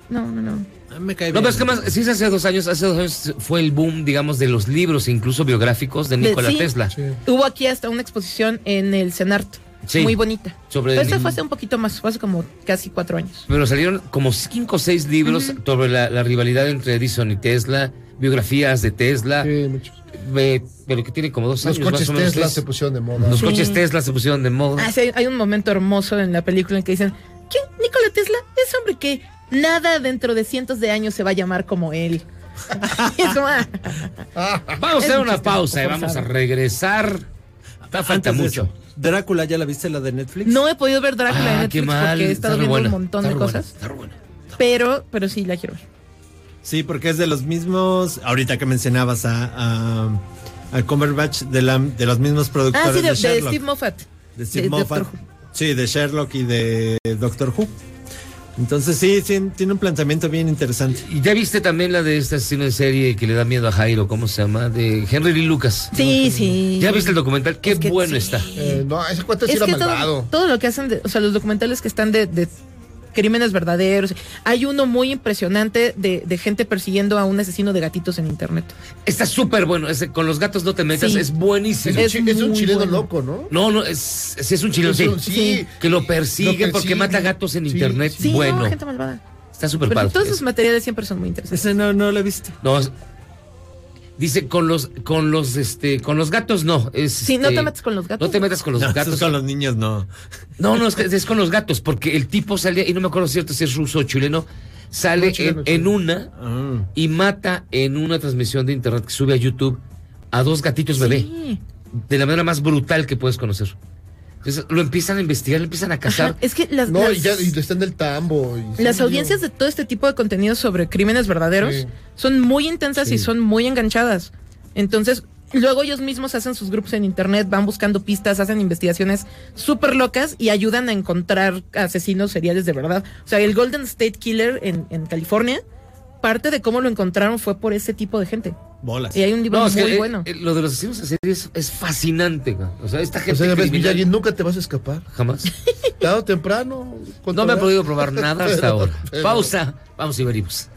I: No, no, no.
H: me cae
F: No, pero es que más, sí, es hace dos años, hace dos años fue el boom, digamos, de los libros, incluso biográficos de
I: De-
F: Nikola
I: sí.
F: Tesla.
I: Hubo aquí hasta una exposición en el CENART.
F: Sí.
I: Muy bonita.
F: Sobre
I: Pero
F: el-
I: eso fue hace un poquito más, fue hace como casi cuatro años.
F: Pero salieron como cinco o seis libros sobre la, la rivalidad entre Edison y Tesla, biografías de Tesla. Eh, pero que tiene como dos
G: Los
F: años. más
G: coches
F: o menos,
G: Tesla
F: tres.
G: se pusieron de moda.
F: Los
I: Sí.
F: coches Tesla se pusieron de moda.
I: Ah, sí, hay, hay un momento hermoso en la película en que dicen, ¿quién? Nikola Tesla es hombre que nada dentro de cientos de años se va a llamar como él. Y es como, ah,
F: Vamos a
I: Es
F: hacer
I: un
F: una
I: chiste un
F: pausa y
I: poco
F: vamos a
I: forzado.
F: regresar. Está falta
H: Ah, Antes de
F: mucho.
H: eso, Drácula, ¿ya la viste la de Netflix?
I: no he podido ver Drácula en
F: Ah,
I: Netflix
F: qué mal,
I: porque he
F: está
I: estado
F: re
I: viendo
F: buena,
I: un montón
F: está
I: de
F: re buena,
I: cosas. Pero, pero sí la quiero ver.
H: Sí, porque es de los mismos, ahorita que mencionabas a, a, a Cumberbatch, de, la, de los mismos productores
I: Ah, sí, de,
H: de,
I: de
H: Sherlock.
I: Steve Moffat.
H: de Steve
I: de
H: Moffat.
I: Doctor
H: Sí, de Sherlock y de Doctor Who. Entonces sí, sí, tiene un planteamiento bien interesante.
F: ¿Y ya viste también la de este asesino en serie que le da miedo a Jairo? ¿Cómo se llama? De Henry Lee Lucas.
I: Sí, sí.
F: ¿Ya viste el documental? Qué bueno está.
G: Eh, no, ese cuate sí
I: Es
G: era
I: que
G: malvado.
I: todo, todo lo que hacen, de- o sea, los documentales que están de, de crímenes verdaderos. Hay uno muy impresionante de, de gente persiguiendo a un asesino de gatitos en internet.
F: Está súper bueno. ese con los gatos no te metas.
I: Sí.
F: Es buenísimo.
I: Es un chi- es un
F: muy
I: chileno
G: loco, ¿no?
F: No, no, es, sí, es un chileno,
G: Es
F: sí.
G: un- sí.
F: Que lo persigue,
G: Lo persigue.
F: porque mata gatos en
G: Sí,
F: internet.
I: Sí,
F: bueno,
I: no, gente malvada.
F: está súper
I: Pero
F: padre.
I: todos sus materiales siempre son muy interesantes.
H: Pues Ese no, no lo he visto.
F: No, es- dice con los, con los, este, con los gatos no. Es,
I: Sí, no
F: este,
I: te metas con los gatos.
F: No te metas con los
H: No,
F: gatos.
H: esos con los niños no.
F: No, no, es, que- es con los gatos, porque el tipo salía, y no me acuerdo cierto si es ruso o chileno, sale
H: No, chileno,
F: en,
H: chileno.
F: en una
H: Mm.
F: y mata en una transmisión de internet que sube a YouTube a dos gatitos bebé,
I: Sí.
F: de la manera más brutal que puedes conocer. Entonces lo empiezan a investigar, lo empiezan a cazar.
I: Es que las,
G: No,
I: las-
G: y ya y está en el tambo. y-
I: las
G: sí,
I: audiencias de todo este tipo de contenido sobre crímenes verdaderos
G: Sí.
I: son muy intensas y
G: Sí.
I: son muy enganchadas. Entonces, luego ellos mismos hacen sus grupos en internet, van buscando pistas, hacen investigaciones súper locas y ayudan a encontrar asesinos seriales de verdad. O sea, el Golden State Killer en, en California, parte de cómo lo encontraron fue por ese tipo de gente.
H: Bolas.
I: Y hay un libro
F: No, es que,
I: muy
F: eh,
I: bueno.
F: eh, lo de los asesinos en serie es, es fascinante. güey. O sea, esta
G: O
F: gente
G: sea, ya ves,
F: criminal,
G: Miyagi, nunca te vas a escapar.
F: jamás.
G: Tarde o temprano.
F: No me ha
G: controlarás.
F: podido probar nada hasta
G: Pero-
F: ahora.
G: pero-
F: Pausa, vamos y venimos.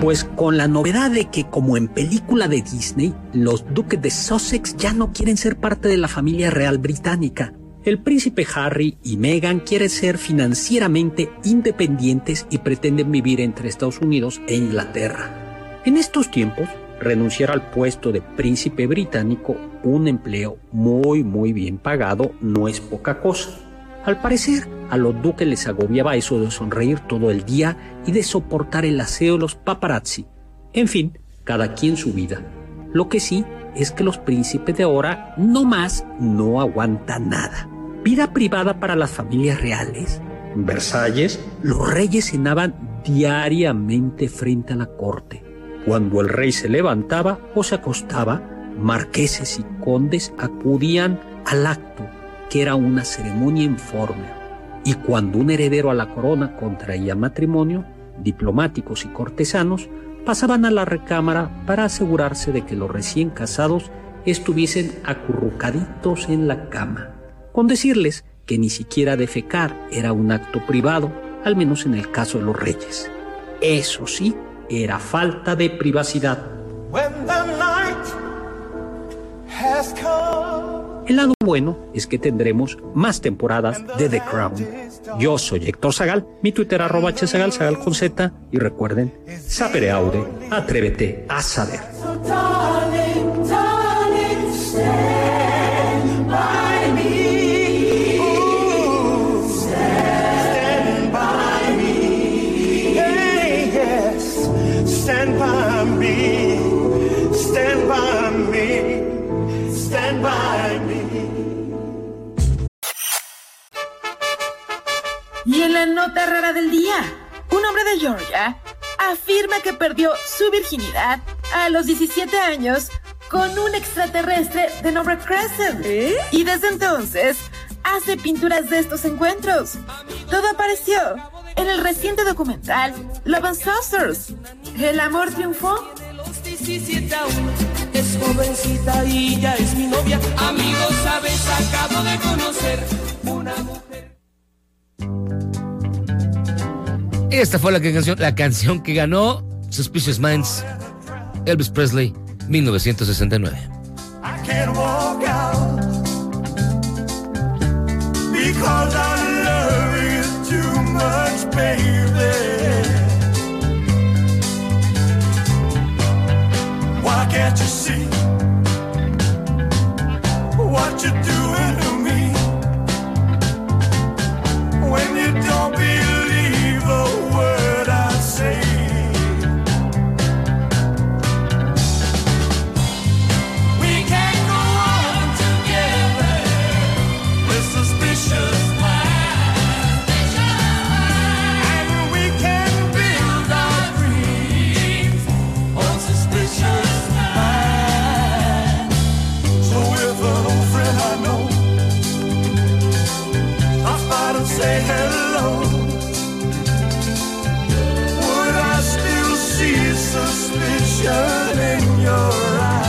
Q: Pues con la novedad de que, como en película de Disney, los duques de Sussex ya no quieren ser parte de la familia real británica. El príncipe Harry y Meghan quieren ser financieramente independientes y pretenden vivir entre Estados Unidos e Inglaterra. En estos tiempos, renunciar al puesto de príncipe británico, un empleo muy muy bien pagado, no es poca cosa. Al parecer, a los duques les agobiaba eso de sonreír todo el día y de soportar el aseo de los paparazzi. En fin, cada quien su vida. Lo que sí es que los príncipes de ahora no más no aguantan nada. Vida privada para las familias reales. En Versalles, los reyes cenaban diariamente frente a la corte. Cuando el rey se levantaba o se acostaba, marqueses y condes acudían al acto que era una ceremonia informe, y cuando un heredero a la corona contraía matrimonio, diplomáticos y cortesanos pasaban a la recámara para asegurarse de que los recién casados estuviesen acurrucaditos en la cama, con decirles que ni siquiera defecar era un acto privado, al menos en el caso de los reyes. Eso sí, era falta de privacidad.
E: When the night has come
Q: El lado bueno es que tendremos más temporadas de The Crown. Yo soy Héctor Zagal, mi Twitter arroba hsagal, zagal con Z, y recuerden, sapere aude, atrévete a saber.
E: Darling, darling, stand by me. Ooh, stand by me. Hey, yes, stand by me. Stand by me. Stand by me.
B: Y en la nota rara del día, un hombre de Georgia afirma que perdió su virginidad a los 17 años con un extraterrestre de nombre Crescent. Y desde entonces hace pinturas de estos encuentros. Todo apareció en el reciente documental Love and Saucers. El amor triunfó.
E: Es jovencita y ya es mi novia. Amigos, sabes, acabo de conocer una mujer.
F: Esta fue la, que- canción, la canción que ganó Suspicious Minds, Elvis Presley, 1969.
E: can't walk out because I love you too much, baby. Why can't you see what you're doing to me when you don't believe a word I say? We can't go on together with suspicious minds. And we can build our dreams on suspicious minds. So if an old friend I know, I might have say hello. Would I still see suspicion in your eyes?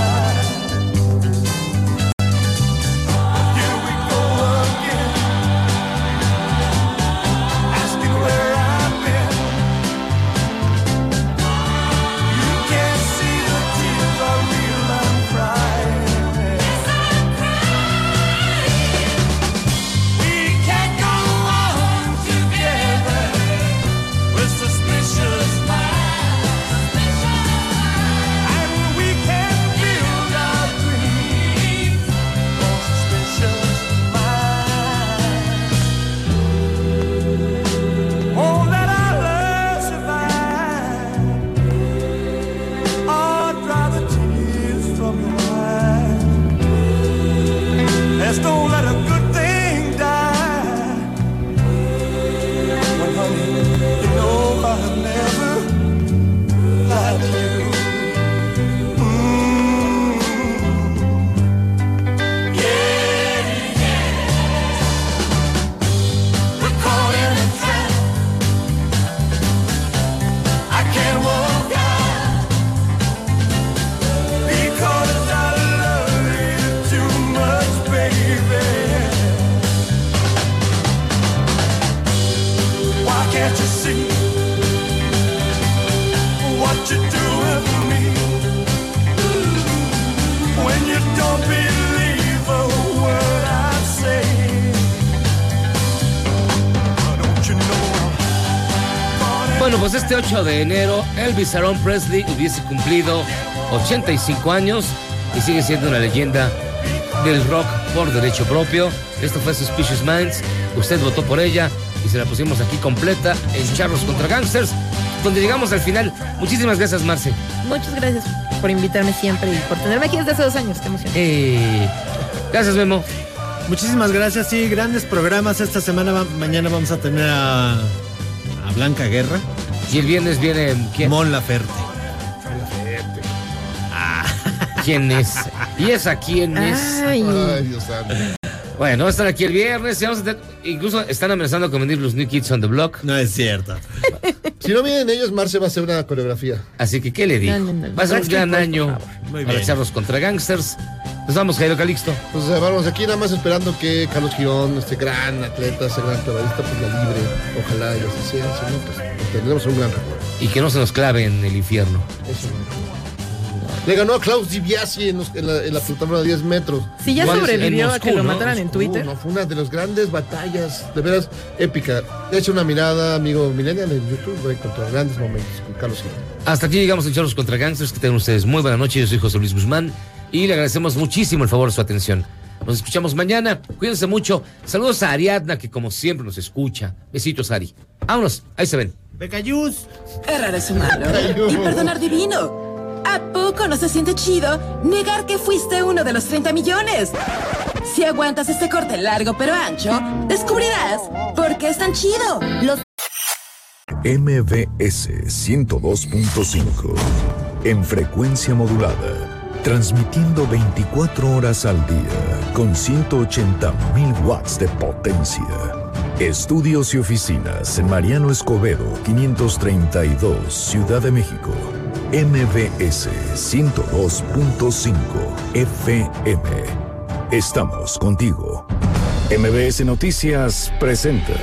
E: Won't Oh, let our love survive. Oh, dry the tears from your eyes. Let's don't let a good thing die. When honey, you know I have never lied to you. Mm. Yeah, yeah. We're caught in a trap. I can't walk out because I love you too much, baby. Why can't you see what you're doing to me when you don't believe a word I say? Don't you know?
F: Bueno, pues este 8 de enero, Elvis Aaron Presley hubiese cumplido 85 años y sigue siendo una leyenda del rock por derecho propio. Esto fue Suspicious Minds. Usted votó por ella y se la pusimos aquí completa en Charros contra Gangsters, donde llegamos al final. Muchísimas gracias, Marce.
I: Muchas gracias por invitarme siempre y por tenerme aquí desde hace dos años. Qué emoción.
F: Eh, gracias, Memo.
H: Muchísimas gracias. Sí, grandes programas. Esta semana, va- mañana vamos a tener a, a Blanca Guerra.
F: Y el viernes viene quién?
H: Mon Laferte.
F: ¿Quién es? ¿Y esa quién es? Bueno, va a estar aquí el viernes. y vamos a tener- incluso están amenazando con venir los New Kids on the Block. No es cierto.
G: Si no vienen ellos, Marce va a hacer una coreografía.
F: Así que, ¿qué le digo?
G: Ándale.
F: Va a ser un
G: Backstreet
F: gran
G: Boys,
F: año
G: Muy
F: para
G: bien.
F: echarlos contra gangsters. Nos vamos, Jairo Calixto.
G: Pues eh, vamos aquí nada más esperando que Carlos Girón, este gran atleta, ese gran clavadista, pues la libre. Ojalá y así sea. Si no, pues tendremos un gran recuerdo.
F: Y que no se nos clave en el infierno.
G: Eso. Le ganó a Klaus Diviasi en, los- en la, en la plataforma de 10 metros.
I: Si ya
G: Igual es-
I: sobrevivió a que lo mataran en
G: Moscú,
I: Twitter.
G: No, fue una de las grandes batallas, de veras épica. Echa una mirada, amigo Millennial, en YouTube, va a encontrar grandes momentos con Carlos Gil.
F: Hasta aquí llegamos en Charlos contra Gangsters. Que tengan ustedes muy buena noche. Yo soy José Luis Guzmán y le agradecemos muchísimo el favor de su atención. Nos escuchamos mañana. Cuídense mucho. Saludos a Ariadna, que como siempre nos escucha. Besitos, Ari. Vámonos. Ahí se ven.
B: Becayús. Errar es humano y perdonar divino. ¿A poco no se siente chido negar que fuiste uno de los 30 millones? Si aguantas este corte largo pero ancho, descubrirás por qué es tan chido. Los
A: MBS 102.5. En frecuencia modulada. Transmitiendo 24 horas al día con 180.000 watts de potencia. Estudios y oficinas en Mariano Escobedo 532, Ciudad de México. MBS 102.5 FM. Estamos contigo. MBS Noticias presenta.